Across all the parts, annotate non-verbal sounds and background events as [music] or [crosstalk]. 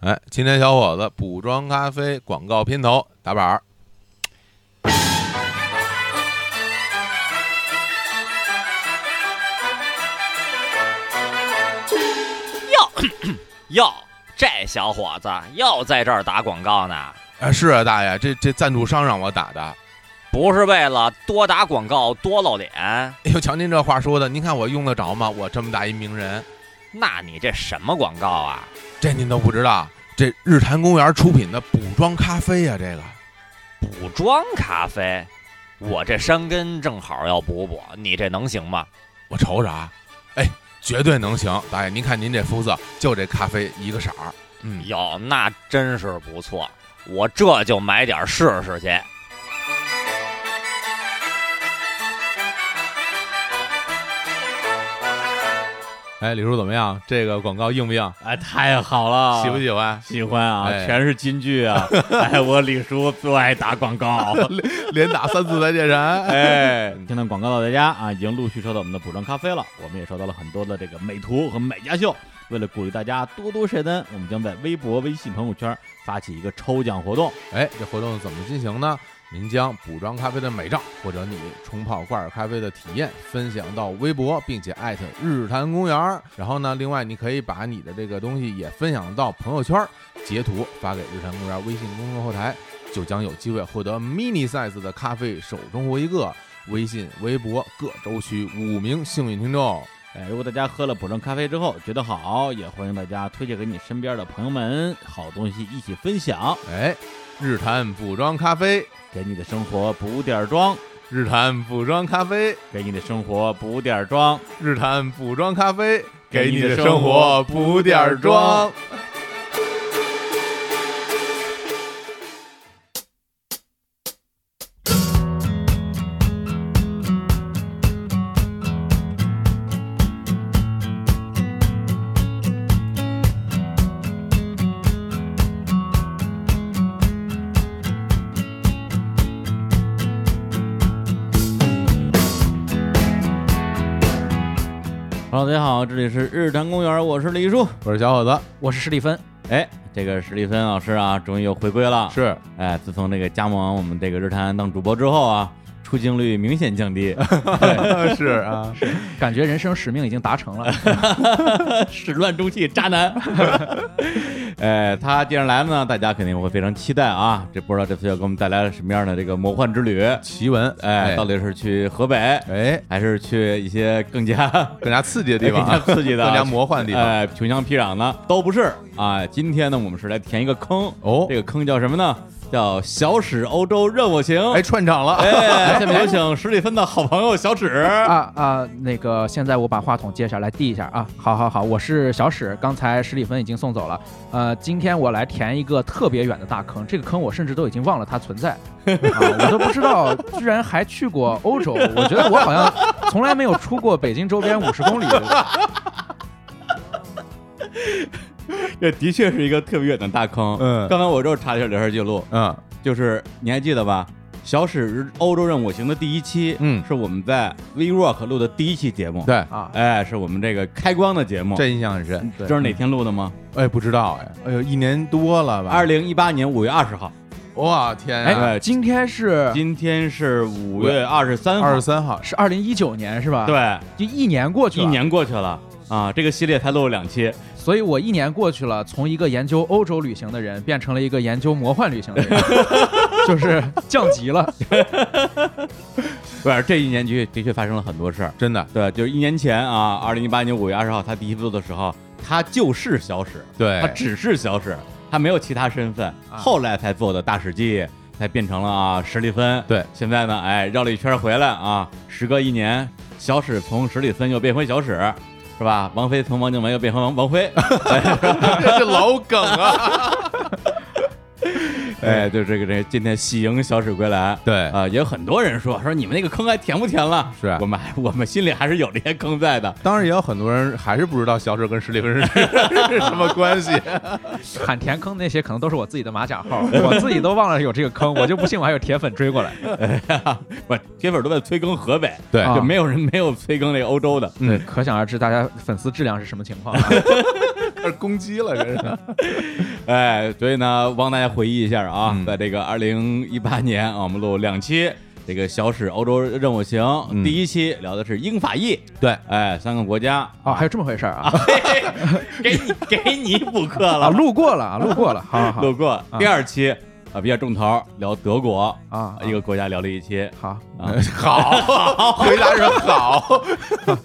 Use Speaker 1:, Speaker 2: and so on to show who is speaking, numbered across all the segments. Speaker 1: 哎，青年小伙子补妆咖啡广告片头打板儿。
Speaker 2: 哟，这小伙子又在这儿打广告呢，
Speaker 1: 哎，是啊，大爷，这这赞助商让我打的。
Speaker 2: 不是为了多打广告多露脸？
Speaker 1: 哎呦，瞧您这话说的，您看我用得着吗？我这么大一名人，
Speaker 2: 那你这什么广告啊？
Speaker 1: 这您都不知道。这日坛公园出品的补妆咖啡呀、这个
Speaker 2: 补妆咖啡，我这山根正好要补补，你这能行吗？
Speaker 1: 我瞅瞅啊，哎，绝对能行。大爷，您看您这肤色，就这咖啡一个色儿。嗯，
Speaker 2: 哟，那真是不错，我这就买点试试去。
Speaker 1: 哎，李叔怎么样？这个广告硬不硬？
Speaker 3: 哎，太好了，
Speaker 1: 喜不喜欢？
Speaker 3: 喜欢啊，
Speaker 1: 哎
Speaker 3: 全是金
Speaker 1: [laughs]
Speaker 3: 句啊！哎，我李叔最爱打广告。 [laughs]
Speaker 1: 连打三次再见人。 [laughs]
Speaker 3: 哎，听到广告的大家啊，已经陆续收到我们的补妆咖啡了。我们也收到了很多的这个美图和美家秀。为了鼓励大家多多晒单，我们将在微博、微信朋友圈发起一个抽奖活动。
Speaker 1: 哎，这活动怎么进行呢？您将补妆咖啡的美照或者你冲泡挂耳咖啡的体验分享到微博，并且艾特日坛公园儿。然后呢，另外你可以把你的这个东西也分享到朋友圈儿，截图发给日坛公园微信公众后台，就将有机会获得 mini size 的咖啡手中获一个。微信、微博各州区五名幸运听众。
Speaker 3: 哎，如果大家喝了补妆咖啡之后觉得好，也欢迎大家推荐给你身边的朋友们，好东西一起分享，
Speaker 1: 哎，日坛补妆咖啡，
Speaker 3: 给你的生活补点妆，
Speaker 1: 日坛补妆咖啡。
Speaker 3: 给你的生活补点妆。
Speaker 1: 日坛补妆咖啡，
Speaker 3: 给你的生活
Speaker 1: 补
Speaker 3: 点儿妆。Hello，大家好，这里是日坛公园，我是李叔。
Speaker 1: 我是小伙子，
Speaker 4: 我是史蒂芬，
Speaker 3: 哎，这个史蒂芬老师啊，终于又回归了。
Speaker 1: 是
Speaker 3: 哎，自从这个加盟我们这个日坛当主播之后啊，出镜率明显降低， [laughs]
Speaker 1: 是
Speaker 4: [laughs]
Speaker 1: 啊，
Speaker 4: 感觉人生使命已经达
Speaker 3: [laughs]
Speaker 4: 成了。
Speaker 3: 始乱终弃，渣男。 [laughs] 哎，他既然来了呢，大家肯定会非常期待啊。这不知道这次要给我们带来什么样的这个魔幻之旅？
Speaker 1: 奇闻
Speaker 3: 哎，到
Speaker 1: 底
Speaker 3: 底是去河北，
Speaker 1: [laughs] 哎
Speaker 3: 还是去一些更加
Speaker 1: 更加刺激的地方
Speaker 3: 更加
Speaker 1: 啊，
Speaker 3: 刺激的、
Speaker 1: 更加魔幻的地方
Speaker 3: 哎，穷乡僻壤呢都不是啊。今天呢，我们是来填一个坑，
Speaker 1: 哦
Speaker 3: 这个坑叫什么呢？叫小史欧洲任我行。
Speaker 1: 哎串场了，
Speaker 3: 哎，下面有请史蒂芬的好朋友小史。
Speaker 4: 啊啊，那个，现在我把话筒接下来递一下啊。好好好，我是小史，刚才史蒂芬已经送走了。呃，今天我来填一个特别远的大坑，这个坑我甚至都已经忘了它存在，啊，我都不知
Speaker 3: [laughs]
Speaker 4: 道居然还去过欧洲。我觉得我好像从来没有出过北京周边五十公里。
Speaker 3: 这的确是一个特别远的大坑。
Speaker 1: [laughs] 嗯
Speaker 3: 刚才我又查了一下聊天记录，
Speaker 1: 嗯
Speaker 3: 就是你还记得吧？小史欧洲任我行的第一期，
Speaker 1: 嗯
Speaker 3: 是我们在 V Rock 录的第一期节目。，
Speaker 1: 对，
Speaker 4: 啊，
Speaker 3: 哎，是我们这个开光的节目。
Speaker 1: 这印象很深，
Speaker 3: 知道哪天录的吗？
Speaker 1: 哎不知道嗯哎，哎呦一年多了吧，
Speaker 3: 二零一八年五月二十号，
Speaker 1: 哇天啊，
Speaker 3: [laughs] 哎
Speaker 4: 哎，今天是
Speaker 3: 今天是五
Speaker 1: 月
Speaker 3: 月二十三号
Speaker 1: 二十，三号，
Speaker 4: 是二零一九年是吧？，
Speaker 3: 对，
Speaker 4: 就一年过去了。
Speaker 3: 一年过去了啊，这个系列才录了两期，
Speaker 4: 所以我一年过去了，从一个研究欧洲旅行的人变成了一个研究魔幻旅行的 [laughs] 人，就是降级了。
Speaker 3: 对，这一年的确的确发生了很多事儿。
Speaker 1: 真的
Speaker 3: 对，就是一年前啊，二零一八年五月二十号，他第一次录的时候，他就是小史，
Speaker 1: 对
Speaker 3: 他，只是小史，他没有其他身份。
Speaker 4: 啊
Speaker 3: 后来才做的大史记，才变成了啊史蒂芬。
Speaker 1: 对，
Speaker 3: 现在呢，哎，绕了一圈回来啊，时隔一年，小史从史蒂芬又变回小史，是吧？王菲从王靖雯又变
Speaker 1: [laughs]
Speaker 3: 回王王菲。
Speaker 1: 哎这老梗啊，
Speaker 3: 哎，就这个这今天喜迎小史归来。
Speaker 1: [laughs] 对
Speaker 3: 啊、也有很多人说说你们那个坑还填不填了？
Speaker 1: 哎是啊
Speaker 3: 我们还我们心里还是有这些坑在的。 [laughs]
Speaker 1: 当然也有很多人还是不知道小史跟史蒂芬是 [laughs] 是什么关系，
Speaker 4: 喊填坑那些可能都是我自己的马甲 [laughs] 号，我自己都忘了有这个坑，我就不信我还有铁粉追过来。
Speaker 1: 哎
Speaker 3: 不，铁粉都在催更河北，
Speaker 1: 对
Speaker 4: 啊
Speaker 3: 就没有人没有催更那个欧洲的。
Speaker 1: 嗯，
Speaker 4: 可想而知，大家粉丝质量是什么情况、啊
Speaker 1: 而始 [laughs] 攻击了，这是。
Speaker 3: 哎，所以呢，帮大家回忆一下啊，
Speaker 1: 嗯
Speaker 3: 在这个二零一八年啊，我们录两期这个《小史欧洲任务行》
Speaker 1: 嗯
Speaker 3: 第一期聊的是英法意，
Speaker 1: 对，
Speaker 3: 哎，三个国家，
Speaker 4: 哦，还有这么回事儿 [laughs] [laughs] 啊？
Speaker 3: 给你给你补课
Speaker 4: 啊，
Speaker 3: 了，
Speaker 4: 路过了 [laughs] 啊，路过了，好好好
Speaker 3: 路过第二期啊，比较重头聊德国
Speaker 4: 啊，
Speaker 3: 一个国家聊了一期，
Speaker 4: 好，
Speaker 3: 啊
Speaker 4: [laughs]
Speaker 1: 好，回答是好，
Speaker 4: 啊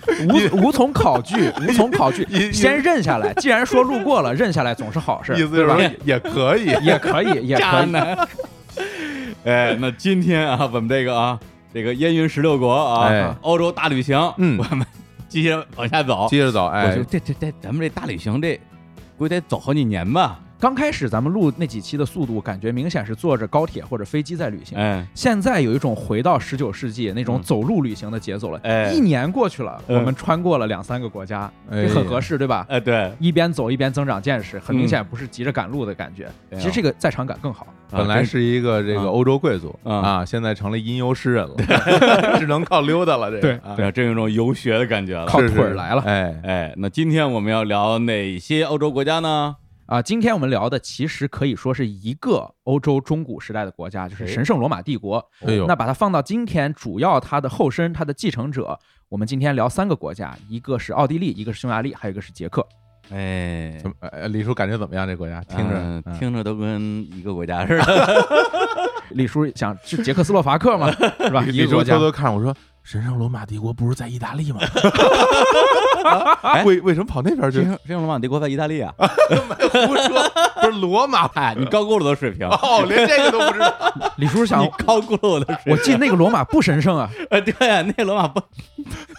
Speaker 4: 无无从考 [laughs] 据，无从考据
Speaker 1: 你，你
Speaker 4: 先认下来。既然说路过了，认下来总是好事
Speaker 1: 意，思就是说 [laughs] 也可以，
Speaker 4: 也可以，也可
Speaker 3: 渣
Speaker 4: 以。
Speaker 3: 男。哎，那今天啊，我们这个啊，这个烟云十六国啊，
Speaker 1: 哎
Speaker 3: 欧洲大旅行，
Speaker 1: 嗯
Speaker 3: 我们继续往下走。
Speaker 1: 接着走，
Speaker 3: 我
Speaker 1: 哎
Speaker 3: 就，这这这，咱们这大旅行这，估计得走好几年吧。
Speaker 4: 刚开始咱们录那几期的速度，感觉明显是坐着高铁或者飞机在旅行。
Speaker 3: 哎
Speaker 4: 现在有一种回到十九世纪那种
Speaker 3: 嗯
Speaker 4: 走路旅行的节奏了。
Speaker 3: 哎
Speaker 4: 一年过去了，
Speaker 3: 嗯
Speaker 4: 我们穿过了两三个国家，
Speaker 1: 哎
Speaker 4: 这很合适，对吧？
Speaker 3: 哎，对，
Speaker 4: 一边走一边增长见识，很明
Speaker 3: 嗯
Speaker 4: 显不是急着赶路的感觉。
Speaker 3: 哎呀
Speaker 4: 其实这个在场感更好。
Speaker 1: 哎本来
Speaker 3: 啊
Speaker 1: 是一个这个
Speaker 3: 啊
Speaker 1: 欧洲贵族
Speaker 3: 啊
Speaker 1: 啊，现在成了吟游诗人了，只能靠溜达了。这个
Speaker 4: 对
Speaker 1: 啊
Speaker 3: 真对，真有一种游学的感觉了。
Speaker 4: 靠
Speaker 1: 是是
Speaker 4: 腿儿来了
Speaker 1: 哎，
Speaker 3: 哎，那今天我们要聊哪些欧洲国家呢？
Speaker 4: 啊，今天我们聊的其实可以说是一个欧洲中古时代的国家，就是
Speaker 3: 哎
Speaker 4: 神圣罗马帝国。
Speaker 1: 哎呦
Speaker 4: 那把它放到今天，主要它的后身、它的继承者，我们今天聊三个国家，一个是奥地利，一个是匈牙利，还有一个是捷克。
Speaker 3: 哎，
Speaker 1: 怎么？呃李叔感觉怎么样？这国家听着，
Speaker 3: 嗯
Speaker 1: 嗯
Speaker 3: 听着都跟一个国家似 [laughs] 的。
Speaker 4: 李叔想是捷克斯洛伐克
Speaker 1: [laughs]
Speaker 4: 嘛，是吧？一
Speaker 1: 李
Speaker 4: 个
Speaker 1: 叔
Speaker 4: 国家
Speaker 1: 偷。偷看我说。神圣罗马帝国不是在意大利吗？为为什么跑那边去？
Speaker 3: 神圣罗马帝国在意大利啊？
Speaker 1: 胡说，不是罗马
Speaker 3: 哎， [laughs] 你高估了我的水平，
Speaker 1: 哦，连这个都不知道。
Speaker 4: 李叔想
Speaker 3: 你，高估了我的水平。
Speaker 4: 我记得那个罗马不神圣啊，
Speaker 3: [laughs] 呃，对呀、那罗马不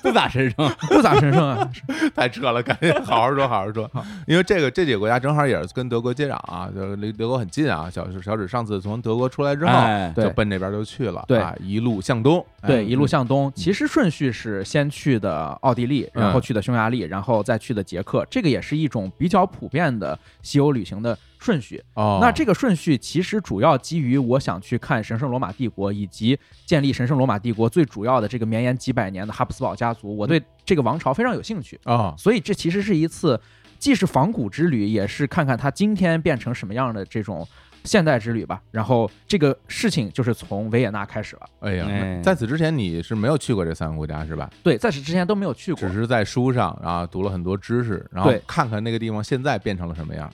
Speaker 3: 不咋神圣，
Speaker 4: 不咋神
Speaker 1: [laughs]
Speaker 4: 圣啊。
Speaker 1: 太扯了，赶紧好好说，好好说。因为这个这几个国家正好也是跟德国接壤啊，就是离德国很近啊。小小指上次从德国出来之后，
Speaker 3: 哎
Speaker 1: 就
Speaker 4: 对
Speaker 1: 奔这边就去了，
Speaker 4: 对
Speaker 1: 啊，一路向东，哎
Speaker 4: 对，一路向东，其实顺序是先去的奥地利，然后去的匈牙利，然后再去的捷克，这个也是一种比较普遍的西欧旅行的顺序。
Speaker 1: 哦，
Speaker 4: 那这个顺序其实主要基于我想去看神圣罗马帝国以及建立神圣罗马帝国最主要的这个绵延几百年的哈布斯堡家族，我对这个王朝非常有兴趣，
Speaker 1: 哦，
Speaker 4: 所以这其实是一次既是仿古之旅，也是看看它今天变成什么样的这种现代之旅吧。然后这个事情就是从维也纳开始了，
Speaker 1: 哎呀，
Speaker 3: 哎
Speaker 1: 那在此之前你是没有去过这三个国家是吧？
Speaker 4: 对，在此之前都没有去过
Speaker 1: 只。是在书上啊读了很多知识，然后
Speaker 4: 对
Speaker 1: 看看那个地方现在变成了什么样。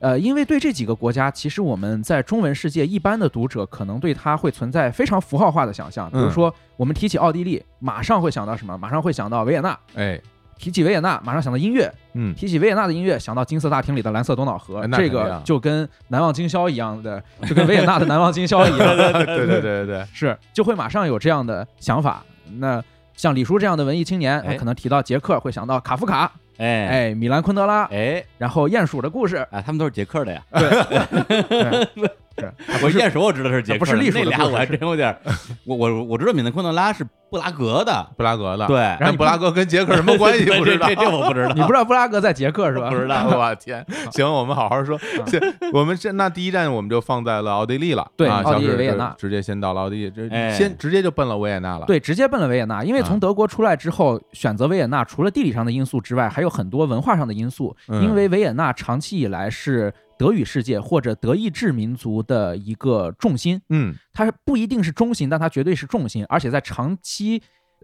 Speaker 4: 呃，因为对这几个国家，其实我们在中文世界一般的读者可能对它会存在非常符号化的想象，比如
Speaker 1: 嗯
Speaker 4: 说我们提起奥地利，马上会想到什么？马上会想到维也纳。
Speaker 1: 哎，
Speaker 4: 提起维也纳，马上想到音乐；
Speaker 3: [laughs]
Speaker 1: 嗯，
Speaker 4: 提起维也纳的音乐，想到金色大厅里的蓝色多瑙河
Speaker 1: 哎，那
Speaker 4: 这
Speaker 1: 肯定
Speaker 4: 个
Speaker 1: 啊
Speaker 4: 就跟难忘今宵一样的，就跟维也纳的难忘今宵一样，
Speaker 1: 对对对对对，
Speaker 4: 是就会马上有这样的想法。那像李叔这样的文艺青年，他
Speaker 3: 哎
Speaker 4: 可能提到捷克会想到卡夫卡，
Speaker 3: 哎
Speaker 4: 哎，米兰昆德拉，
Speaker 3: 哎
Speaker 4: 然后鼹鼠的故
Speaker 1: [laughs]
Speaker 4: 事，
Speaker 3: 啊，他们都是捷克的呀。
Speaker 4: 对
Speaker 3: 我鼹鼠我知道是捷克的，
Speaker 4: 不是栗鼠
Speaker 3: 那
Speaker 4: 的
Speaker 3: 俩
Speaker 4: 故事
Speaker 3: 我还
Speaker 4: 是
Speaker 3: 真有点儿， [laughs] 我我我知道米兰昆德拉是布拉格的，
Speaker 1: 布拉格的，
Speaker 3: 对，，
Speaker 4: 然后
Speaker 1: 但
Speaker 4: 你
Speaker 1: 布拉格跟捷克什么
Speaker 3: [laughs]
Speaker 1: 关系
Speaker 3: 这
Speaker 1: 不知道
Speaker 3: 这。这这我
Speaker 1: [laughs]
Speaker 3: 不知道，
Speaker 4: [laughs] 你不知道布拉格在捷克是吧？
Speaker 3: 不知道。
Speaker 1: 我
Speaker 4: [laughs]
Speaker 1: 天，行，我们好好说。这我们这那第一站我们就放在了奥地利了，
Speaker 4: 嗯对
Speaker 1: 啊，
Speaker 4: 奥地利
Speaker 1: 小史
Speaker 4: 维也
Speaker 1: 就
Speaker 4: 纳
Speaker 1: 直接先到了奥地利，这
Speaker 3: 哎
Speaker 1: 先直接就奔了维也纳了。，
Speaker 4: 对，直接奔了维也纳，因为
Speaker 1: 啊
Speaker 4: 从德国出来之后，选择维也纳除了地理上的因素之外，还有很多文化上的因素。
Speaker 1: 嗯
Speaker 4: 因为维也纳长期以来是德语世界或者德意志民族的一个重心，
Speaker 1: 嗯，
Speaker 4: 它是不一定是中心，但它绝对是重心，而且在长期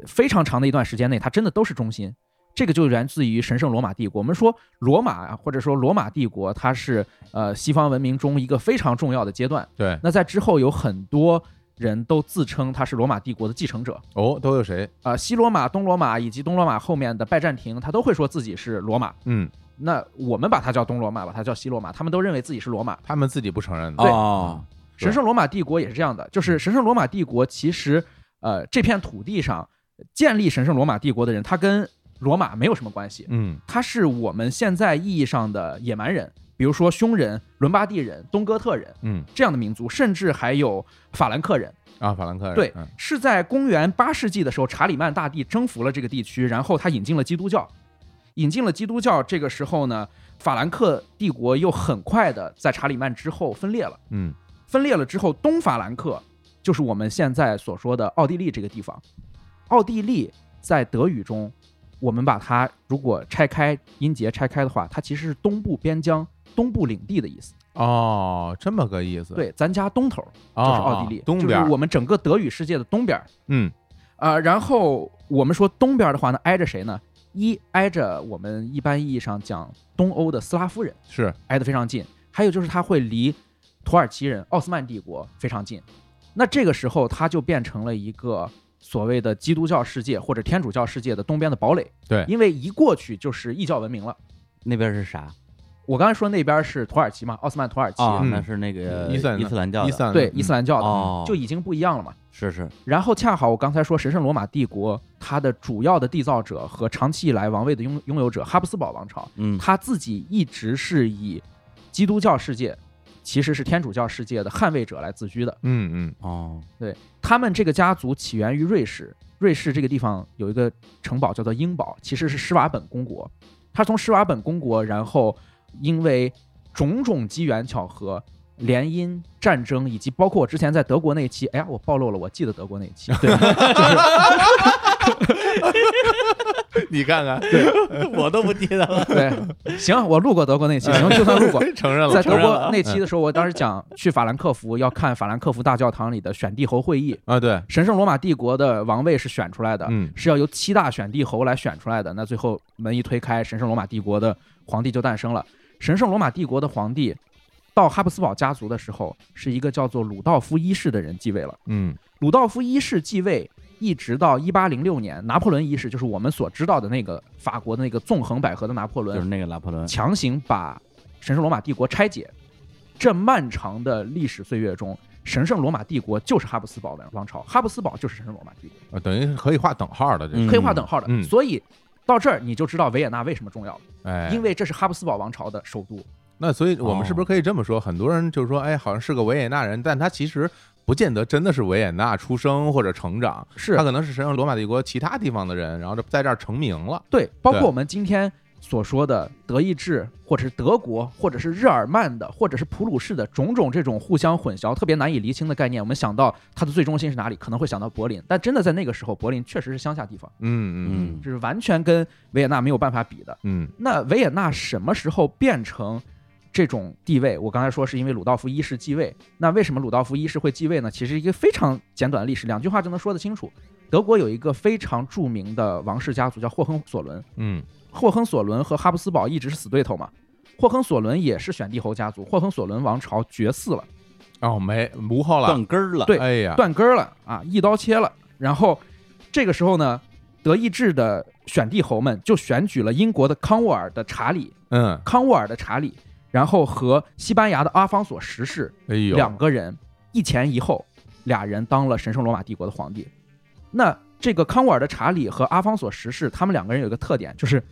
Speaker 4: 非常长的一段时间内，它真的都是中心。这个就源自于神圣罗马帝国。我们说罗马啊，或者说罗马帝国，它是呃西方文明中一个非常重要的阶段。
Speaker 1: 对，
Speaker 4: 那在之后有很多人都自称他是罗马帝国的继承者，
Speaker 1: 哦，都有谁？
Speaker 4: 啊、西罗马、东罗马以及东罗马后面的拜占庭，他都会说自己是罗马。
Speaker 1: 嗯，
Speaker 4: 那我们把它叫东罗马，把它叫西罗马，他们都认为自己是罗马。
Speaker 1: 他们自己不承认的。
Speaker 3: 哦，
Speaker 4: 神圣罗马帝国也是这样的，就是神圣罗马帝国其实，呃，这片土地上建立神圣罗马帝国的人，他跟罗马没有什么关系，
Speaker 1: 嗯，
Speaker 4: 他是我们现在意义上的野蛮人，比如说匈人、伦巴第人、东哥特人
Speaker 1: 嗯
Speaker 4: 这样的民族，甚至还有法兰克人。
Speaker 1: 啊，法兰克人，
Speaker 4: 对
Speaker 1: 嗯，
Speaker 4: 是在公元八世纪的时候，查理曼大帝征服了这个地区，然后他引进了基督教。引进了基督教，这个时候呢，法兰克帝国又很快的在查理曼之后分裂了。
Speaker 1: 嗯，
Speaker 4: 分裂了之后，东法兰克就是我们现在所说的奥地利这个地方。奥地利在德语中我们把它如果拆开音节拆开的话，它其实是东部边疆、东部领地的意思。
Speaker 1: 哦，这么个意思。，
Speaker 4: 对，咱家东头
Speaker 1: 就
Speaker 4: 就是奥地利，
Speaker 1: 啊东边
Speaker 4: 就是
Speaker 1: 儿。
Speaker 4: 我们整个德语世界的东边。
Speaker 1: 嗯，
Speaker 4: 呃，然后我们说东边的话呢，挨着谁呢？一挨着我们一般意义上讲东欧的斯拉夫人，
Speaker 1: 是
Speaker 4: 挨得非常近。还有就是它会离土耳其人、奥斯曼帝国非常近。那这个时候，它就变成了一个所谓的基督教世界或者天主教世界的东边的堡垒。
Speaker 1: 对
Speaker 4: 因为一过去就是异教文明了。
Speaker 3: 那边是啥？
Speaker 4: 我刚才说那边是土耳其嘛，奥斯曼土耳其，
Speaker 3: 啊，
Speaker 1: 嗯
Speaker 3: 那是那个
Speaker 1: 伊斯兰
Speaker 3: 伊斯兰教的
Speaker 1: 伊斯兰嗯
Speaker 4: 对伊斯兰教的、
Speaker 3: 哦，
Speaker 4: 就已经不一样了嘛。
Speaker 3: 是是
Speaker 4: 然后恰好我刚才说神圣罗马帝国，它的主要的缔造者和长期以来王位的拥拥有者哈布斯堡王朝，
Speaker 3: 嗯
Speaker 4: 他自己一直是以基督教世界，其实是天主教世界的捍卫者来自居的。
Speaker 1: 嗯嗯
Speaker 3: 哦
Speaker 4: 他们这个家族起源于瑞士，瑞士这个地方有一个城堡叫做英堡，其实是施瓦本公国。他从施瓦本公国，然后因为种种机缘巧合。联姻、战争，以及包括我之前在德国那一期，哎呀，我暴露了，我记得德国那一期，对，
Speaker 1: 你看 [laughs] 看，
Speaker 5: 我都不记得了。
Speaker 4: [laughs] 对，行，我路过德国那期，行，就算路过。
Speaker 1: 哎 [laughs] 承认了嗯
Speaker 4: 在德国那期的时候，我当时讲去法兰克福要看法兰克福大教堂里的选帝侯会议，
Speaker 1: 啊，对，
Speaker 4: 神圣罗马帝国的王位是选出来的，
Speaker 1: 嗯
Speaker 4: 是要由七大选帝侯来选出来的。那最后门一推开，神圣罗马帝国的皇帝就诞生了。神圣罗马帝国的皇帝到哈布斯堡家族的时候，是一个叫做鲁道夫一世的人继位了。
Speaker 1: 嗯
Speaker 4: 鲁道夫一世继位，一直到一八零六年，拿破仑一世就是我们所知道的那个法国的那个纵横捭阖的拿破
Speaker 3: 就是
Speaker 4: 仑，
Speaker 3: 那个拿破
Speaker 4: [laughs]
Speaker 3: 仑，
Speaker 4: 强行把神圣罗马帝国拆解。这漫长的历史岁月中，神圣罗马帝国就是哈布斯堡王王朝，哈布斯堡就是神圣罗马帝国，
Speaker 1: 啊，等于是可以画等号的这
Speaker 3: 嗯
Speaker 1: 个，
Speaker 4: 可以划等号的。
Speaker 1: 嗯
Speaker 4: 所以到这儿你就知道维也纳为什么重要了，
Speaker 1: 哎，
Speaker 4: 嗯因为这是哈布斯堡王朝的首都。
Speaker 1: 那所以我们是不是可以这么说？很多人就是说，哎，好像是个维也纳人，但他其实不见得真的是维也纳出生或者成长，
Speaker 4: 是
Speaker 1: 他可能是神圣罗马帝国其他地方的人，然后就在这儿成名了。
Speaker 4: 对，包
Speaker 1: 对
Speaker 4: 括我们今天所说的德意志，或者是德国，或者是日耳曼的，或者是普鲁士的种种这种互相混淆、特别难以厘清的概念，我们想到它的最中心是哪里，可能会想到柏林，但真的在那个时候，柏林确实是乡下地方，
Speaker 1: 嗯嗯
Speaker 3: 嗯
Speaker 4: 这是完全跟维也纳没有办法比的。
Speaker 1: 嗯
Speaker 4: 那维也纳什么时候变成这种地位？我刚才说是因为鲁道夫一世继位。那为什么鲁道夫一世会继位呢？其实一个非常简短的历史，两句话就能说得清楚。德国有一个非常著名的王室家族叫霍亨索伦，
Speaker 1: 嗯
Speaker 4: 霍亨索伦和哈布斯堡一直是死对头嘛。霍亨索伦也是选帝侯家族，霍亨索伦王朝绝嗣了，
Speaker 1: 嗯，哦，没无后了，
Speaker 3: 断根儿了，
Speaker 4: 对
Speaker 1: 哎呀，
Speaker 4: 断根儿了啊，一刀切了。然后这个时候呢，德意志的选帝侯们就选举了英国的康沃尔的查理
Speaker 1: 嗯，
Speaker 4: 康沃尔的查理，然后和西班牙的阿方索十世
Speaker 1: 哎呦，
Speaker 4: 两个人一前一后，俩人当了神圣罗马帝国的皇帝。那这个康沃尔的查理和阿方索十世，他们两个人有一个特点，就是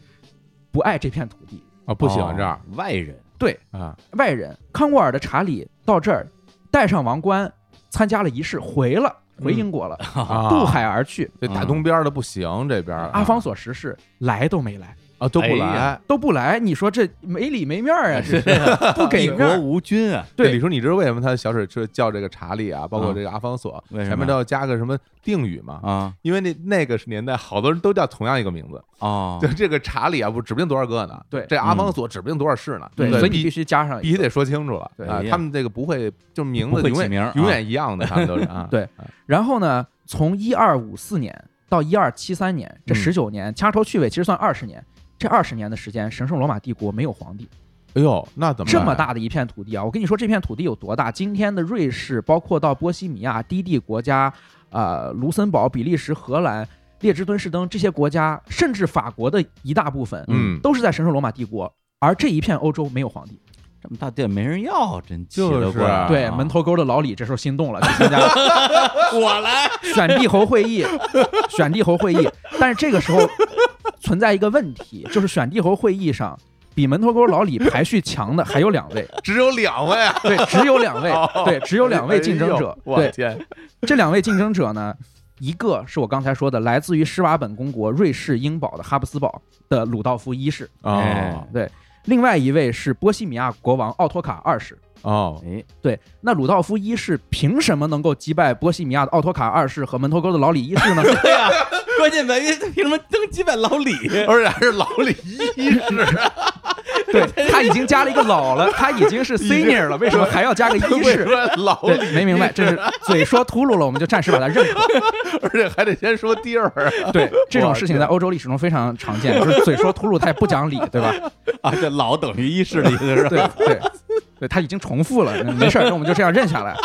Speaker 4: 不爱这片土地，
Speaker 1: 啊，不喜
Speaker 3: 哦
Speaker 1: 欢这儿
Speaker 3: 外人，
Speaker 4: [laughs]
Speaker 1: 啊，
Speaker 4: 外人。康沃尔的查理到这儿，戴上王冠，参加了仪式，回了，回英国了，
Speaker 1: 啊
Speaker 4: [laughs] 渡海而去。
Speaker 1: 这大东边的不行，这边
Speaker 4: 阿方索十世来都没来，
Speaker 1: 啊都
Speaker 2: 哎
Speaker 1: 不来
Speaker 2: 呀。
Speaker 4: 都不来，你说这没里没面儿啊，这是
Speaker 1: [laughs]
Speaker 4: 不给
Speaker 3: 一
Speaker 4: 面
Speaker 3: 国
Speaker 4: 儿。
Speaker 3: 无君啊，
Speaker 4: 对
Speaker 1: 李叔，你知道为什么他小水车叫这个查理啊，包括
Speaker 3: 嗯
Speaker 1: 这个阿方索，
Speaker 3: 为什么
Speaker 1: 前面都要加个什么定语嘛？
Speaker 3: 啊
Speaker 1: 因为那那个年代，好多人都叫同样一个名字。
Speaker 3: 哦，
Speaker 1: [laughs] 对，这个查理啊，不指不定多少个呢。
Speaker 4: 啊对嗯
Speaker 1: 这阿方索指不定多少世呢。
Speaker 4: 对，
Speaker 1: 嗯对
Speaker 4: 所以你
Speaker 1: 必
Speaker 4: 必须加上一个
Speaker 1: 必须得说清楚了
Speaker 4: 对
Speaker 1: 啊
Speaker 3: 哎！呀
Speaker 1: 他们这个不会，就名字
Speaker 3: 不会
Speaker 1: 永
Speaker 3: 起名
Speaker 1: 远
Speaker 3: 儿
Speaker 1: 永远一样的，他们都是啊。
Speaker 4: 啊 [laughs] 对然后呢，从一二五四年到一二七三年，
Speaker 1: 嗯
Speaker 4: 这十九年、掐头去尾，其实算二十年。这二十年的时间，神圣罗马帝国没有皇帝，
Speaker 1: 哎呦，那怎么
Speaker 4: 这么
Speaker 1: 办？
Speaker 4: 大的一片土地啊！我跟你说，这片土地有多大？今天的瑞士，包括到波西米亚、低地国家，呃，卢森堡、比利时、荷兰、列支敦士登这些国家，甚至法国的一大部分，
Speaker 1: 嗯
Speaker 4: 都是在神圣罗马帝国。而这一片欧洲没有皇帝，
Speaker 3: 这么大店没人要，真气
Speaker 1: 就是
Speaker 3: 得过来啊
Speaker 4: 对门头沟的老李这时候心动了，就参加 [laughs]
Speaker 1: [laughs]
Speaker 2: [laughs]
Speaker 4: 我来选帝侯会议，选帝侯会议。但是这个时候存在一个问题，就是选帝侯会议上比门头沟老李排序强的还有两位，
Speaker 1: 只有两位啊，
Speaker 4: 对，只有两
Speaker 1: [laughs]
Speaker 4: 位
Speaker 1: 哦，
Speaker 4: 对，只有两位竞争者
Speaker 1: 哎呦，我
Speaker 4: 对，
Speaker 1: 天，
Speaker 4: 这两位竞争者呢，一个是我刚才说的来自于施瓦本公国瑞士英堡的哈布斯堡的鲁道夫一世，
Speaker 1: 哦
Speaker 3: 哎
Speaker 4: 另外一位是波西米亚国王奥托卡二世。
Speaker 1: 哦，
Speaker 3: 哎，
Speaker 4: 对，那鲁
Speaker 3: [laughs]
Speaker 4: 道夫一世凭什么能够击败波西米亚的奥托卡二世和门头沟的老李一世呢？对呀、
Speaker 3: 关键在于凭什么登基本老李？ [laughs]
Speaker 1: [laughs] 而且还是老李
Speaker 4: [laughs]
Speaker 1: 啊医师，
Speaker 4: 对他已经加了一个老了，他已经是 senior 了，为什么还要加个医
Speaker 1: 为什
Speaker 4: 师？
Speaker 1: 么老
Speaker 4: 对
Speaker 1: 李，
Speaker 4: 没明白，这是嘴说秃噜了，我们就暂时把它认可。
Speaker 1: 而且还得先说啊地
Speaker 4: [laughs]
Speaker 1: 儿，
Speaker 4: 对，这种事情在欧洲历史中非常常见，就是嘴说秃噜，他也不讲理，对吧？
Speaker 3: [laughs] 啊，这老等于一世的意思是吧？
Speaker 4: 对对对，他已经重复了，没事儿，那我们就这样认下来，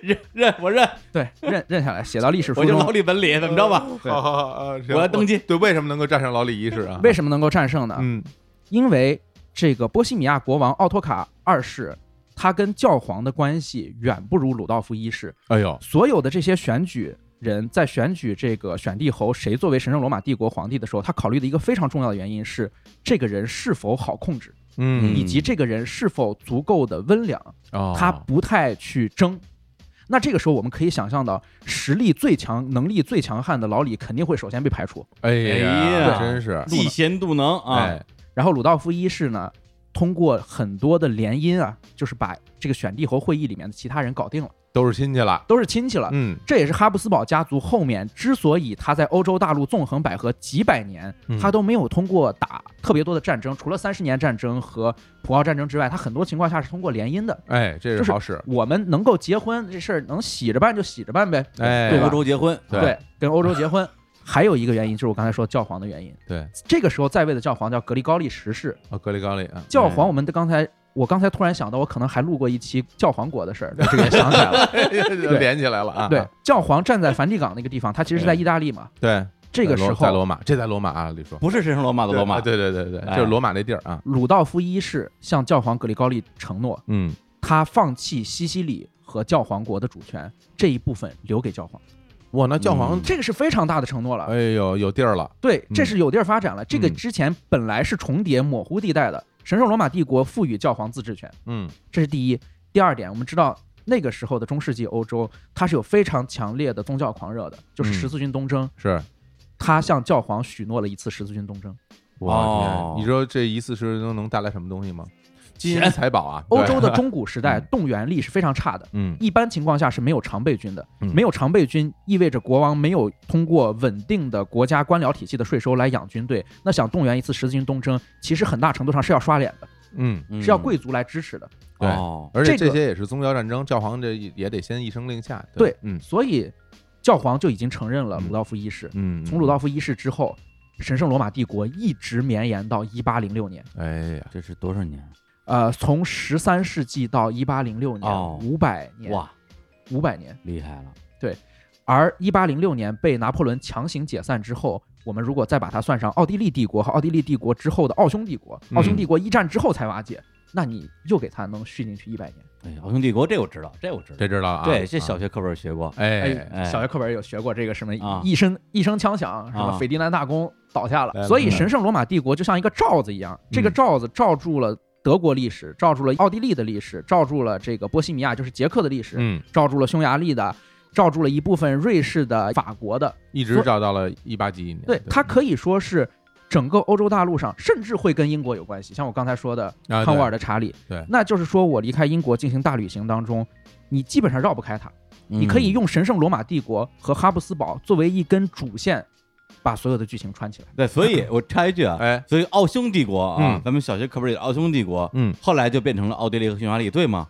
Speaker 3: 认认我认，
Speaker 4: 对，认认下来，写到历史书
Speaker 3: 我就老
Speaker 4: 中。
Speaker 3: 李本李，怎么着吧？
Speaker 1: 好好好，啊行
Speaker 3: 我要登基
Speaker 1: 对，为什么能够战胜老李医师啊？
Speaker 4: 为
Speaker 1: 什
Speaker 4: 什么能够战胜呢？
Speaker 1: 嗯，
Speaker 4: 因为这个波西米亚国王奥托卡二世，他跟教皇的关系远不如鲁道夫一世。
Speaker 1: 哎呦，
Speaker 4: 所有的这些选举人在选举这个选帝侯谁作为神圣罗马帝国皇帝的时候，他考虑的一个非常重要的原因是这个人是否好控制，
Speaker 1: 嗯，
Speaker 4: 以及这个人是否足够的温良。
Speaker 1: 哦
Speaker 4: 他不太去争。那这个时候，我们可以想象到，实力最强、能力最强悍的老李肯定会首先被排除。
Speaker 1: 哎
Speaker 3: 哎呀
Speaker 1: 真是，
Speaker 3: 嫉贤妒能啊！
Speaker 1: 哎，
Speaker 4: 然后鲁道夫一世呢，通过很多的联姻啊，就是把这个选帝侯会议里面的其他人搞定了，
Speaker 1: 都是亲戚了，
Speaker 4: 都是亲戚了。
Speaker 1: 嗯，
Speaker 4: 这也是哈布斯堡家族后面之所以他在欧洲大陆纵横捭阖几百年
Speaker 1: 嗯，
Speaker 4: 他都没有通过打特别多的战争，除了三十年战争和普奥战争之外，他很多情况下是通过联姻的。
Speaker 1: 哎，这
Speaker 4: 就是是
Speaker 1: 好使，
Speaker 4: 我们能够结婚这事儿，能洗着办就洗着办呗。
Speaker 1: 哎，
Speaker 4: 对吧
Speaker 3: 欧洲结婚，
Speaker 1: 对
Speaker 4: 对，跟欧洲结婚。还有一个原因就是我刚才说教皇的原因。
Speaker 1: 对，
Speaker 4: 这个时候在位的教皇叫格里高利十世。
Speaker 1: 啊，格里高
Speaker 4: [laughs]
Speaker 1: 利啊，
Speaker 4: 教皇，我们的刚才我刚才突然想到，我可能还录过一期教皇国的事
Speaker 1: [laughs]
Speaker 4: 儿，这个也想起来了。
Speaker 1: 哎连起来了啊，
Speaker 4: 对，教皇站在梵蒂冈那个地方，他其实是在
Speaker 3: 嗯
Speaker 4: 意大利嘛。
Speaker 1: 对，
Speaker 4: 这
Speaker 1: 在
Speaker 4: 个时
Speaker 1: 罗在
Speaker 4: 候，
Speaker 1: 罗马，这在罗马啊，李叔，
Speaker 3: 不是神圣罗马的罗马，
Speaker 1: 对啊对对对对，
Speaker 3: 哎
Speaker 1: 就是罗马那地儿啊，
Speaker 4: 鲁道夫一世向教皇格里高利承诺，
Speaker 1: 嗯，
Speaker 4: 他放弃西西里和教皇国的主权这一部分留给教皇，
Speaker 1: 哇，那教皇
Speaker 3: 嗯，
Speaker 4: 这个是非常大的承诺了。
Speaker 1: 哎呦，有地儿了，
Speaker 4: 对，
Speaker 1: 嗯
Speaker 4: 这是有地儿发展了。这个
Speaker 1: 嗯
Speaker 4: 之前本来是重叠模糊地带的，神圣罗马帝国赋予教皇自治权，
Speaker 1: 嗯，
Speaker 4: 这是第一。第二点，我们知道那个时候的中世纪欧洲，它是有非常强烈的宗教狂热的，就是
Speaker 1: 嗯
Speaker 4: 十字军东征，
Speaker 1: 是，
Speaker 4: 他向教皇许诺了一次十字军东征。
Speaker 1: 哇
Speaker 3: 哦，
Speaker 1: 天你说这一次十能能带来什么东西吗？金银
Speaker 3: 钱
Speaker 1: 财宝啊，
Speaker 4: [laughs] 欧
Speaker 1: 对 [laughs]
Speaker 4: 洲的中古时代
Speaker 1: 嗯
Speaker 4: 动员力是非常差的。
Speaker 1: 嗯，
Speaker 4: 一般情况下是没有常备军的，
Speaker 1: 嗯
Speaker 4: 没有常备军意味着国王没有通过稳定的国家官僚体系的税收来养军队。那想动员一次十字军东征，其实很大程度上是要刷脸的，
Speaker 1: 嗯，
Speaker 3: 嗯
Speaker 4: 是要贵族来支持的。
Speaker 1: 对
Speaker 3: 哦
Speaker 1: 而且
Speaker 4: 这
Speaker 1: 这
Speaker 4: 个
Speaker 1: 些也是宗教战争，教皇这也得先一声令下，吧
Speaker 4: 对
Speaker 1: 嗯
Speaker 4: 所以教皇就已经承认了
Speaker 1: 嗯
Speaker 4: 鲁道夫一世。
Speaker 1: 嗯，
Speaker 4: 从鲁道夫一世之后，神圣罗马帝国一直绵延到一八零六年，
Speaker 1: 哎呀，
Speaker 3: 这是多少年？
Speaker 4: 呃，从十三世纪到一八零六年
Speaker 3: 哦，
Speaker 4: 五百、年，
Speaker 3: 哇，
Speaker 4: 五百年。
Speaker 3: 厉害了！
Speaker 4: 而一八零六年被拿破仑强行解散之后，我们如果再把它算上奥地利帝国和奥地利帝国之后的奥匈帝国，
Speaker 1: 嗯
Speaker 4: 奥匈帝国一战之后才瓦解，那你又给它能续进去一百年。
Speaker 3: 哎呀，奥匈帝国这我知道，这我知道，
Speaker 1: 这知道了啊，
Speaker 3: 对这小学课本学过。
Speaker 1: 哎，
Speaker 3: 哎
Speaker 4: 小学课本有学过这个什么
Speaker 3: 啊
Speaker 4: 一声一声枪响，什么
Speaker 3: 啊
Speaker 4: 斐迪南大公倒下
Speaker 1: 来嗯
Speaker 4: 了，
Speaker 1: 了
Speaker 4: 所以神圣罗马帝国就像一个罩子一样，这个罩子罩住了德国历史，罩住了奥地利的历史，罩住了这个波西米亚就是捷克的历史，
Speaker 1: 嗯，
Speaker 4: 罩住了匈牙利的。罩住了一部分瑞士的、法国的，
Speaker 1: 一直
Speaker 4: 所
Speaker 1: 找到了一八几一年，
Speaker 4: 对它可以说是整个欧洲大陆上，甚至会跟英国有关系。像我刚才说的
Speaker 1: 啊
Speaker 4: 康
Speaker 1: 对
Speaker 4: 沃尔的查理，
Speaker 1: 对
Speaker 4: 那就是说我离开英国进行大旅行当中，你基本上绕不开它。你
Speaker 3: 嗯
Speaker 4: 可以用神圣罗马帝国和哈布斯堡作为一根主线，把所有的剧情串起来。
Speaker 3: 嗯对，所
Speaker 4: [laughs]
Speaker 3: 以我插一句啊，
Speaker 1: 哎，
Speaker 3: 所以奥匈帝国啊
Speaker 1: 嗯，
Speaker 3: 咱们小学课本里的奥匈帝国，
Speaker 1: 嗯，
Speaker 3: 后来就变成了奥地利和匈牙利，对吗？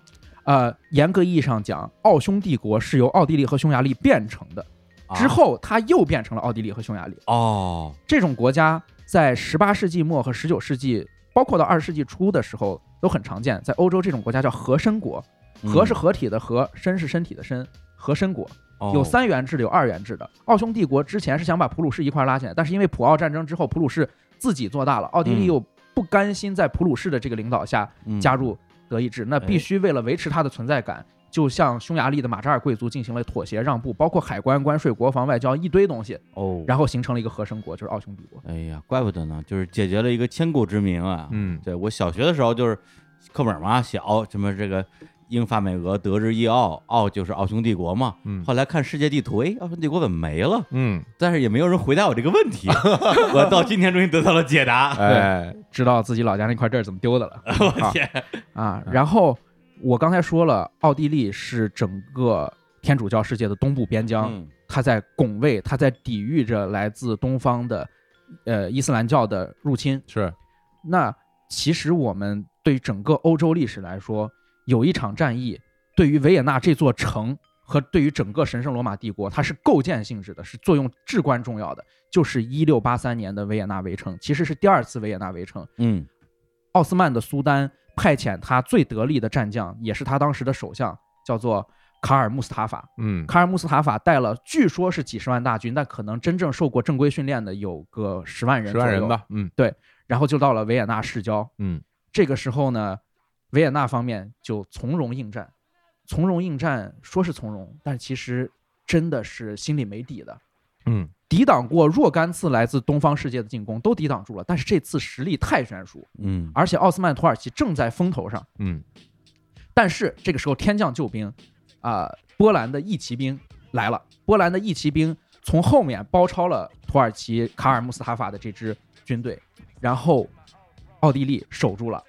Speaker 4: 呃，严格意义上讲，奥匈帝国是由奥地利和匈牙利变成的，
Speaker 3: 啊
Speaker 4: 之后它又变成了奥地利和匈牙利。
Speaker 3: 哦，
Speaker 4: 这种国家在十八世纪末和十九世纪，包括到二十世纪初的时候都很常见。在欧洲，这种国家叫和绅国，和
Speaker 3: 嗯
Speaker 4: 是合体的和，身是身体的身。和绅国
Speaker 3: 哦
Speaker 4: 有三元制的，有二元制的。奥匈帝国之前是想把普鲁士一块儿拉进来，但是因为普奥战争之后，普鲁士自己做大了，奥地
Speaker 3: 嗯
Speaker 4: 利又不甘心在普鲁士的这个领导下加入德意志，那必须为了维持它的存在感，就向匈牙利的马扎尔贵族进行了妥协让步，包括海关、关税、国防、外交一堆东西，
Speaker 3: 哦，
Speaker 4: 然后形成了一个和绅国，就是奥匈帝国。
Speaker 3: 哎呀，怪不得呢，就是解决了一个千古之谜啊。
Speaker 1: 嗯，
Speaker 3: 对我小学的时候就是课本嘛，写奥什么这个英法美俄德日意奥，奥就是奥匈帝国嘛。
Speaker 1: 嗯
Speaker 3: 后来看世界地图，哎，奥匈帝国怎么没了？
Speaker 1: 嗯，
Speaker 3: 但是也没有人回答我这个问题， [laughs] 我到今天终于得到了解
Speaker 4: 啊
Speaker 3: 答。
Speaker 1: 哎，
Speaker 4: 知道自己老家那块地儿怎么丢的了
Speaker 3: [laughs] 我天，
Speaker 4: 啊！然后我刚才说了，奥地利是整个天主教世界的东部边疆，
Speaker 3: 嗯
Speaker 4: 他在拱卫，他在抵御着来自东方的呃伊斯兰教的入侵。
Speaker 1: 是
Speaker 4: 那其实我们对于整个欧洲历史来说，有一场战役对于维也纳这座城和对于整个神圣罗马帝国，它是构建性质的，是作用至关重要的。就是一六八三年的维也纳围城，其实是第二次维也纳围城。
Speaker 3: 嗯
Speaker 4: 奥斯曼的苏丹派遣他最得力的战将，也是他当时的首相，叫做卡尔穆斯塔法。
Speaker 1: 嗯
Speaker 4: 卡尔穆斯塔法带了，据说是几十万大军，但可能真正受过正规训练的有个十万人，
Speaker 1: 十万人。吧，嗯
Speaker 4: 然后就到了维也纳市郊，
Speaker 1: 嗯，
Speaker 4: 这个时候呢，维也纳方面就从容应战，从容应战，说是从容，但其实真的是心里没底的。
Speaker 1: 嗯
Speaker 4: 抵挡过若干次来自东方世界的进攻，都抵挡住了，但是这次实力太悬殊，
Speaker 3: 嗯
Speaker 4: 而且奥斯曼土耳其正在风头上。
Speaker 1: 嗯
Speaker 4: 但是这个时候天降救兵，啊、波兰的义骑兵来了。波兰的义骑兵从后面包抄了土耳其卡尔穆斯塔法的这支军队，然后奥地利守住了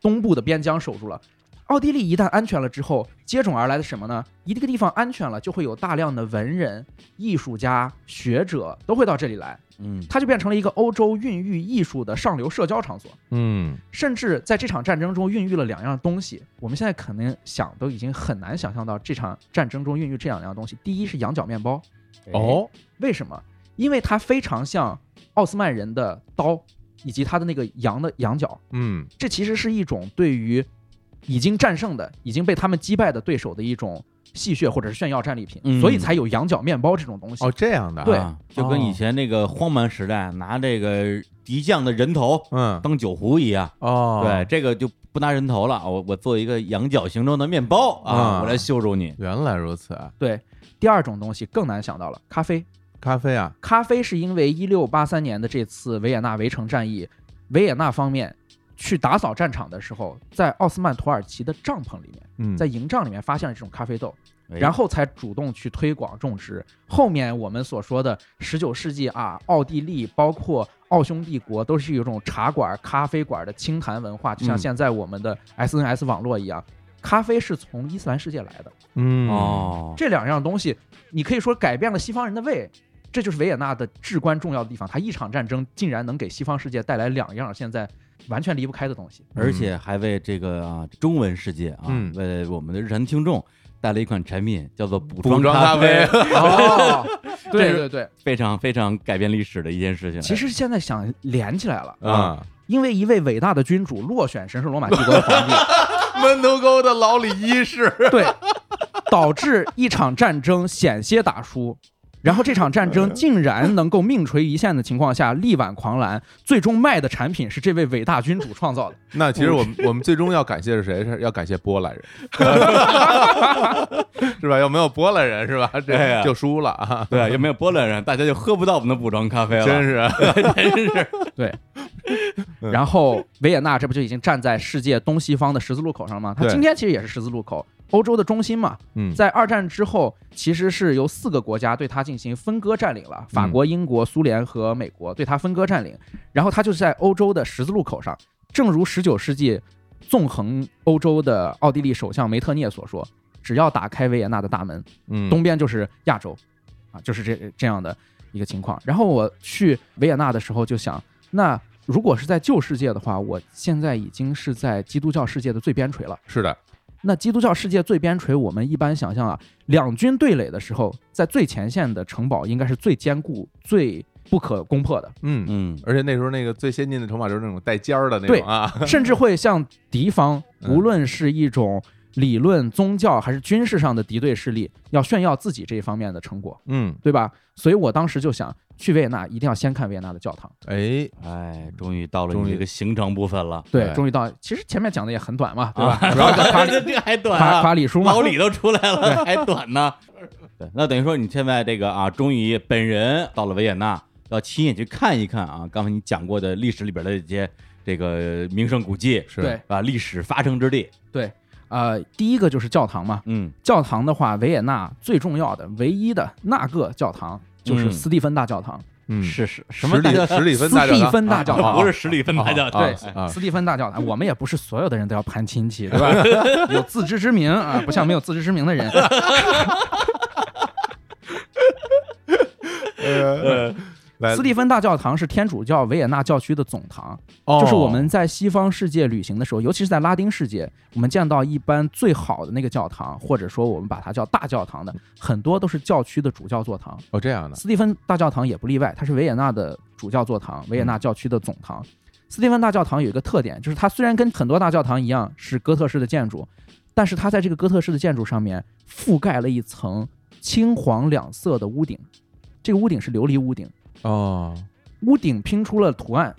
Speaker 4: 东部的边疆，守住了。奥地利一旦安全了之后，接踵而来的什么呢？一个地方安全了，就会有大量的文人、艺术家、学者都会到这里来，
Speaker 3: 嗯
Speaker 4: 它就变成了一个欧洲孕育艺术的上流社交场所。
Speaker 1: 嗯
Speaker 4: 甚至在这场战争中孕育了两样东西。我们现在可能想都已经很难想象到这场战争中孕育这两样东西。第一是羊角面包，
Speaker 1: 哦
Speaker 4: 为什么？因为它非常像奥斯曼人的刀以及它的那个羊的羊角，
Speaker 1: 嗯
Speaker 4: 这其实是一种对于已经战胜的、已经被他们击败的对手的一种戏谑或者是炫耀战利品，
Speaker 3: 嗯
Speaker 4: 所以才有羊角面包这种东西。
Speaker 1: 哦这样的啊
Speaker 4: 对
Speaker 3: 啊就跟以前那个荒蛮时代拿这个敌将的人头
Speaker 1: 嗯
Speaker 3: 当酒壶一样，
Speaker 1: 哦
Speaker 3: 对，这个就不拿人头了，我我做一个羊角形状的面包啊，
Speaker 1: 啊
Speaker 3: 我来羞辱你，
Speaker 1: 原来如此，啊
Speaker 4: 对，第二种东西更难想到了，咖啡。
Speaker 1: 咖啡啊
Speaker 4: 咖啡是因为一六八三年的这次维也纳围城战役，维也纳方面去打扫战场的时候，在奥斯曼土耳其的帐篷里面，
Speaker 1: 嗯
Speaker 4: 在营帐里面发现了这种咖啡豆，
Speaker 3: 哎
Speaker 4: 然后才主动去推广种植。后面我们所说的十九世纪啊，奥地利包括奥匈帝国都是有一种茶馆、咖啡馆的清谈文化，就像
Speaker 3: 嗯
Speaker 4: 现在我们的 SNS 网络一样。咖啡是从伊斯兰世界来的，
Speaker 1: 嗯
Speaker 3: 哦，
Speaker 4: 这两样东西，你可以说改变了西方人的胃，这就是维也纳的至关重要的地方。它一场战争竟然能给西方世界带来两样现在完全离不开的东西。
Speaker 3: 而且还为这个啊中文世界啊
Speaker 1: 嗯，
Speaker 3: 为我们的日常听众带来一款产品，叫做补
Speaker 1: 补
Speaker 3: 妆
Speaker 1: 妆咖啡
Speaker 3: 啡，
Speaker 4: [laughs] 哦，对
Speaker 3: 这
Speaker 4: 对对，
Speaker 3: [laughs] 非常非常改变历史的一件事情。
Speaker 4: 其实现在想连起来了，
Speaker 1: 啊
Speaker 4: 因为一位伟大的君主落选神圣罗马帝国的 [laughs] 皇帝，
Speaker 1: 门头沟的老李一世
Speaker 4: 对，导致一场战争险些打输。然后这场战争竟然能够命垂一线的情况下力挽狂澜，最终卖的产品是这位伟大君主创造的。
Speaker 1: [laughs] 那其实我们我们最终要感谢是谁？是要感谢波 [laughs] 兰人，是吧？要没有波兰人是吧？这
Speaker 3: 对呀
Speaker 1: 就输了哎 [laughs] 啊！
Speaker 3: 对，又没有波兰人，大家就喝不到我们的补妆咖啡了。
Speaker 1: 真是，嗯
Speaker 4: 然后维也纳这不就已经站在世界东西方的十字路口上吗？它
Speaker 1: 对
Speaker 4: 今天其实也是十字路口，欧洲的中心嘛。
Speaker 1: [laughs] 嗯
Speaker 4: 在二战之后，其实是由四个国家对它进行分割占领
Speaker 1: 嗯
Speaker 4: 了，法国、英国、苏联和美国对它分割占领，然后它就是在欧洲的十字路口上。正如19世纪纵横欧洲的奥地利首相梅特涅所说，只要打开维也纳的大门，
Speaker 1: 嗯
Speaker 4: 东边就是亚洲，啊，就是这这样的一个情况。然后我去维也纳的时候就想，那如果是在旧世界的话，我现在已经是在基督教世界的最边陲了。
Speaker 1: 是的，
Speaker 4: 那基督教世界最边陲，我们一般想象啊，两军对垒的时候，在最前线的城堡应该是最坚固、最不可攻
Speaker 1: [laughs]
Speaker 4: 破的，
Speaker 1: 嗯。
Speaker 3: 嗯，
Speaker 1: 而且那时候那个最先进的筹码就是那种带尖儿的那种啊，
Speaker 4: 甚至会向敌方，
Speaker 1: 嗯
Speaker 4: 无论是一种理论、宗教还是军事上的敌对势力，要炫耀自己这一方面的成果。
Speaker 1: 嗯，
Speaker 4: 对吧？所以我当时就想，去维也纳一定要先看维也纳的教堂。
Speaker 1: 哎，
Speaker 3: 哎，终于到了
Speaker 1: 终
Speaker 3: 你
Speaker 1: 于
Speaker 3: 这个行程部分
Speaker 1: [laughs]
Speaker 3: 了，
Speaker 1: 对
Speaker 4: 终于到，其实前面讲的也很短嘛，对吧？
Speaker 3: 啊，
Speaker 4: 主要是夸
Speaker 3: 这这还短
Speaker 4: 夸
Speaker 3: 啊，
Speaker 4: 夸李叔嘛
Speaker 3: 老。李都出来了，还短呢。对，那等于说你现在这个啊，终于本人到了维也纳，要亲眼去看一看啊，刚才你讲过的历史里边的一些这个名胜古迹
Speaker 1: 是
Speaker 4: 对，
Speaker 3: 啊，历史发生之地。
Speaker 4: 呃，第一个就是教堂嘛。
Speaker 3: 嗯，
Speaker 4: 教堂的话，维也纳最重要的、唯一的那个教堂就是
Speaker 3: 嗯
Speaker 4: 斯蒂芬大教堂。
Speaker 1: 嗯，
Speaker 3: 是是
Speaker 1: 什
Speaker 3: 什
Speaker 1: 么
Speaker 3: 么大
Speaker 1: 里
Speaker 3: 教 [laughs]
Speaker 1: 十里芬
Speaker 4: 斯
Speaker 1: 大教
Speaker 4: 蒂
Speaker 1: 堂 [laughs]
Speaker 4: 芬大教
Speaker 1: 啊啊
Speaker 4: 堂
Speaker 1: 啊
Speaker 3: 不是十里分大教堂，
Speaker 1: 啊
Speaker 4: 对
Speaker 1: 啊
Speaker 4: 斯蒂芬大教堂，我们也不是所有的人都要攀亲戚，对吧？ [laughs] 有自知之明啊，不像没有自知之明的人。
Speaker 1: 呃，来
Speaker 4: 斯蒂芬大教堂是天主教维也纳教区的总堂，
Speaker 1: 哦
Speaker 4: 就是我们在西方世界旅行的时候，尤其是在拉丁世界，我们见到一般最好的那个教堂，或者说我们把它叫大教堂的，很多都是教区的主教座堂。
Speaker 1: 哦这样的，
Speaker 4: 斯蒂芬大教堂也不例外，它是维也纳的主教座堂，维也纳教区的总堂。斯蒂芬大教堂有一个特点，就是它虽然跟很多大教堂一样是哥特式的建筑，但是它在这个哥特式的建筑上面覆盖了一层青黄两色的屋顶，这个屋顶是琉璃屋顶，
Speaker 1: 哦，
Speaker 4: 屋顶拼出了图案，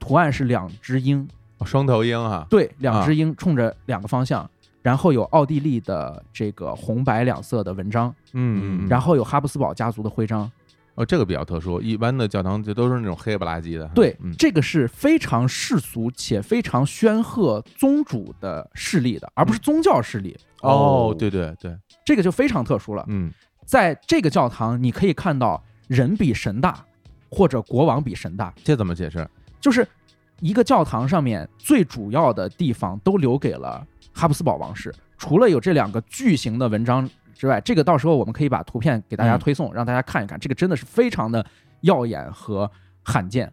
Speaker 4: 图案是两只鹰，
Speaker 1: 哦双头鹰哈，
Speaker 4: 对，两
Speaker 1: 啊
Speaker 4: 只鹰冲着两个方向，然后有奥地利的这个红白两色的文章，
Speaker 1: 嗯，嗯
Speaker 4: 然后有哈布斯堡家族的徽章。
Speaker 1: 哦这个比较特殊，一般的教堂就都是那种黑不拉几的哈，
Speaker 4: 对，
Speaker 1: 嗯，
Speaker 4: 这个是非常世俗且非常煊赫宗主的势力的，而不是宗教势力。
Speaker 1: 哦对对对，
Speaker 4: 这个就非常特殊了。
Speaker 1: 嗯，
Speaker 4: 在这个教堂，你可以看到人比神大，或者国王比神大，
Speaker 1: 这怎么解释？
Speaker 4: 就是一个教堂上面最主要的地方都留给了哈布斯堡王室。除了有这两个巨型的文章之外，这个到时候我们可以把图片给大
Speaker 1: 嗯
Speaker 4: 家推送，让大家看一看，这个真的是非常的耀眼和罕见。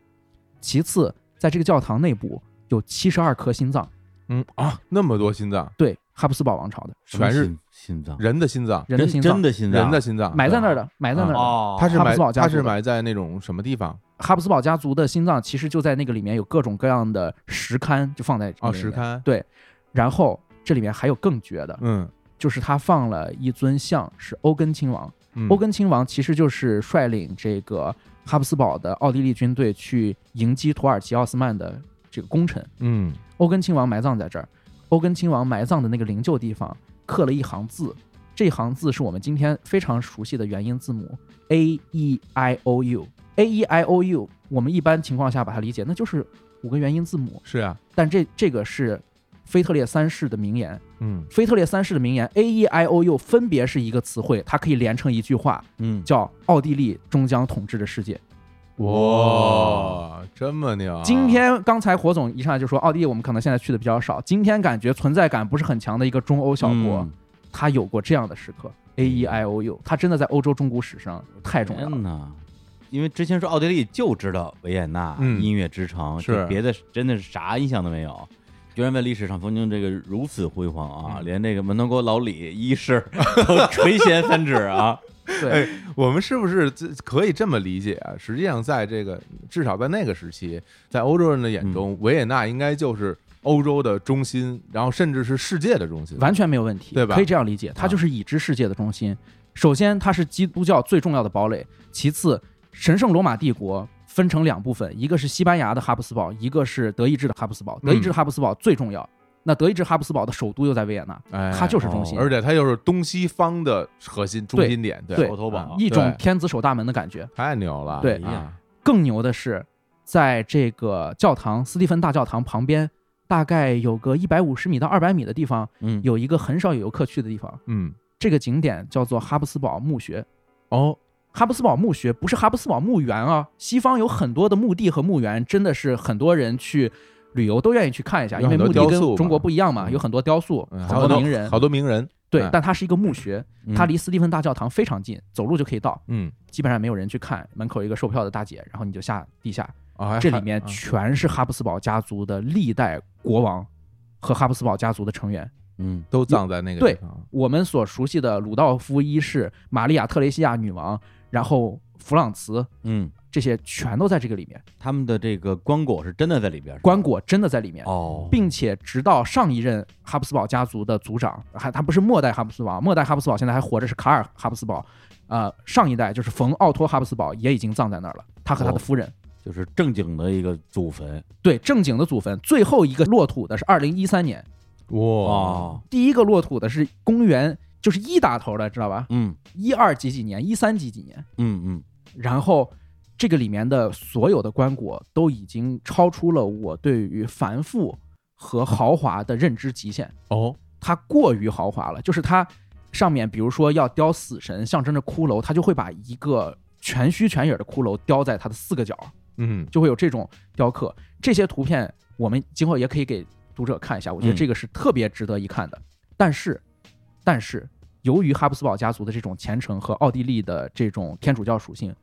Speaker 4: 其次，在这个教堂内部有七十二颗心脏，
Speaker 1: 嗯啊，那么多心脏，
Speaker 4: 对哈布斯堡王朝的
Speaker 1: 全是
Speaker 3: 心心脏，
Speaker 1: 人的心脏，
Speaker 4: 人的心脏
Speaker 3: 真的心脏，
Speaker 1: 人的心脏
Speaker 4: 埋在那儿
Speaker 1: 的，
Speaker 4: 的，埋在那儿的。
Speaker 3: 哦，
Speaker 1: 它是
Speaker 4: 哈布
Speaker 1: 埋
Speaker 4: 斯堡家
Speaker 1: 它
Speaker 4: 族
Speaker 1: 是
Speaker 4: 的
Speaker 1: 埋在那种什么地方？
Speaker 4: 哈布斯堡家族的心脏其实就在那个里面，有各种各样的石龛，就放在
Speaker 1: 哦，
Speaker 4: 里面
Speaker 1: 石。龛，
Speaker 4: 然后这里面还有更绝的，
Speaker 1: 嗯
Speaker 4: 就是他放了一尊像，是欧根亲王。
Speaker 1: 嗯，
Speaker 4: 欧根亲王其实就是率领这个哈布斯堡的奥地利军队去迎击土耳其奥斯曼的这个功臣。
Speaker 1: 嗯，
Speaker 4: 欧根亲王埋葬在这儿，欧根亲王埋葬的那个灵柩地方刻了一行字，这行字是我们今天非常熟悉的元音字母 A E I O U。A E I O U，我们一般情况下把它理解那就是五个元音字母，
Speaker 1: 是啊，
Speaker 4: 但这这个是腓特烈三世的名言。
Speaker 1: 嗯
Speaker 4: 腓特烈三世的名言 A E I O U 分别是一个词汇，它可以连成一句话，
Speaker 3: 嗯，
Speaker 4: 叫“奥地利终将统治的世界
Speaker 1: 哇，这么牛啊！”。
Speaker 4: 今天刚才火总一上来就说，奥地利我们可能现在去的比较少，今天感觉存在感不是很强的一个中欧小国
Speaker 3: 嗯，，
Speaker 4: 它有过这样的时刻。A E I O U，它真的在欧洲中古史上太重要
Speaker 3: 天
Speaker 4: 了。
Speaker 3: 呐，因为之前说奥地利就知道维也纳
Speaker 1: 嗯
Speaker 3: 音乐之城，
Speaker 1: 是
Speaker 3: 就别的真的是啥印象都没有。居然在历史上曾经这个如此辉煌啊，
Speaker 1: 嗯
Speaker 3: 连这个门头沟老李一世 [laughs] 都垂涎三尺
Speaker 4: [laughs]
Speaker 3: 啊！
Speaker 4: 对，
Speaker 1: 我们是不是这可以这么理解啊？实际上，在这个至少在那个时期，在欧洲人的眼
Speaker 4: 嗯
Speaker 1: 中，维也纳应该就是欧洲的中心，然后甚至是世界的中心。
Speaker 4: 完全没有问题，
Speaker 1: 对吧啊
Speaker 4: 可以这样理解，它就是已知世界的中心。首先，它是基督教最重要的堡垒；其次，神圣罗马帝国分成两部分，一个是西班牙的哈布斯堡，一个是德意志的哈布斯堡。
Speaker 1: 嗯
Speaker 4: 德意志的哈布斯堡最重要，那德意志哈布斯堡的首都又在维也纳，
Speaker 1: 哎，
Speaker 4: 它就是中心。
Speaker 1: 而且它又是东西方的核心中心点，对
Speaker 4: 嗯对
Speaker 1: 吧
Speaker 3: 头堡
Speaker 4: 一种
Speaker 1: 啊对
Speaker 4: 天子守大门的感觉。
Speaker 1: 太牛了！
Speaker 4: 对
Speaker 1: 啊
Speaker 4: 更牛的是，在这个教堂斯蒂芬大教堂旁边，大概有个一百五十米到二百米的地方，
Speaker 3: 嗯，
Speaker 4: 有一个很少有游客去的地方。
Speaker 1: 嗯，
Speaker 4: 这个景点叫做哈布斯堡墓穴。
Speaker 1: 哦，
Speaker 4: 哈布斯堡墓穴不是哈布斯堡墓园啊，西方有很多的墓地和墓园，真的是很多人去旅游都愿意去看一下，
Speaker 1: 有
Speaker 4: 因
Speaker 1: 很
Speaker 4: 为
Speaker 1: 多
Speaker 4: 墓地
Speaker 1: 雕塑
Speaker 4: 跟
Speaker 1: 嘛
Speaker 4: 中国不一样嘛，
Speaker 1: 嗯
Speaker 4: 有很多雕塑，
Speaker 1: 嗯
Speaker 4: 很
Speaker 1: 还有
Speaker 4: 多名人
Speaker 1: 好，多名人，
Speaker 4: 对
Speaker 1: 嗯，
Speaker 4: 但它是一个墓穴，
Speaker 3: 嗯
Speaker 4: 它离斯蒂芬大教堂非常近，走路就可以到，
Speaker 1: 嗯，
Speaker 4: 基本上没有人去看，门口有一个售票的大姐，然后你就下地下，
Speaker 1: 啊，还
Speaker 4: 这里面
Speaker 1: 还
Speaker 4: 全是哈布斯堡家族的历代国王和哈布斯堡家族的成员，
Speaker 3: 嗯
Speaker 1: 都葬在那个
Speaker 4: 对
Speaker 1: 地方
Speaker 4: 我们所熟悉的鲁道夫一世、玛利亚特雷西亚女王，然后弗朗茨。
Speaker 3: 嗯，
Speaker 4: 这些全都在这个里面，
Speaker 3: 他们的这个棺椁是真的在里边，是吧
Speaker 4: 棺椁真的在里面，
Speaker 3: 哦，
Speaker 4: 并且直到上一任哈布斯堡家族的族长，还他不是末代哈布斯堡，末代哈布斯堡现在还活着，是卡尔哈布斯堡，呃，上一代就是冯奥托哈布斯堡也已经葬在那儿了，他和他的夫人。
Speaker 3: 就是正经的一个祖坟
Speaker 4: 对正经的祖坟，最后一个落土的是二零一三年，
Speaker 1: 哇，
Speaker 3: 哦，
Speaker 4: 第一个落土的是公元就是一打头的，知道吧？
Speaker 3: 嗯
Speaker 4: 一二几几年，一三几几年，
Speaker 3: 嗯嗯，
Speaker 4: 然后这个里面的所有的棺椁都已经超出了我对于繁复和豪华的认知极限，
Speaker 1: 哦，
Speaker 4: 它过于豪华了。就是它上面，比如说要雕死神，象征着骷髅，它就会把一个全虚全影的骷髅雕在它的四个角，
Speaker 1: 嗯，
Speaker 4: 就会有这种雕刻。这些图片我们今后也可以给读者看一下，我觉得
Speaker 3: 嗯
Speaker 4: 这个是特别值得一看的。但是，但是由于哈布斯堡家族的这种虔诚和奥地利的这种天主教属性，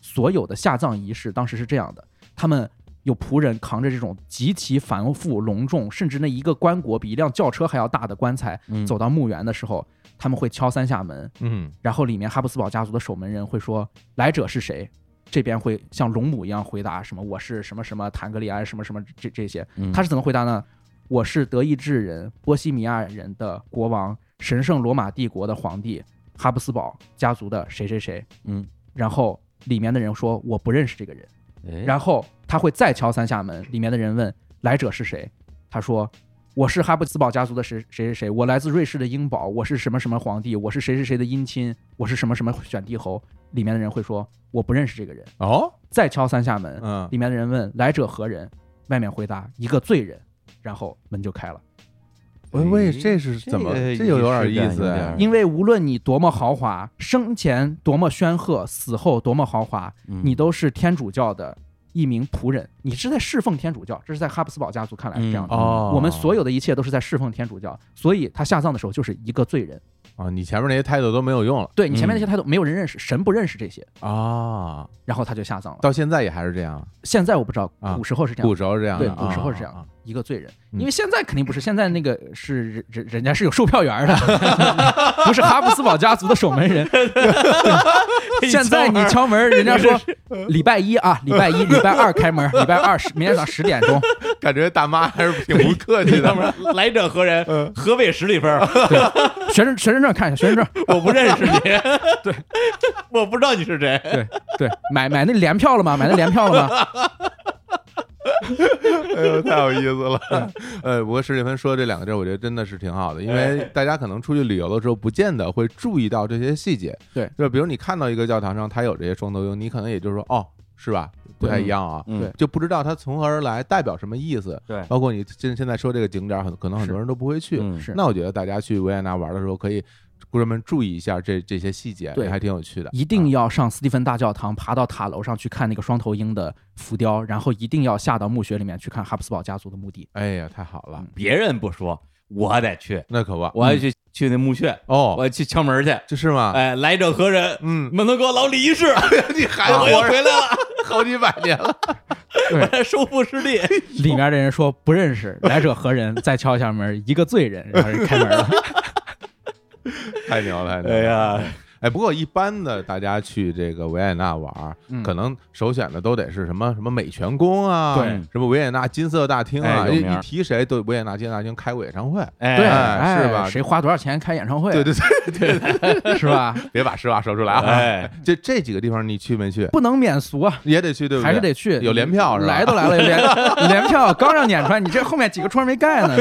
Speaker 4: 所有的下葬仪式当时是这样的，他们有仆人扛着这种极其繁复、隆重，甚至那一个棺椁比一辆轿车还要大的棺材，
Speaker 3: 嗯
Speaker 4: 走到墓园的时候，他们会敲三下门，
Speaker 1: 嗯
Speaker 4: 然后里面哈布斯堡家族的守门人会说来者是谁，这边会像龙母一样回答什么我是什么什么坦格里安什么什么这这些，
Speaker 3: 嗯
Speaker 4: 他是怎么回答呢？我是德意志人、波西米亚人的国王，神圣罗马帝国的皇帝哈布斯堡家族的谁谁谁，
Speaker 3: 嗯，
Speaker 4: 然后里面的人说我不认识这个人，
Speaker 3: 哎
Speaker 4: 然后他会再敲三下门，里面的人问来者是谁，他说。我是哈布斯堡家族的谁谁谁谁，我来自瑞士的英堡，我是什么什么皇帝，我是谁谁谁的姻亲，我是什么什么选帝侯。里面的人会说我不认识这个人，
Speaker 1: 哦
Speaker 4: 再敲三下门，
Speaker 1: 嗯
Speaker 4: 里面的人问来者何人，外面回答一个罪人，然后门就开了。哎
Speaker 1: 喂喂，这是怎么？
Speaker 3: 这个
Speaker 1: 这哎有点
Speaker 3: 仪式感
Speaker 1: 意思
Speaker 3: 有
Speaker 1: 哎
Speaker 3: 点
Speaker 4: 因为无论你多么豪华，生前多么煊赫，死后多么豪华，
Speaker 3: 嗯
Speaker 4: 你都是天主教的一名仆人，你是在侍奉天主教。这是在哈布斯堡家族看来是这样的。
Speaker 1: 哦，
Speaker 4: 我们所有的一切都是在侍奉天主教，所以他下葬的时候就是一个罪人。
Speaker 1: 啊，你前面那些态度都没有用了
Speaker 4: 对你前面那些态度，没有人认识，神不认识这些，
Speaker 1: 啊，
Speaker 4: 然后他就下葬了。
Speaker 1: 到现在也还是这样，
Speaker 4: 现在我不知道，
Speaker 1: 啊
Speaker 4: 古时候是这样的
Speaker 1: 古。时候是这样的，
Speaker 4: 对，古时候是这
Speaker 1: 啊
Speaker 4: 样，
Speaker 1: 啊啊
Speaker 4: 一个罪人，
Speaker 1: 嗯
Speaker 4: 因为现在肯定不是，现在那个是人人人家是有售票员儿的， [laughs] 不是哈布斯堡家族的守门
Speaker 1: [laughs]
Speaker 4: 人。现在你敲门儿，人家
Speaker 1: [laughs]
Speaker 4: 说礼拜一啊，礼拜一、礼拜二开门儿，礼拜二十明天早上十点钟，
Speaker 1: 感觉大妈还是挺不客气的。
Speaker 3: 来者何人？
Speaker 4: 呃
Speaker 3: 何谓十里分？
Speaker 4: [laughs] 学生学生证看一下，学生证，
Speaker 3: 我不认识你，对， [laughs] 我不知道你是谁。
Speaker 4: 对对，买买那联票了吗？买那联票了吗？
Speaker 1: [laughs] 哎呦，太有意思了。呃，不过史蒂芬说这两个字儿，我觉得真的是挺好的，因为大家可能出去旅游的时候，不见得会注意到这些细节。
Speaker 4: 对，
Speaker 1: 就比如你看到一个教堂上它有这些双头鹰，你可能也就是说，哦，是吧？不太一样啊。
Speaker 3: 嗯
Speaker 4: 对
Speaker 1: 就不知道它从何而来，代表什么意思。
Speaker 3: 对
Speaker 1: 包括你现现在说这个景点儿，很可能很多人都不会去。
Speaker 3: 嗯
Speaker 4: 是
Speaker 1: 那我觉得大家去维也纳玩的时候，可以专门注意一下这这些细节，
Speaker 4: 对
Speaker 1: 还挺有趣的。啊
Speaker 4: 一定要上斯蒂芬大教堂，爬到塔楼上去看那个双头鹰的浮雕，然后一定要下到墓穴里面去看哈布斯堡家族的墓地。
Speaker 1: 哎呀，太好了，
Speaker 3: 别人不说，我得去，
Speaker 1: 那可不
Speaker 3: 嗯我要去去那墓穴，我
Speaker 1: 哦，
Speaker 3: 要去敲门去。
Speaker 1: 这是吗？
Speaker 3: 哎，来者何人？ [laughs]
Speaker 1: 嗯，啊
Speaker 3: 门头沟老李一世，
Speaker 1: 你还
Speaker 3: 哎我又
Speaker 1: 活着
Speaker 3: 回来了，
Speaker 1: 好几百年了，
Speaker 3: 我来收复失 [laughs] 地。
Speaker 4: 里面的人说不认识，来者何人？再敲一下门，一个罪人，然后人开
Speaker 1: [laughs]
Speaker 4: 门了。
Speaker 1: [laughs] 太牛了，太牛
Speaker 3: 哎
Speaker 1: 了！
Speaker 3: 呀，
Speaker 1: 哎，不过一般的大家去这个维也纳玩儿，
Speaker 4: 嗯
Speaker 1: 可能首选的都得是什么什么美泉宫啊，
Speaker 4: 对，
Speaker 1: 什么维也纳金色大厅啊，
Speaker 3: 哎有
Speaker 1: 一
Speaker 3: 名儿
Speaker 1: 一提谁都维也纳金色大厅开过演唱会，
Speaker 3: 哎
Speaker 4: 对，
Speaker 1: 哎
Speaker 4: 哎
Speaker 1: 是吧
Speaker 4: 谁花多少钱开演唱会？啊
Speaker 1: 对对对，
Speaker 4: 对，是吧？
Speaker 1: 别把实话说出来啊！
Speaker 3: 哎，
Speaker 1: 这这几个地方你去没去？
Speaker 4: 不能免俗啊，
Speaker 1: 也得去，对不对？
Speaker 4: 还是得去。
Speaker 1: 有联票是吧
Speaker 4: 来都来了，有联联票刚让撵出来，你这后面几个窗没盖呢，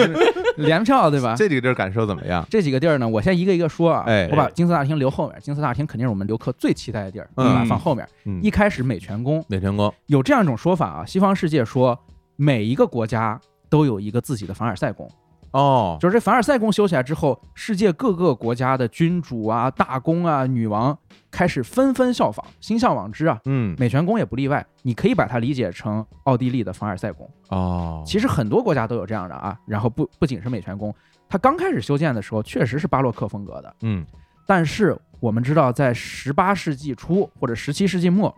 Speaker 4: 联票对吧？
Speaker 1: 啊这几个地儿感受怎么样？
Speaker 4: 这几个地儿呢，我先一个一个说啊。
Speaker 1: 哎
Speaker 4: 我把金色大厅留后面，金色大厅肯定是我们游客最期待的地儿，
Speaker 1: 嗯
Speaker 4: 我把它放后面。
Speaker 1: 嗯
Speaker 4: 一开始美泉宫
Speaker 1: 美泉宫，
Speaker 4: 有这样一种说法啊，西方世界说每一个国家都有一个自己的凡尔赛宫。
Speaker 1: 哦，
Speaker 4: 就是这凡尔赛宫修起来之后，世界各个国家的君主啊、大公啊、女王开始纷纷效仿，心向往之啊。
Speaker 1: 嗯，
Speaker 4: 美泉宫也不例外，你可以把它理解成奥地利的凡尔赛宫。
Speaker 1: 哦，
Speaker 4: 其实很多国家都有这样的啊。然后不不仅是美泉宫，它刚开始修建的时候确实是巴洛克风格的，
Speaker 1: 嗯，
Speaker 4: 但是我们知道，在十八世纪初或者十七世纪末，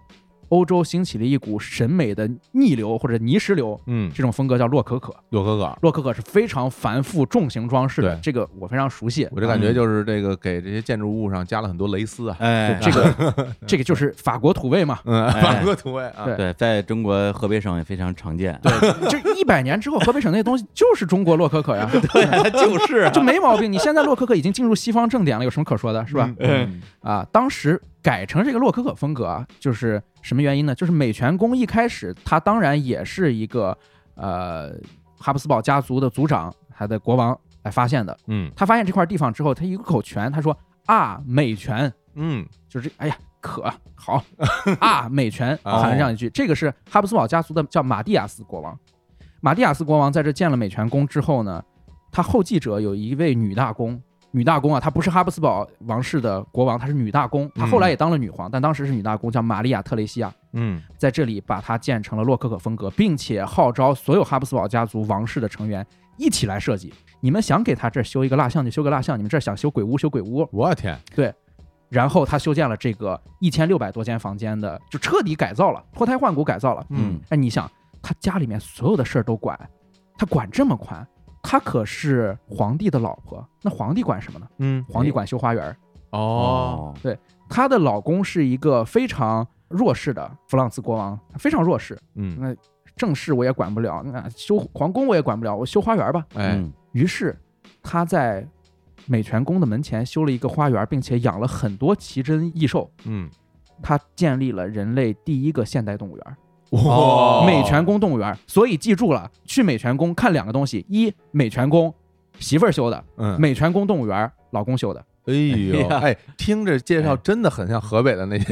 Speaker 4: 欧洲兴起了一股审美的逆流或者泥石流，
Speaker 1: 嗯，
Speaker 4: 这种风格叫洛可可。
Speaker 1: 有哥哥，
Speaker 4: 洛可可是非常繁复重型装饰的
Speaker 1: 对，
Speaker 4: 这个我非常熟悉。
Speaker 1: 我这感觉就是这个给这些建筑物上加了很多蕾丝啊，
Speaker 3: 哎，[laughs]
Speaker 4: 这个
Speaker 1: [laughs]
Speaker 4: 这个就是法国土味嘛，
Speaker 1: 嗯，
Speaker 3: 哎
Speaker 1: 法国土味啊，
Speaker 4: 对
Speaker 3: 对，在中国河北省也非常常见。
Speaker 4: 就一百年之后，河北省那东西就是中国洛可
Speaker 1: [laughs]
Speaker 4: 可呀，
Speaker 3: 对， [laughs] 就是 [laughs] 啊
Speaker 4: [laughs] 就没毛病。你现在洛可可已经进入西方正典了，有什么可说的，是吧？
Speaker 1: 嗯？
Speaker 4: 啊，当时改成这个洛可可风格啊，就是什么原因呢？就是美泉宫一开始，它当然也是一个呃哈布斯堡家族的族长，他的国王来发现的。
Speaker 1: 嗯
Speaker 4: 他发现这块地方之后，他一口泉，他说啊，美泉，
Speaker 1: 嗯
Speaker 4: 就是这哎呀可好啊美泉
Speaker 1: 哦
Speaker 4: 喊了这样一句，这个是哈布斯堡家族的叫马蒂亚斯国王。马蒂亚斯国王在这建了美泉宫之后呢，他后继者有一位女大公，女大公啊，她不是哈布斯堡王室的国王，她是女大公，她后来也当了女皇，但当时是女大公，叫玛利亚特雷西亚。
Speaker 1: 嗯，
Speaker 4: 在这里把它建成了洛可可风格，并且号召所有哈布斯堡家族王室的成员一起来哦设计。你们想给他这儿修一个蜡像就修个蜡像，你们这儿想修鬼屋修鬼屋，
Speaker 1: 我天，
Speaker 4: 然后他修建了这个一千六百多间房间的，就彻底改造了，脱胎换骨改造了。
Speaker 1: 嗯
Speaker 4: 哎，你想，他家里面所有的事儿都管，他管这么宽，他可是皇帝的老婆，那皇帝管什么呢？
Speaker 1: 嗯
Speaker 4: 皇帝管修花园儿。
Speaker 1: 哦，
Speaker 4: 她的老公是一个非常弱势的弗朗茨国王，非常弱势，
Speaker 1: 嗯，
Speaker 4: 那正事我也管不了，那修皇宫我也管不了，我修花园吧。
Speaker 1: 哎，
Speaker 3: 嗯
Speaker 4: 于是他在美泉宫的门前修了一个花园，并且养了很多奇珍异兽。
Speaker 1: 嗯，
Speaker 4: 他建立了人类第一个现代动物园
Speaker 1: 哇
Speaker 4: ——
Speaker 1: 哦
Speaker 4: 美泉宫动物园。所以记住了，去美泉宫看两个东西：一，美泉宫媳妇儿修的；
Speaker 1: 嗯，
Speaker 4: 美泉宫动物园老公修的。
Speaker 1: 哎呦，哎，听着介绍真的很像河北的那些，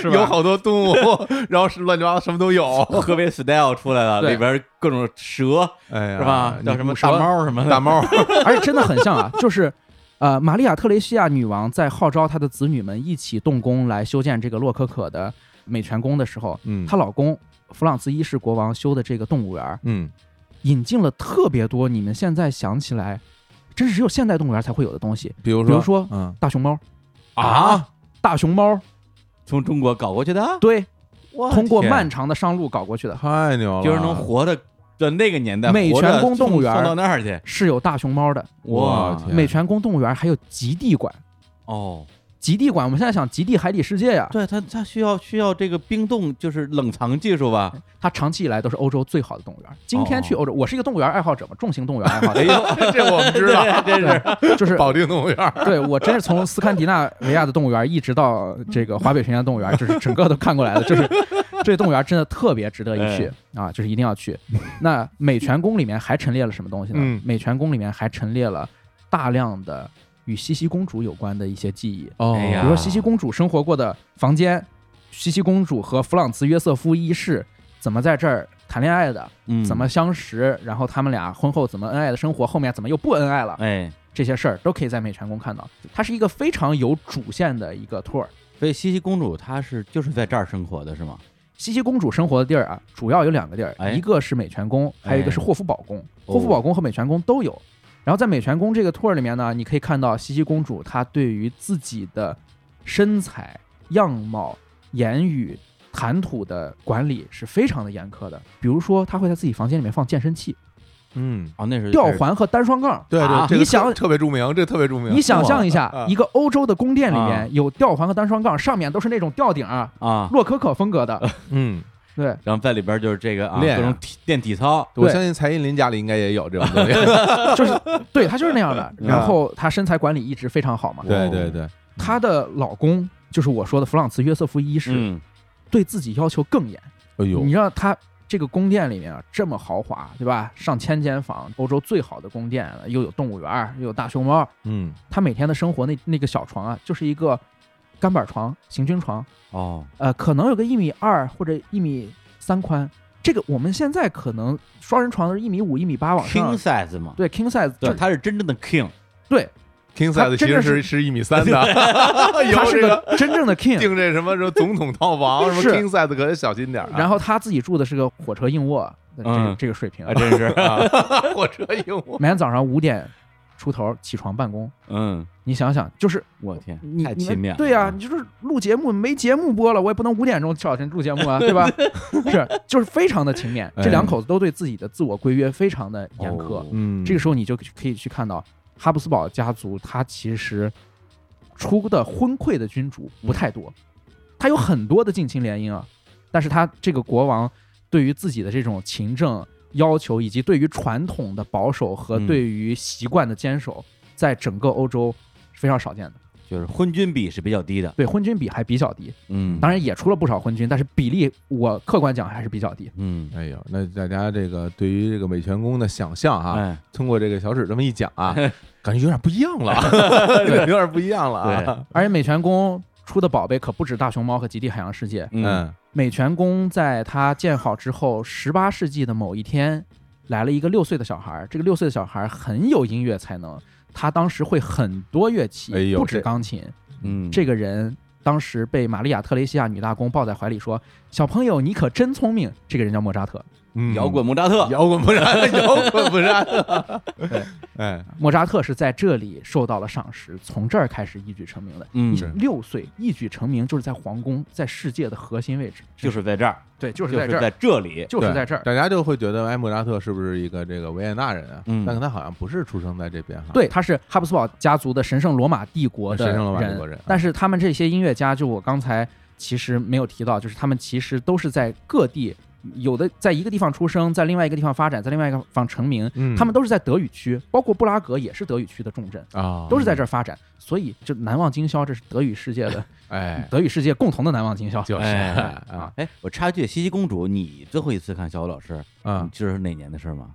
Speaker 4: 是
Speaker 1: 有好多动物，然后是乱七八糟什么都有，
Speaker 3: [laughs] 河北 style 出来了，
Speaker 4: 对
Speaker 3: 里边各种蛇
Speaker 1: 哎呀，
Speaker 3: 是吧？叫什么
Speaker 1: 你
Speaker 3: 大猫什么的，
Speaker 1: 大猫，
Speaker 4: 而且真的很
Speaker 1: [laughs]
Speaker 4: 像啊，就是。呃，玛利亚·特雷西亚女王在号召她的子女们一起动工来修建这个洛可可的美泉宫的时候，
Speaker 1: 嗯，
Speaker 4: 她老公弗朗茨一世国王修的这个动物园儿，
Speaker 1: 嗯，
Speaker 4: 引进了特别多你们现在想起来，真是只有现代动物园才会有的东西，
Speaker 1: 比如说，
Speaker 4: 比如说
Speaker 1: 嗯，
Speaker 4: 大熊猫
Speaker 1: 啊，
Speaker 4: 大熊猫
Speaker 3: 从中国搞过去的，
Speaker 4: 对，
Speaker 3: 我
Speaker 4: 通过
Speaker 3: 天啊
Speaker 4: 漫长的上路搞过去的，
Speaker 1: 太牛了，
Speaker 3: 就是能活的，在那个年代
Speaker 4: 美
Speaker 3: 活着
Speaker 4: 泉宫动物园
Speaker 3: 送送到那儿去，
Speaker 4: 是有大熊猫的。
Speaker 1: 哇
Speaker 3: 哇
Speaker 1: 天
Speaker 4: 美泉宫动物园还有极地馆，
Speaker 3: 哦，
Speaker 4: 极地馆我们现在想极地海底世界呀，
Speaker 3: 对它它需要需要这个冰冻就是冷藏技术吧？
Speaker 4: 它长期以来都是欧洲最好的动物园。今天去欧洲，我是一个动物园爱好者嘛，重型动物园爱好者
Speaker 3: [laughs] 哦哎，呦，
Speaker 1: 这我们知道，
Speaker 3: 真是
Speaker 4: 就是
Speaker 1: 保定动物
Speaker 3: [laughs]
Speaker 1: 园，
Speaker 4: 对我真是从斯堪的纳维亚的动物园一直到这个华北平原动物园，就是整个都看过来
Speaker 3: [laughs]
Speaker 4: 的，就是这动物园真的特别值得一去
Speaker 3: 哎
Speaker 4: 啊，就是一定要去。那美泉宫里面还陈列了什么东西
Speaker 1: 嗯
Speaker 4: 呢？美泉宫里面还陈列了大量的与茜茜公主有关的一些记忆，
Speaker 1: 哦
Speaker 3: 哎
Speaker 4: 比
Speaker 3: 呀
Speaker 4: 如说茜茜公主生活过的房间，茜茜公主和弗朗茨约瑟夫一世怎么在这儿谈恋爱的，
Speaker 3: 嗯
Speaker 4: 怎么相识，然后他们俩婚后怎么恩爱的生活，后面怎么又不恩爱了。
Speaker 3: 哎？
Speaker 4: 这些事儿都可以在美泉宫看到。它是一个非常有主线的一个 tour。
Speaker 3: 所以茜茜公主她是就是在这儿生活的是吗？
Speaker 4: 茜茜公主生活的地儿啊，主要有两个地儿，
Speaker 3: 哎
Speaker 4: 一个是美泉宫，还有一个是霍夫堡宫。
Speaker 3: 哦
Speaker 4: 霍夫堡宫和美泉宫都有。然后在美泉宫这个 tour 里面呢，你可以看到茜茜公主她对于自己的身材、样貌、言语、谈吐的管理是非常的严苛的。比如说，她会在自己房间里面放健身器、
Speaker 1: 嗯，
Speaker 3: 哦，那时候就
Speaker 4: 吊
Speaker 3: 开始
Speaker 4: 环和单双杠。
Speaker 1: 对
Speaker 3: 啊
Speaker 1: 对，这个
Speaker 4: 你想
Speaker 1: 特特别著名，这个特别著名，
Speaker 4: 你想象一下
Speaker 1: 啊，
Speaker 4: 一个欧洲的宫殿里
Speaker 3: 啊
Speaker 4: 面有吊环和单双杠，上面都是那种吊顶啊，
Speaker 3: 啊，
Speaker 4: 洛可可风格的，
Speaker 3: [laughs]
Speaker 1: 嗯，
Speaker 4: 对，
Speaker 3: 然后在里边就是这个啊，
Speaker 1: 练
Speaker 3: 各
Speaker 1: 啊
Speaker 3: 种体练体操，
Speaker 1: 我
Speaker 4: 对
Speaker 1: 相信蔡依林家里应该也有这种东西，
Speaker 4: 就是对她就是那样
Speaker 3: [laughs]
Speaker 4: 的。然后她身材管理一直非常好嘛，
Speaker 1: 对对对，
Speaker 4: 她的老公就是我说的弗朗茨约瑟夫一世，
Speaker 3: 嗯，
Speaker 4: 对自己要求更严。
Speaker 1: 哎呦
Speaker 4: 你，知道她这个宫殿里面啊这么豪华，对吧？上千间房，欧洲最好的宫殿，又有动物园，又有大熊猫。
Speaker 1: 嗯，
Speaker 4: 她每天的生活那那个小床啊，就是一个干板床、行军床，
Speaker 3: 哦，
Speaker 4: 呃，可能有个一米二或者一米三宽。这个我们现在可能双人床都是一米五、一米八往
Speaker 3: king
Speaker 4: 上，
Speaker 3: size 嘛，
Speaker 4: 对 king size，
Speaker 3: 对，
Speaker 4: 就是
Speaker 3: 他是真正的 king，
Speaker 4: 对，
Speaker 1: king
Speaker 4: 他
Speaker 1: size 其
Speaker 4: 真
Speaker 1: 实
Speaker 4: 的
Speaker 1: 是
Speaker 4: 是
Speaker 1: 是一米三的，
Speaker 4: 他
Speaker 1: 有
Speaker 4: 是
Speaker 1: 这
Speaker 4: 个真正的
Speaker 1: [laughs]
Speaker 4: king。
Speaker 1: 定这什么什么总统套房，什
Speaker 4: 是
Speaker 1: 么 king size 可小心点儿啊，
Speaker 4: 然后他自己住的是个火车硬卧，这个
Speaker 3: 嗯
Speaker 4: 这个水
Speaker 3: [laughs]
Speaker 4: 平
Speaker 3: 啊，。真是，
Speaker 1: [laughs] 啊火车硬
Speaker 4: [laughs]
Speaker 1: 卧，
Speaker 4: 每天早上五点出头起床办公，
Speaker 3: 嗯，
Speaker 4: 你想想，就是
Speaker 3: 我天
Speaker 4: 你，
Speaker 3: 太
Speaker 4: 你
Speaker 3: 勤
Speaker 4: 们
Speaker 3: 勉了，嗯
Speaker 4: 对呀、啊你就是录节目没节目播了，我也不能五点钟找人录节目啊，对吧？ [laughs] 是，就是非常的勤勉。这两口子都对自己的自我规约非常的严苛。
Speaker 3: 哎哦
Speaker 1: 嗯
Speaker 4: 这个时候你就可以去看到哈布斯堡家族，他其实出的昏聩的君主不太多，他有很多的近亲联姻啊，但是他这个国王对于自己的这种勤政要求，以及对于传统的保守和
Speaker 3: 嗯
Speaker 4: 对于习惯的坚守，在整个欧洲是非常少见的。
Speaker 3: 就是婚均比是比较低的，
Speaker 4: 对昏君比还比较低，
Speaker 3: 嗯，
Speaker 4: 当然也出了不少昏君，但是比例我客观讲还是比较低。
Speaker 3: 嗯，
Speaker 1: [laughs] 哎呦，那大家这个对于这个美泉宫的想象哈、
Speaker 3: 哎，
Speaker 1: 通过这个小史这么一讲啊，感觉有点不一样了啊，对， [laughs] 有点不一样了啊。
Speaker 4: 而且美泉宫出的宝贝可不止大熊猫和极地海洋世界，
Speaker 3: 嗯，
Speaker 1: 嗯，
Speaker 4: 美泉宫在它建好之后，十八世纪的某一天，来了一个六岁的小孩儿。这个六岁的小孩儿很有音乐才能，他当时会很多乐器，
Speaker 1: 哎呦
Speaker 4: 不止
Speaker 1: 这
Speaker 4: 钢琴。
Speaker 3: 嗯，
Speaker 4: 这个人当时被玛利亚·特雷西亚女大公抱在怀里说：“小朋友，你可真聪明。”这个人叫莫扎特。
Speaker 1: 嗯
Speaker 3: 摇滚莫扎特，
Speaker 1: [laughs] 摇滚不然，摇滚不然，哎，
Speaker 4: 莫扎特是在这里受到了赏识，从这儿开始一举成名的。
Speaker 3: 嗯
Speaker 4: 你
Speaker 1: 是
Speaker 4: 六岁一举成名，就是在皇宫，在世界的核心位置，
Speaker 3: 就是在这儿，
Speaker 4: 对，就
Speaker 3: 就是
Speaker 4: 在这
Speaker 3: 在
Speaker 4: 儿，
Speaker 3: 这里，
Speaker 4: 就是
Speaker 1: 对
Speaker 4: 在这儿。
Speaker 1: 大家就会觉得哎，莫扎特是不是一个这个维也纳人啊？
Speaker 3: 嗯
Speaker 1: 但可他好像不是出生在这边哈。，
Speaker 4: 对，他是哈布斯堡家族的神圣罗马帝国的
Speaker 1: 啊神圣罗马帝
Speaker 4: 人啊
Speaker 1: 国人啊
Speaker 4: 但是他们这些音乐家，就我刚才其实没有提到，就是他们其实都是在各地，有的在一个地方出生，在另外一个地方发展，在另外一个地方成名。
Speaker 1: 嗯，
Speaker 4: 他们都是在德语区，包括布拉格也是德语区的重镇，
Speaker 1: 啊，
Speaker 4: 都是在这儿发展。所以就难忘今宵，这是德语世界的
Speaker 1: 哎，
Speaker 4: 德语世界共同的难忘今宵。
Speaker 1: 就是
Speaker 3: 哎
Speaker 1: 啊，
Speaker 3: 哎，我插一句，西西公主，你最后一次看小五老师，
Speaker 1: 啊
Speaker 4: 嗯
Speaker 3: 你，知道是哪年的事儿吗？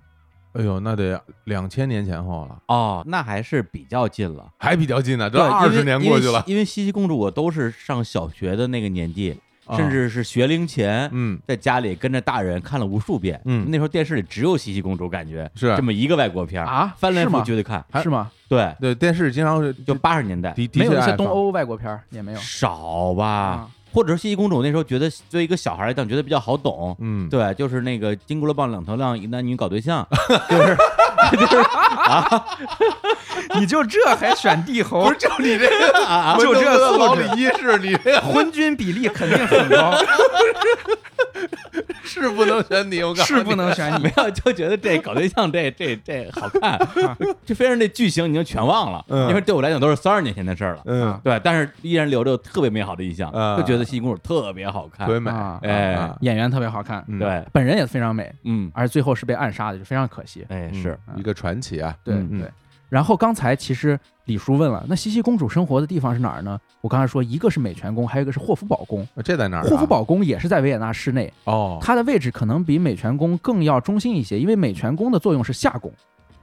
Speaker 1: 哎呦，那得两千年前后了，
Speaker 3: 哦，那还是比较近了，
Speaker 1: 还比较近呢，这
Speaker 3: 因为
Speaker 1: 二十年过去了
Speaker 3: 因为，因为西西公主，我都是上小学的那个年纪，
Speaker 1: 啊
Speaker 3: 甚至是学龄前，
Speaker 1: 嗯，
Speaker 3: 在家里跟着大人看了无数遍。
Speaker 1: 嗯
Speaker 3: 那时候电视里只有西西公主，感觉
Speaker 1: 是
Speaker 3: 这么一个外国片儿
Speaker 4: 啊
Speaker 3: 翻来
Speaker 4: 是
Speaker 3: 覆
Speaker 4: 吗
Speaker 3: 去的看。
Speaker 4: 是吗？
Speaker 3: 对，
Speaker 1: 对，电视经常是
Speaker 3: 就八十年代
Speaker 1: 的的
Speaker 4: 没有
Speaker 1: 确
Speaker 4: 一些
Speaker 1: 爱
Speaker 4: 东
Speaker 1: 放
Speaker 4: 欧外国片儿
Speaker 3: [laughs]
Speaker 4: 也没有。
Speaker 3: 少吧
Speaker 4: 啊，
Speaker 3: 或者说西西公主那时候觉得作为一个小孩来讲，觉得比较好懂。
Speaker 1: 嗯，
Speaker 3: 对，就是那个金箍棒两头亮，一男一女搞对象， [laughs] 就是
Speaker 4: 你就这还选 [laughs] 帝侯？
Speaker 1: 就你这
Speaker 4: [laughs]
Speaker 1: 个，
Speaker 3: 啊啊，
Speaker 4: 就这素质
Speaker 1: 老李一世，你这个
Speaker 4: 昏君比例肯定很高，
Speaker 1: 是不能选你，我告诉
Speaker 4: 是
Speaker 1: 你，
Speaker 4: 不
Speaker 3: [laughs]
Speaker 4: 能选你
Speaker 3: 没。有就觉得这搞对象这这这好看，这非常这剧情已经全忘了，
Speaker 1: 嗯
Speaker 3: 因为对我来讲都是三十年前的事儿了。
Speaker 1: [laughs] 嗯，
Speaker 4: 啊
Speaker 3: 对，但是依然留着特别美好的印象，
Speaker 1: 啊
Speaker 3: 就觉得西西公主特别好看。
Speaker 1: 特别美，
Speaker 4: 啊
Speaker 3: 哎
Speaker 1: 啊
Speaker 4: 演员特别好看，
Speaker 1: 嗯
Speaker 3: 对，
Speaker 4: 本人也非常美，
Speaker 3: 嗯，
Speaker 4: 而最后是被暗杀的，就非常可惜。
Speaker 3: 哎
Speaker 1: 嗯
Speaker 3: 是，
Speaker 1: 一个传奇啊，
Speaker 4: 对
Speaker 1: 嗯
Speaker 4: 对。然后刚才其实李叔问了，那西西公主生活的地方是哪儿呢？我刚才说，一个是美泉宫，还有一个是霍夫堡宫。
Speaker 1: 这在哪儿啊？
Speaker 4: 霍夫堡宫也是在维也纳市内，
Speaker 1: 哦，
Speaker 4: 它的位置可能比美泉宫更要中心一些，因为美泉宫的作用是夏宫，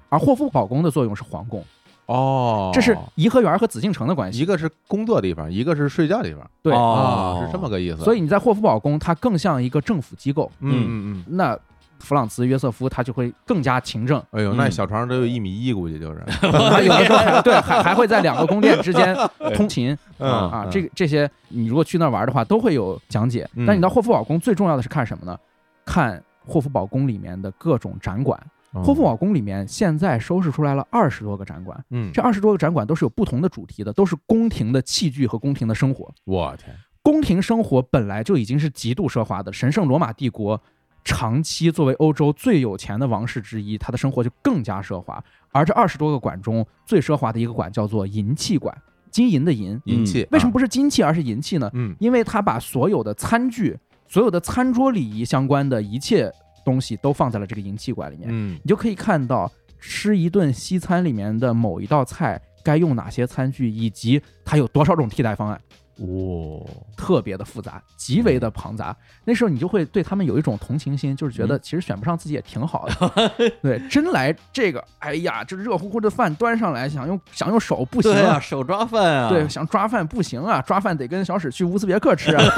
Speaker 4: 而霍夫堡宫的作用是皇宫，
Speaker 1: 哦，
Speaker 4: 这是颐和园和紫禁城的关系。
Speaker 1: 一个是工作地方，一个是睡觉地方，
Speaker 4: 对，啊
Speaker 3: 哦，
Speaker 1: 是这么个意思。
Speaker 4: 所
Speaker 1: 以，
Speaker 4: 以你在霍夫堡宫，它更像一个政府机构。
Speaker 1: 嗯嗯嗯，
Speaker 4: 那弗朗茨·约瑟夫他就会更加勤政，
Speaker 1: 哎呦，那
Speaker 3: 嗯
Speaker 1: 小床上得有一米一，估计就是，
Speaker 4: [laughs] 他啊有的时候
Speaker 1: [laughs]
Speaker 4: 还对还还会在两个宫殿之间通勤
Speaker 1: 嗯
Speaker 4: 啊，这
Speaker 1: 个，
Speaker 4: 个这些你如果去那儿玩的话都会有讲解
Speaker 1: 嗯。
Speaker 4: 但你到霍夫堡宫最重要的是看什么呢？看霍夫堡宫里面的各种展馆。
Speaker 1: 嗯
Speaker 4: 霍夫，堡宫里面现在收拾出来了二十多个展馆，
Speaker 1: 嗯，
Speaker 4: 这二十多个展馆都是有不同的主题的，都是宫廷的器具和宫廷的生活。
Speaker 1: 我天，
Speaker 4: 宫廷生活本来就已经是极度奢华的，神圣罗马帝国长期作为欧洲最有钱的王室之一，他的生活就更加奢华。而这二十多个馆中，最奢华的一个馆叫做银器馆，金银的银。
Speaker 1: 银器，
Speaker 4: 为什么
Speaker 1: 不？
Speaker 4: 不是金器，而是银器呢？
Speaker 1: 啊嗯
Speaker 4: 因为他把所有的餐具、所有的餐桌礼仪相关的一切东西都放在了这个银器馆里面。
Speaker 1: 嗯，
Speaker 4: 你就可以看到吃一顿西餐里面的某一道菜该用哪些餐具，以及它有多少种替代方案。
Speaker 1: 嗯哇，
Speaker 4: 特别的复杂，极
Speaker 3: 嗯
Speaker 4: 为的庞杂。那时候你就会对他们有一种同情心，就是觉得
Speaker 3: 嗯
Speaker 4: 其实选不上自己也挺好的。
Speaker 3: [laughs]
Speaker 4: 对，真来这个，哎呀，这热乎乎的饭端上来，想用想用手不行
Speaker 3: 对啊，
Speaker 4: 啊，
Speaker 3: 手抓饭啊，
Speaker 4: 对，想抓饭不行啊，抓饭得跟小史去乌兹别克吃啊。
Speaker 3: [laughs]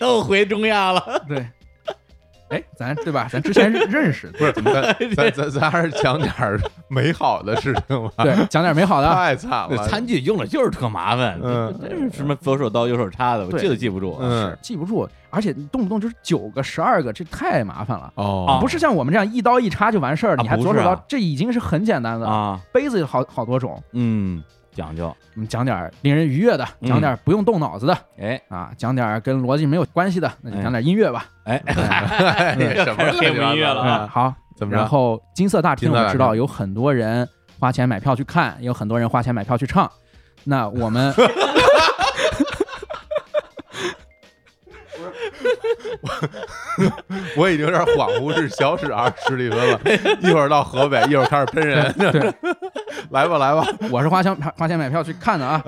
Speaker 3: 又回中亚了，
Speaker 4: 对，哎，咱对吧？咱之前认认
Speaker 3: [laughs]
Speaker 4: 识，
Speaker 1: 不是，咱咱咱咱还是讲点儿美好的事情 [laughs] 吧，
Speaker 3: [laughs]
Speaker 4: 对，讲点美好的
Speaker 3: 哎
Speaker 4: 啊。
Speaker 1: 太惨了，
Speaker 3: 餐具用了就是特麻烦，
Speaker 1: 嗯
Speaker 3: 这是什么左手刀右手叉的，我
Speaker 4: 对
Speaker 3: 记都记不住。
Speaker 1: 嗯，
Speaker 4: 记不住，而且动不动就是九个、十二个，这太麻烦了。
Speaker 1: 哦，
Speaker 4: 不是像我们这样一刀一叉就完事儿，
Speaker 3: 啊
Speaker 4: 你还
Speaker 3: 不
Speaker 4: 左
Speaker 3: 是
Speaker 4: 手
Speaker 3: 啊
Speaker 4: 刀，这已经是很简单的。
Speaker 3: 啊，
Speaker 4: 杯子有好好多种，
Speaker 3: 嗯，讲究，
Speaker 4: 我们讲点儿令人愉悦的，讲点儿不用动脑子的、
Speaker 3: 哎
Speaker 4: 啊，讲点儿跟逻辑没有关系的，那就讲点音乐 [laughs] 吧。嗯
Speaker 3: 哎，
Speaker 1: 哎什么
Speaker 3: 黑幕音乐
Speaker 1: 乱七八糟
Speaker 3: 了
Speaker 1: 的
Speaker 3: 啊
Speaker 1: 啊？
Speaker 4: 好，
Speaker 1: 怎么
Speaker 4: 然
Speaker 1: 着？
Speaker 4: 后金色大厅
Speaker 1: 金色
Speaker 4: 我
Speaker 1: 大厅
Speaker 4: 们知道有很多人花钱买票去看，也有很多人花钱买票去唱。那
Speaker 1: [laughs]
Speaker 4: 我们
Speaker 1: 我已经有点恍惚是小史啊，史蒂芬了。 [laughs] 一会儿到河北，一会儿开始喷 [laughs] 人。来吧，来吧，
Speaker 4: 我是花钱花钱买票去看的啊。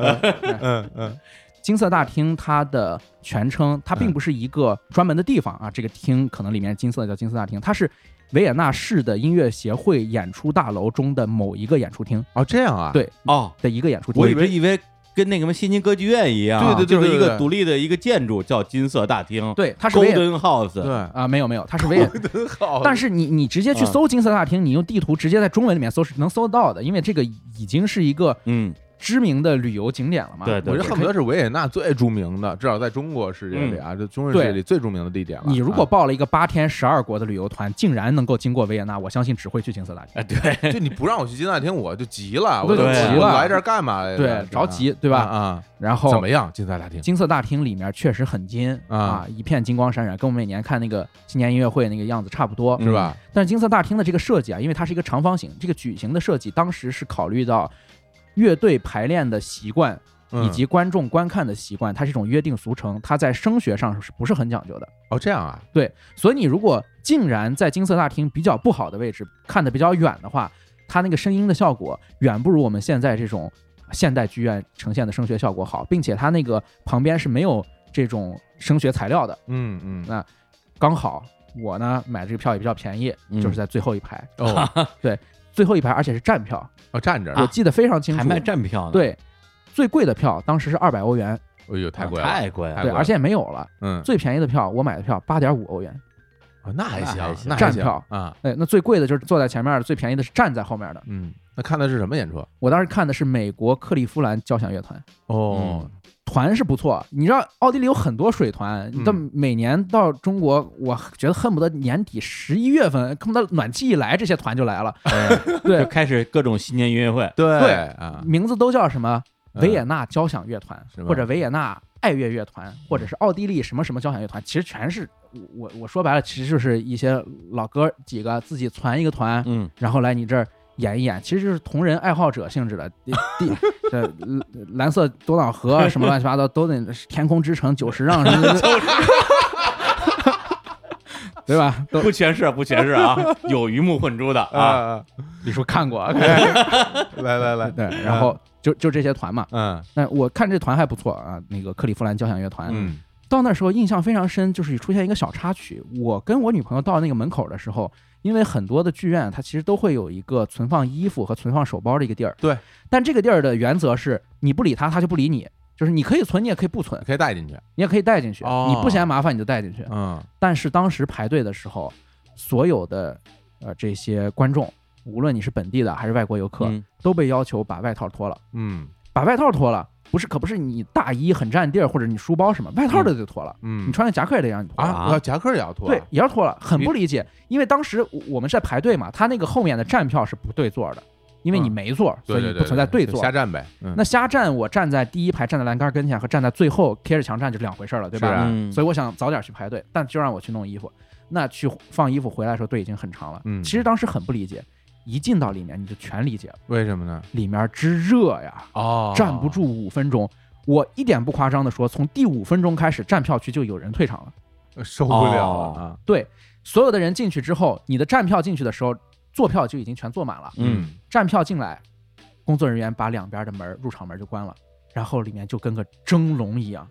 Speaker 1: 嗯嗯
Speaker 4: 金色大厅它的全称，它并不是一个专门的地方啊，这个厅可能里面金色的叫金色大厅，它是维也纳市的音乐协会演出大楼中的某一个演出厅
Speaker 1: 哦，这样啊？
Speaker 4: 对
Speaker 3: 哦，
Speaker 4: 的一个演出厅。
Speaker 3: 我以为以为跟那个什么新津歌剧院一样，
Speaker 1: 对对对
Speaker 3: 就是一
Speaker 1: 对
Speaker 3: 个
Speaker 1: 对
Speaker 3: 独立的一个建筑叫金色大厅，
Speaker 4: 对，它是维也
Speaker 3: ，Golden House，
Speaker 1: 对，
Speaker 4: 啊、没有没有，它
Speaker 1: [laughs]
Speaker 4: 是维也
Speaker 1: 真好。
Speaker 4: 但是你你直接
Speaker 1: 啊
Speaker 4: 去搜金色大厅，你用地图直接在中文里面搜是能搜到的，因为这个已经是一个
Speaker 3: 嗯，
Speaker 4: 知名的旅游景点了嘛。
Speaker 3: 对对
Speaker 1: 我
Speaker 3: 对
Speaker 1: 这恨不得是维也纳最著名的，至少在中国世界里啊，这中日世界里最著名的地点了。
Speaker 4: 嗯你如果
Speaker 1: 啊
Speaker 4: 报了一个八天十二国的旅游团，竟然能够经过维也纳，我相信只会去金色大厅。
Speaker 1: 哎啊就你不让我去金大厅，我就急了，
Speaker 4: 我
Speaker 1: 我
Speaker 4: 就
Speaker 1: 就
Speaker 3: 急
Speaker 1: 我
Speaker 4: 了
Speaker 1: 来这儿干嘛来了？
Speaker 4: 对，着急，对
Speaker 1: 对
Speaker 4: 吧？
Speaker 1: 啊，
Speaker 4: 然
Speaker 1: 啊
Speaker 4: 后
Speaker 1: 怎么样？金色大厅
Speaker 4: 金色大厅里面确实很金
Speaker 1: 啊
Speaker 4: 啊，一片金光闪闪，跟我们每年看那个新年音乐会那个样子差不多。
Speaker 1: 是吧？
Speaker 4: 但是金色大厅的这个设计啊，因为它是一个长方形，这个矩形的设计，当时是考虑到乐队排练的习惯
Speaker 1: 嗯
Speaker 4: 以及观众观看的习惯，它是一种约定俗成，它在声学上是不是很讲究的？
Speaker 1: 哦，这样啊，
Speaker 4: 对，所以你如果竟然在金色大厅比较不好的位置看得比较远的话，它那个声音的效果远不如我们现在这种现代剧院呈现的声学效果好，并且它那个旁边是没有这种声学材料的，
Speaker 1: 嗯嗯，
Speaker 4: 刚好我呢买这个票也比较便宜，就是在最后一排， [laughs]
Speaker 1: 哦，
Speaker 4: 最后一排而且是站票，
Speaker 1: 哦，站着，
Speaker 4: 我记得非常清
Speaker 3: 还
Speaker 4: 楚，
Speaker 3: 卖站票呢，，
Speaker 4: 对。最贵的票当时是二百欧元，
Speaker 1: 哎呦，太贵了，
Speaker 3: 太贵了，
Speaker 1: 太
Speaker 4: 对，
Speaker 1: 贵了
Speaker 4: 而且也没有啊了。
Speaker 1: 嗯，
Speaker 4: 最便宜的票，我买的票八点五欧元，
Speaker 1: 哦那还行
Speaker 3: 那还，行
Speaker 1: 那还
Speaker 4: 站
Speaker 1: 行
Speaker 4: 票
Speaker 1: 啊，
Speaker 4: 哎，那最贵的就是坐在前面的，最便宜的是站在后面的。
Speaker 1: 嗯，那看的是什么演出？
Speaker 4: 我当时看的是美国克利夫兰交响乐团，嗯
Speaker 1: 哦，
Speaker 4: 团是不错。你知道奥地利有很多水团，
Speaker 1: 嗯
Speaker 4: 但每年到中国，我觉得恨不得年底十一月份，恨不得暖气一来，这些团就来了。
Speaker 1: 哎
Speaker 3: 就
Speaker 1: [laughs]
Speaker 4: 对， [laughs]
Speaker 3: 开始各种新年音乐会，
Speaker 1: 对
Speaker 4: 对
Speaker 1: 啊，
Speaker 4: 名字都叫什么？
Speaker 1: 嗯
Speaker 4: 维也纳交响乐团
Speaker 1: 是，吧
Speaker 4: 或者维也纳爱乐乐团，或者是奥地利什么什么交响乐团，其实全是我我说白了，其实就是一些老哥几个自己攒一个团，
Speaker 3: 嗯，
Speaker 4: 然后来你这儿演一演，其实就是同人爱好者性质 [laughs] 的。地地这蓝色多瑙河啊什么乱七八糟都得天空之城九十让什么的， [laughs] 对吧？都
Speaker 3: 不全是不全是啊，有鱼目混珠的啊，
Speaker 1: 啊，
Speaker 4: [laughs] 你是不是看过？
Speaker 1: 来来来，
Speaker 4: [laughs] 对，然后就就这些团嘛。
Speaker 1: 嗯
Speaker 4: 那我看这团还不错啊，那个克利夫兰交响乐团。
Speaker 1: 嗯
Speaker 4: 到那时候印象非常深，就是出现一个小插曲。我跟我女朋友到那个门口的时候，因为很多的剧院它其实都会有一个存放衣服和存放手包的一个地儿。
Speaker 1: 对，
Speaker 4: 但这个地儿的原则是你不理它，它就不理你。就是你可以存，你也可以不存，
Speaker 1: 可以带进去，
Speaker 4: 你也可以带进去。
Speaker 1: 哦
Speaker 4: 你不嫌麻烦你就带进去。
Speaker 1: 嗯，
Speaker 4: 但是当时排队的时候，所有的呃这些观众，无论你是本地的还是外国游客，
Speaker 3: 嗯
Speaker 4: 都被要求把外套脱了。
Speaker 1: 嗯
Speaker 4: 把外套脱了，不是可不是你大衣很占地儿或者你书包什么，外套都得脱了。
Speaker 1: 嗯
Speaker 4: 你，穿个夹克也得让你脱
Speaker 1: 啊，要夹克也要脱，
Speaker 4: 对，也要脱了，很
Speaker 1: 你
Speaker 4: 不理解，因为当时我我们是在排队嘛，他那个后面的站票是不对座的，因为你
Speaker 1: 嗯
Speaker 4: 没座，所
Speaker 1: 对，
Speaker 4: 以
Speaker 1: 对
Speaker 4: 不存在
Speaker 1: 对
Speaker 4: 座。
Speaker 1: 瞎站呗，嗯
Speaker 4: 那瞎站，我站在第一排，站在栏杆跟前和站在最后贴着墙站就是两回事儿了，对吧？
Speaker 1: 是啊
Speaker 3: 嗯
Speaker 4: 所以我想早点去排队，但就让我去弄衣服，那去放衣服回来的时候队已经很长了。
Speaker 1: 嗯
Speaker 4: 其实当时很不理解，一进到里面你就全理解了，
Speaker 1: 为什么呢？
Speaker 4: 里面之热呀，
Speaker 1: 哦，
Speaker 4: 站不住，五分钟。我一点不夸张的说，从第五分钟开始，站票区就有人退场了。
Speaker 1: 呃受不
Speaker 3: 哦
Speaker 1: 了了啊，
Speaker 4: 对，所有的人进去之后，你的站票进去的时候，坐票就已经全坐满了。
Speaker 3: 嗯，
Speaker 4: 站票进来，工作人员把两边的门儿入场门就关了，然后里面就跟个蒸笼一
Speaker 3: [laughs]
Speaker 4: 样。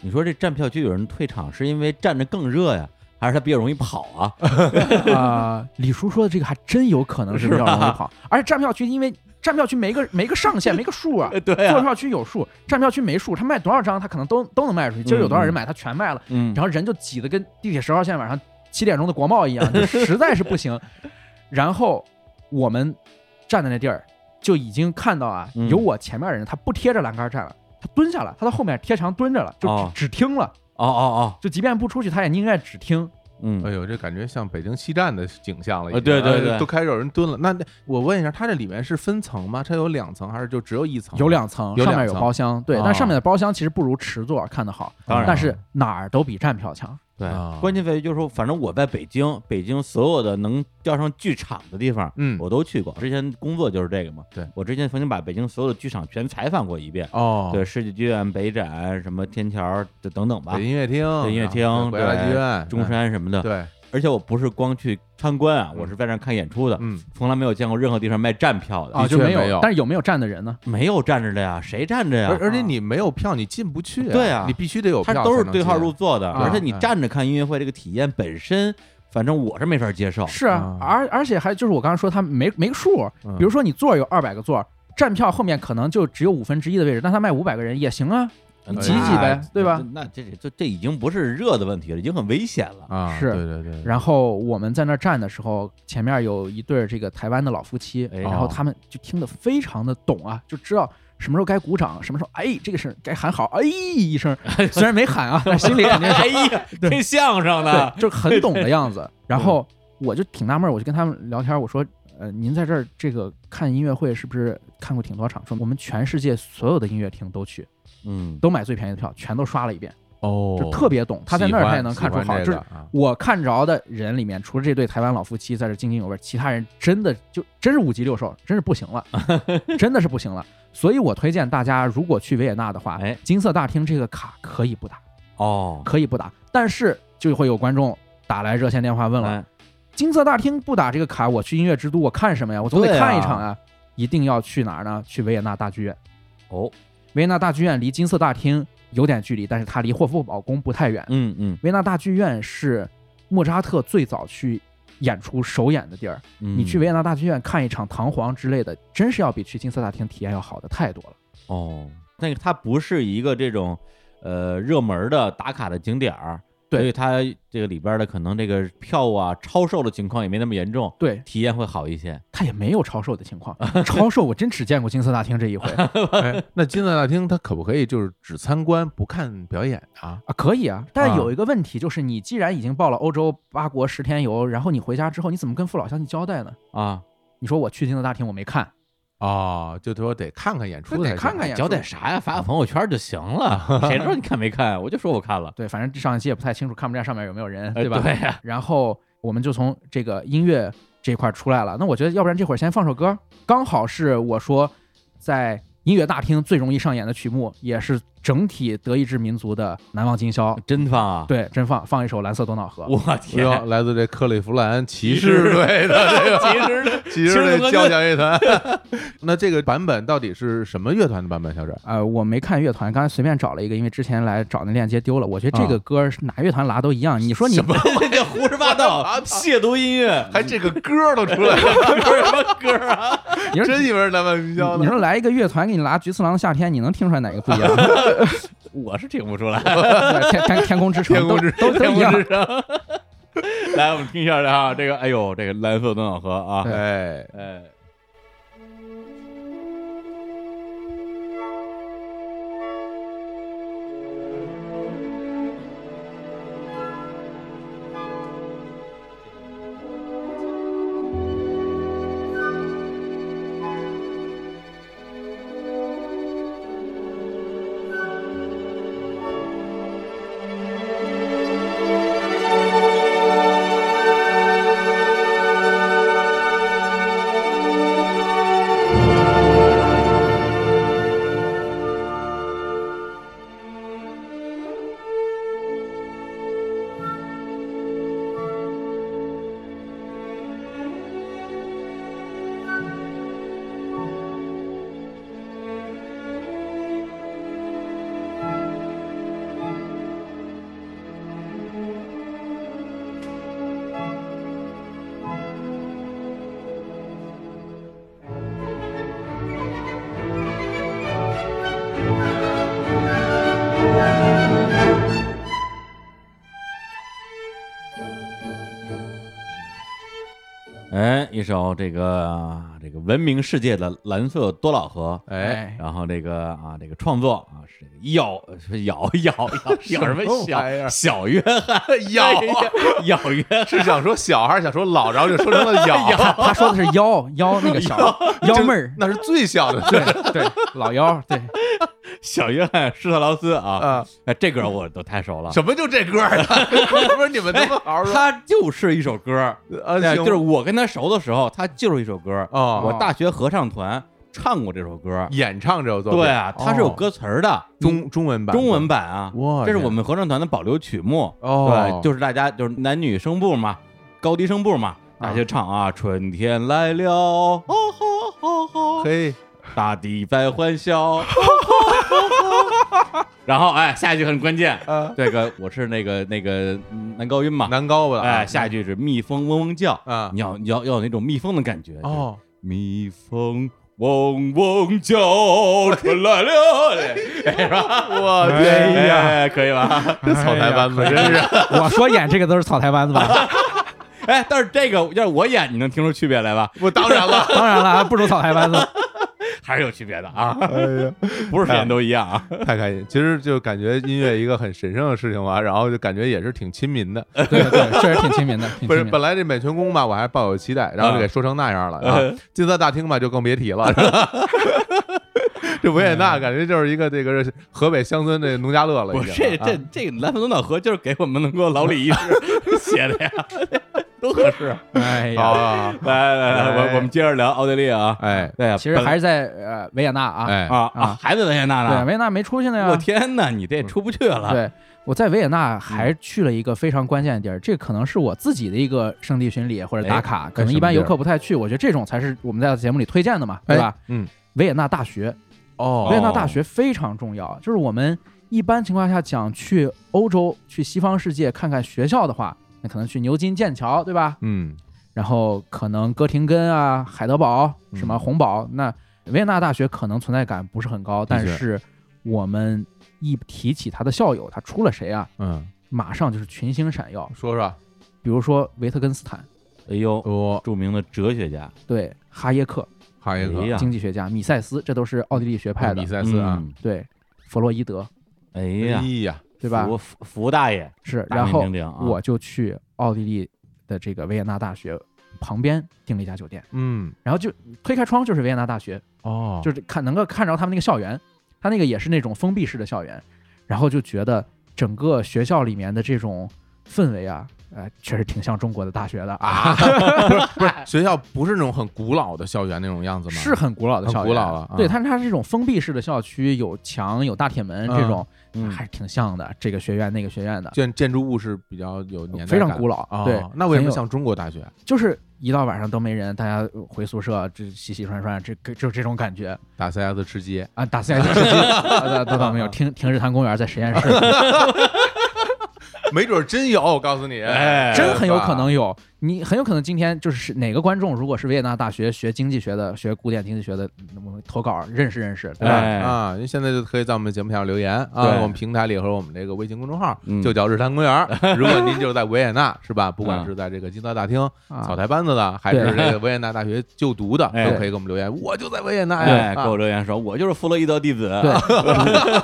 Speaker 3: 你说这站票区有人退场，是因为站着更热呀，还是他比较容易跑
Speaker 1: [laughs]
Speaker 3: 啊？
Speaker 4: 啊、李叔说的这个还真有可能是
Speaker 3: [laughs]
Speaker 4: 比较容易
Speaker 3: 是吧
Speaker 4: 跑，而且站票区因为站票区没个没个
Speaker 3: [laughs]
Speaker 4: 上限，没个数啊。
Speaker 3: 对
Speaker 4: 坐
Speaker 3: 啊，
Speaker 4: 票区有数，站票区没数，他卖多少张，他可能都都能卖出去。今儿有多少人买，他全卖了。
Speaker 3: 嗯
Speaker 4: 然后人就挤得跟地铁十号线晚上七点钟的国贸一样，就实在是不行。然后我们站在那地儿，就已经看到啊，
Speaker 3: 嗯
Speaker 4: 有我前面的人，他不贴着栏杆站了，他蹲下了，他到后面贴墙蹲着了，就只,、
Speaker 3: 哦
Speaker 4: 只听了，
Speaker 3: 哦哦
Speaker 4: 就即便不出去，他也宁愿只听。
Speaker 3: 哦，嗯
Speaker 1: 哎，呦，这感觉像北京西站的景象了已经，
Speaker 3: 呃对
Speaker 1: 哎
Speaker 3: 对对
Speaker 1: 都开始有人蹲了。那那我问一下，它这里面是分层吗？它有两层还是就只有一层？
Speaker 4: 有两层，
Speaker 1: 有
Speaker 4: 上面
Speaker 1: 两
Speaker 4: 有
Speaker 1: 层
Speaker 4: 包厢，对，
Speaker 3: 哦
Speaker 4: 但上面的包厢其实不如池座看得好，
Speaker 3: 当然
Speaker 4: 但是哪儿都比站票强。
Speaker 3: 对
Speaker 1: 啊，
Speaker 3: 关键在于就是说，反正我在北京，北京所有的能叫上剧场的地方，
Speaker 1: 嗯
Speaker 3: 我都去过。之前工作就是这个嘛，
Speaker 1: 对
Speaker 3: 我之前曾经把北京所有的剧场全采访过一遍，
Speaker 1: 哦，
Speaker 3: 对，世纪剧院、北展、什么天桥这等等吧
Speaker 1: 北，音乐厅、
Speaker 3: 北音乐厅
Speaker 1: 啊国家
Speaker 3: 对
Speaker 1: 剧院、啊
Speaker 3: 中山什么的。
Speaker 1: 对，
Speaker 3: 而且我不是光去参观啊，
Speaker 1: 嗯
Speaker 3: 我是在那儿看演出的，
Speaker 1: 嗯，
Speaker 3: 从来没有见过任何地方卖站票的，
Speaker 4: 啊，
Speaker 1: 的
Speaker 4: 就
Speaker 1: 确
Speaker 4: 没
Speaker 1: 没有
Speaker 4: 但是有没有站的人呢？
Speaker 3: 没有站着的呀，谁站着呀
Speaker 1: 而？而且你没有票，你进不去。
Speaker 3: 啊对啊
Speaker 1: 你必须得有
Speaker 3: 他
Speaker 1: 票，
Speaker 3: 都是对号入。座的，
Speaker 1: 啊
Speaker 3: 而且你站着看音乐会这个体验本身，反正我是没法接受。嗯
Speaker 4: 是啊，
Speaker 1: 啊
Speaker 4: 而而且还就是我刚刚说他没没数
Speaker 1: 嗯，
Speaker 4: 比如说你座儿有二百个座儿，站票后面可能就只有五分之一的位置，但他卖五百个人也行啊，你挤挤呗，对吧？
Speaker 3: 那这这这已经不是热的问题了，已经很危险了。
Speaker 1: 啊，
Speaker 4: 是
Speaker 1: 对对对，
Speaker 4: 然后我们在那儿站的时候，前面有一对儿这个台湾的老夫妻，
Speaker 1: 哦
Speaker 3: 哎
Speaker 4: 然后他们就听得非常的懂啊，就知道什么时候该鼓掌，什么时候哎这个声该喊好哎一
Speaker 1: [laughs]
Speaker 4: 声，虽然没喊啊，但心里肯定是
Speaker 3: 哎呀，听相
Speaker 1: 哎
Speaker 3: 声呢，
Speaker 4: 对，就很懂的样子。然后
Speaker 1: 嗯
Speaker 4: 我就挺纳闷儿，我就跟他们聊天，我说。呃，您在这儿这个看音乐会是不是看过挺多场？说我们全世界所有的音乐厅都去，
Speaker 3: 嗯，
Speaker 4: 都买最便宜的票，全都刷了一遍，
Speaker 1: 哦，
Speaker 4: 就特别懂。他在那儿他也能看出好，
Speaker 1: 这
Speaker 4: 就
Speaker 1: 个
Speaker 4: 是
Speaker 1: 啊
Speaker 4: 我看着的人里面，除了这对台湾老夫妻在这津津有味，其他人真的就真是五级六兽，真是不行
Speaker 3: [laughs]
Speaker 4: 了，真的是不行了。所以我推荐大家，如果去维也纳的话，
Speaker 3: 哎
Speaker 4: 金色大厅这个卡可以不打，
Speaker 3: 哦，
Speaker 4: 可以不打，但是就会有观众打来热线电话问了，
Speaker 3: 哎
Speaker 4: 金色大厅不打这个卡，我去音乐之都，我看什么呀？我总得
Speaker 3: 对啊
Speaker 4: 看一场啊！一定要去哪儿呢？去维也纳大剧院。
Speaker 3: 哦，
Speaker 4: 维也纳大剧院离金色大厅有点距离，但是它离霍夫堡宫不太远。
Speaker 3: 嗯嗯，
Speaker 4: 维也纳大剧院是莫扎特最早去演出首演的地儿。
Speaker 3: 你
Speaker 4: 你去维也纳大剧院看一场唐璜之类的，真是要比去金色大厅体验要好的太多了。
Speaker 3: 哦，那个它不是一个这种呃热门的打卡的景点儿，
Speaker 4: 对
Speaker 3: 所以它这个里边的可能这个票啊超售的情况也没那么严重，
Speaker 4: 对，
Speaker 3: 体验会好一些。
Speaker 4: 它也没有超售的情
Speaker 3: [laughs]
Speaker 4: 况，超售我真只见过金色大厅这一回啊，
Speaker 1: [laughs] 哎那金色大厅它可不可以就是只参观不看表演啊？
Speaker 4: 可以啊。但
Speaker 1: 啊
Speaker 4: 有一个问题就是，你既然已经报了欧洲八国十天游，然后你回家之后，你怎么跟父老乡亲交代呢？
Speaker 3: 啊，
Speaker 4: 你说我去金色大厅我没看，
Speaker 1: 哦，就说得看看演出
Speaker 4: 对得
Speaker 1: 才行啊
Speaker 4: 看看演出
Speaker 3: 交代啥呀？发个朋友圈就行
Speaker 4: [laughs]
Speaker 3: 了，谁知道你看没看？我就说我看了，
Speaker 4: 对，反正上一期也不太清楚，看不见上面有没有人，
Speaker 3: 哎
Speaker 4: 吧？
Speaker 3: 对呀，
Speaker 4: 然后我们就从这个音乐这块儿出来了。那我觉得，要不然这会儿先放首歌，刚好是我说在音乐大厅最容易上演的曲目，也是整体德意志民族的《难忘今宵》。
Speaker 3: 真放啊！
Speaker 4: 对，真放放一首《蓝色多瑙河》。
Speaker 3: 我
Speaker 1: 哎
Speaker 3: 天，
Speaker 1: [laughs] 呦，来自这克利夫兰骑
Speaker 3: 骑
Speaker 1: 士
Speaker 3: 士
Speaker 1: 队的这个 [laughs]
Speaker 3: 其
Speaker 1: 骑
Speaker 3: 实
Speaker 1: 士队交响乐团。 [laughs] 那这个版本到底是什么乐团的版本？小沈
Speaker 4: 呃，我没看乐团，刚才随便找了一个，因为之前来找那链接丢了。我觉得这个歌是哪乐团拉都一样。你说你
Speaker 1: 啊什么
Speaker 3: 这就胡说八道，亵渎音乐，
Speaker 1: 还这个歌都出来了，
Speaker 3: 什么歌啊？
Speaker 4: [laughs] 你说
Speaker 1: [laughs] 真以为是南半云霄
Speaker 4: 你
Speaker 1: 呢？
Speaker 4: 说来一个乐团给你拉《菊次郎的夏天》，你能听出来哪个不一样？ [laughs]
Speaker 3: 我是听不出来。 [laughs]
Speaker 4: 天天天空之城
Speaker 1: 天
Speaker 4: 都
Speaker 1: 空之
Speaker 4: 都都一样。
Speaker 3: 来，我们听一下啊，这个，哎呦，这个蓝色多瑙河啊，
Speaker 4: 对
Speaker 1: 哎，
Speaker 3: 哎，哎，一首这个这个闻名世界的《蓝色多瑙河》，
Speaker 1: 哎，
Speaker 3: 然后这个啊，这个创作啊是这个咬是 [laughs] 咬咬咬咬什么
Speaker 1: 什么玩意儿
Speaker 3: 小小约翰
Speaker 1: 咬
Speaker 3: [laughs] 哎呀咬约翰
Speaker 1: 是想说小还是想说老，然后就说成了咬
Speaker 4: 他说的是腰腰那个小腰妹儿，
Speaker 1: 那是最小的
Speaker 4: 对对，老妖对，
Speaker 3: 小约翰施特劳斯啊，
Speaker 1: 啊！
Speaker 3: 哎，这歌我都太熟了，
Speaker 1: 什么就这歌呀？ [laughs] 不是你们能不能好好说？
Speaker 3: 他就是一首歌，
Speaker 1: 啊，
Speaker 3: 哎
Speaker 1: 行
Speaker 3: 就是我跟他熟的时候，他就是一首歌，
Speaker 1: 啊，
Speaker 3: 我大学合唱团唱过这首歌，
Speaker 1: 演唱这首作品，
Speaker 3: 对啊，它是有
Speaker 1: 哦
Speaker 3: 歌词儿的，
Speaker 1: 中中文版，
Speaker 3: 中文版啊，
Speaker 1: 哇，
Speaker 3: 这是我们合唱团的保留曲目，
Speaker 1: 哦
Speaker 3: 对，，就是大家就是男女声部嘛，高低声部嘛，大家唱啊，春天来了，哦吼吼吼，
Speaker 1: 嘿，
Speaker 3: 大地在欢笑， [laughs] 哦吼吼吼然后哎，下一句很关键，
Speaker 1: 啊，
Speaker 3: 这个我是那个那个嗯男高音嘛，
Speaker 1: 男高啊吧，
Speaker 3: 哎，下一句是蜜蜂嗡嗡叫，
Speaker 1: 啊
Speaker 3: 你要你要要有那种蜜蜂的感觉，就是
Speaker 1: 哦，
Speaker 3: 蜜蜂嗡嗡叫传来了，哎，是吧？我
Speaker 1: 天呀
Speaker 3: 呀，可以吧？ [laughs]
Speaker 1: 这草台班子哎真是 [laughs]
Speaker 4: 我说演这个都是草台班子吧？
Speaker 3: 哎，但是这个要是我演，你能听出区别来吧？
Speaker 1: 我当然了，
Speaker 4: 当然了，还不如草台班子。
Speaker 3: 还是有区别的啊，
Speaker 1: 哎呀，
Speaker 3: 不是每人都一样啊。
Speaker 1: 太开心！其实就感觉音乐一个很神圣的事情吧，然后就感觉也是挺亲民的。
Speaker 3: 哎
Speaker 4: 对对，确实挺亲民的，挺
Speaker 1: 不是，
Speaker 4: 亲民的。
Speaker 1: 本来这美泉宫吧，我还抱有期待，然后就给说成那样了。啊
Speaker 3: 嗯
Speaker 1: 金色大厅吧，就更别提
Speaker 3: [laughs]
Speaker 1: 了。是 [laughs] 吧这维也纳感觉就是一个这个河北乡村这农家乐了，
Speaker 3: 不
Speaker 1: 已
Speaker 3: 是
Speaker 1: 经啊
Speaker 3: 这这这个兰芬多瑙河就是给我们能够老李医师 [laughs] 写的呀，都合适。
Speaker 4: 哎
Speaker 1: 啊
Speaker 4: 呀，
Speaker 1: 啊，
Speaker 3: 来来来，
Speaker 1: 哎
Speaker 3: 我我们接着聊奥地利啊。
Speaker 1: 哎
Speaker 3: 对呀，
Speaker 4: 其实
Speaker 3: 本
Speaker 4: 还是在呃维也纳啊，
Speaker 1: 哎，
Speaker 3: 啊
Speaker 4: 啊
Speaker 3: 啊，还在维也纳
Speaker 4: 对，
Speaker 3: 呢。
Speaker 4: 维也纳没出去呢呀。
Speaker 3: 我天哪，你这出不去了。
Speaker 4: 对，我在维也
Speaker 1: 嗯
Speaker 4: 纳还去了一个非常关键的地儿，这可能是我自己的一个圣地巡礼或
Speaker 1: 哎
Speaker 4: 者打卡，可能一般游客不太去。我觉得这种才是我们在节目里推荐的嘛，对吧？
Speaker 1: 嗯，
Speaker 4: 维也纳大学，
Speaker 1: 哦
Speaker 4: 维也纳大学非常重要，就是我们一般情况下讲去欧洲、去西方世界看看学校的话，那可能去牛津、剑桥，对吧？
Speaker 1: 嗯，
Speaker 4: 然后可能哥廷根啊、海德堡、什么
Speaker 1: 嗯
Speaker 4: 洪堡，那维也纳大学可能存在感不是很高，但
Speaker 1: 确
Speaker 4: 是我们一提起他的校友，他出了谁啊？
Speaker 1: 嗯，
Speaker 4: 马上就是群星闪耀。
Speaker 1: 说说，
Speaker 4: 比如说维特根斯坦，
Speaker 3: 哎呦，
Speaker 1: 哦，
Speaker 3: 著名的哲学家，
Speaker 4: 对哈耶克
Speaker 1: 哈耶
Speaker 3: 哎
Speaker 1: 克
Speaker 3: 呀
Speaker 4: 经济学家，米塞斯，这都是奥地利学派的
Speaker 1: 米。塞斯啊，
Speaker 3: 嗯，
Speaker 4: 对，弗洛伊德，
Speaker 3: 哎
Speaker 1: 哎
Speaker 3: 呀，
Speaker 1: 呀，
Speaker 4: 对吧？
Speaker 3: 福福福大爷，
Speaker 4: 是，
Speaker 3: 大
Speaker 4: 然
Speaker 3: 名
Speaker 4: 后
Speaker 3: 鼎鼎啊
Speaker 4: 我就去奥地利的这个维也纳大学旁边订了一家酒店，
Speaker 1: 嗯，
Speaker 4: 然后就推开窗就是维也纳大学，
Speaker 1: 哦，
Speaker 4: 就是看能够看着他们那个校园，他那个也是那种封闭式的校园，然后就觉得整个学校里面的这种氛围啊，呃，确实挺像中国的大学的
Speaker 1: [laughs]
Speaker 4: 啊，
Speaker 1: 学校不是那种很古老的校园那种样子吗？
Speaker 4: 是很古老的
Speaker 1: 很
Speaker 4: 校园，
Speaker 1: 古老了啊
Speaker 4: 对，它它是这种封闭式的校区，有墙有大铁门这种，
Speaker 3: 嗯
Speaker 4: 还是挺像的，这个学院那个学院的，
Speaker 1: 建建筑物是比较有年代感的，
Speaker 4: 非常古老。
Speaker 1: 哦
Speaker 4: 对，
Speaker 1: 那为什么
Speaker 4: 很有
Speaker 1: 像中国大学？
Speaker 4: 就是一到晚上都没人，大家回宿舍这洗洗涮涮，这个就这种感觉
Speaker 1: 打 CS 吃鸡，
Speaker 4: 啊！打 CS
Speaker 1: [laughs]
Speaker 4: 吃鸡，啊倒倒没有，听听日坛公园在实验室，
Speaker 1: 没准真有，我告诉你，
Speaker 3: 哎
Speaker 4: 真很有可能有。你很有可能今天就是哪个观众，如果是维也纳大学学经济学的、学古典经济学的，我们投稿认识认识，对吧？
Speaker 3: 哎
Speaker 1: 啊，因为现在就可以在我们节目下留言
Speaker 3: 对
Speaker 1: 啊，我们平台里和我们这个微信公众号
Speaker 3: 嗯
Speaker 1: 就叫日坛公园儿。如果您就是在维也纳是吧？不管
Speaker 3: 嗯
Speaker 1: 是在这个金色大厅、
Speaker 4: 啊
Speaker 1: 草台班子的，还是
Speaker 4: 对
Speaker 1: 这个维也纳大学就读的，
Speaker 3: 哎
Speaker 1: 都可以给我们留言。我就在维也纳
Speaker 3: 哎，
Speaker 1: 呀，
Speaker 3: 给
Speaker 1: 啊
Speaker 3: 我留言说，我就是弗洛伊德弟子。啊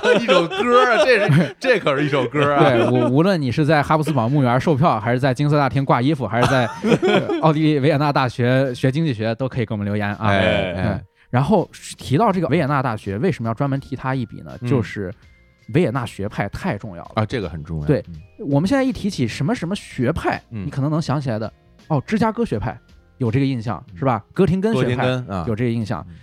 Speaker 4: 对
Speaker 1: [laughs] 一首歌啊，这是这可是一首歌啊。
Speaker 4: 对，无无论你是在哈布斯堡墓园售票，还是在金色大厅挂衣服，还是在呃奥地利维也纳大学学经济学，都可以给我们留言啊。
Speaker 1: 哎
Speaker 4: 对
Speaker 1: 哎，
Speaker 4: 然后提到这个维也纳大学，为什么要专门提它一笔呢？
Speaker 1: 嗯
Speaker 4: 就是维也纳学派太重要了。
Speaker 1: 啊，这个很重要。
Speaker 4: 对
Speaker 1: 嗯，
Speaker 4: 我们现在一提起什么什么学派，
Speaker 1: 嗯
Speaker 4: 你可能能想起来的，哦，芝加哥学派有这个印象是吧？哥廷根
Speaker 1: 多
Speaker 4: 学
Speaker 1: 金
Speaker 4: 派
Speaker 1: 嗯根啊，
Speaker 4: 有这个印象
Speaker 1: 嗯。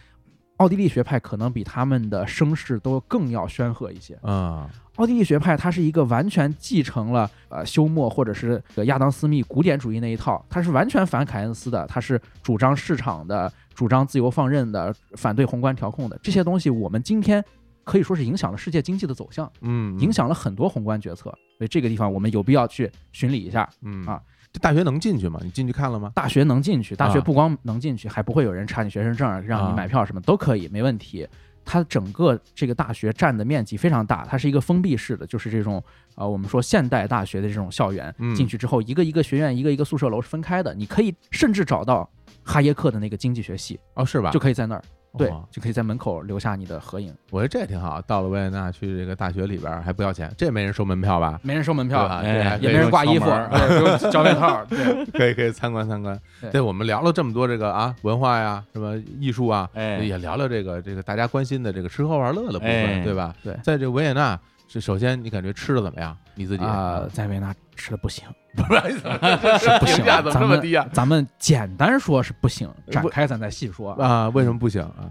Speaker 4: 奥地利学派可能比他们的声势都更要煊赫一些。
Speaker 1: 啊，
Speaker 4: 奥地利学派它是一个完全继承了呃休谟或者是呃亚当斯密古典主义那一套，它是完全反凯恩斯的，它是主张市场的，主张自由放任的，反对宏观调控的这些东西，我们今天可以说是影响了世界经济的走向，
Speaker 1: 嗯，
Speaker 4: 影响了很多宏观决策。所以这个地方我们有必要去巡礼一下。
Speaker 1: 嗯
Speaker 4: 啊，
Speaker 1: 这大学能进去吗？你进去看了吗？
Speaker 4: 大学能进去，大学
Speaker 1: 啊
Speaker 4: 不光能进去，还不会有人查你学生证儿，让
Speaker 1: 啊
Speaker 4: 你买票什么都可以，没问题。它整个这个大学占的面积非常大，它是一个封闭式的，就是这种呃我们说现代大学的这种校园。
Speaker 1: 嗯
Speaker 4: 进去之后，一个一个学院，一个一个宿舍楼是分开的，你可以甚至找到哈耶克的那个经济学系，
Speaker 1: 哦，是吧？
Speaker 4: 就可以在那儿，对
Speaker 1: 哦，
Speaker 4: 就可以在门口留下你的合影，
Speaker 1: 我觉得这挺好。到了维也纳去这个大学里边儿还不要钱，这没人收门票吧？
Speaker 4: 没人收门
Speaker 1: 对
Speaker 4: 票，
Speaker 1: 吧？
Speaker 3: 哎
Speaker 1: 这还
Speaker 4: 也
Speaker 1: 可以
Speaker 4: 没人挂
Speaker 3: [laughs]
Speaker 4: 衣服，啊
Speaker 3: 不用敲门
Speaker 4: 对不用交外套，对， [laughs]
Speaker 1: 可以可以参观参观。
Speaker 4: 对
Speaker 1: 对，我们聊了这么多这个啊文化呀，什么艺术啊，
Speaker 3: 哎
Speaker 1: 也聊聊这个这个大家关心的这个吃喝玩乐的部分，
Speaker 3: 哎
Speaker 1: 对吧？
Speaker 4: 对
Speaker 1: 在这维也纳，是首先你感觉吃的怎么样？你自己 [laughs]
Speaker 4: 啊，在维也纳吃的不行。
Speaker 1: 不是怎么
Speaker 4: 是不行
Speaker 1: 评价，怎么这么低啊？
Speaker 4: 咱们简单说是不行，
Speaker 1: 不
Speaker 4: 展开咱再细说。
Speaker 1: 啊？为什么不行啊？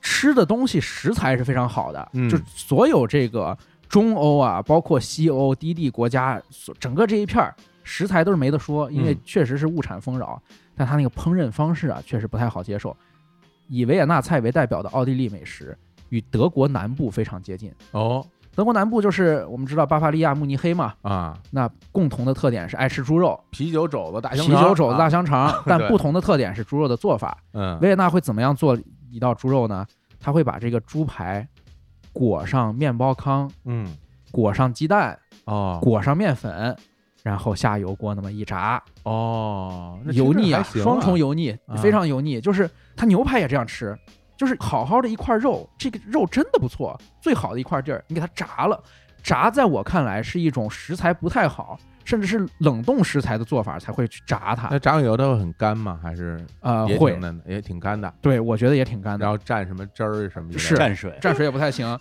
Speaker 4: 吃的东西食材是非常好的，
Speaker 1: 嗯
Speaker 4: 就所有这个中欧啊，包括西欧、低地国家，所整个这一片儿食材都是没得说，因为
Speaker 1: 嗯
Speaker 4: 确实是物产丰饶，但它那个烹饪方式啊，确实不太好接受。以维也纳菜为代表的奥地利美食与德国南部非常接近。
Speaker 1: 哦
Speaker 4: 德国南部就是我们知道巴伐利亚、慕尼黑嘛，
Speaker 1: 啊，
Speaker 4: 那共同的特点是爱吃猪肉，
Speaker 1: 啤酒肘子大香
Speaker 4: 啤
Speaker 1: 肠
Speaker 4: 酒肘子大
Speaker 1: 啊 [laughs]
Speaker 4: 香肠，但
Speaker 1: 对
Speaker 4: 不同的特点是猪肉的做法。
Speaker 1: 嗯
Speaker 4: 维也纳会怎么样做一道猪肉呢，他会把这个猪排裹上面包糠，
Speaker 1: 嗯，
Speaker 4: 裹上鸡蛋，
Speaker 1: 哦
Speaker 4: 裹上面粉，然后下油锅那么一炸，
Speaker 1: 哦，那
Speaker 4: 油
Speaker 1: 听着
Speaker 4: 腻啊，
Speaker 1: 还行
Speaker 4: 双重油腻
Speaker 1: 啊，
Speaker 4: 非常油腻。就是它牛排也这样吃，就是好好的一块肉，这个肉真的不错，最好的一块地儿，你给它炸了，炸在我看来是一种食材不太好，甚至是冷冻食材的做法才会去炸它
Speaker 1: 那。炸完以后它会很干吗？还是
Speaker 4: 呃，
Speaker 1: 也
Speaker 4: 会
Speaker 1: 挺，嫩的，也挺干的，
Speaker 4: 对我觉得也挺干
Speaker 1: 然
Speaker 4: 的。
Speaker 1: 后蘸什么汁儿什么的。
Speaker 4: 是
Speaker 3: 蘸水，
Speaker 4: 蘸水也不太 [laughs] 行。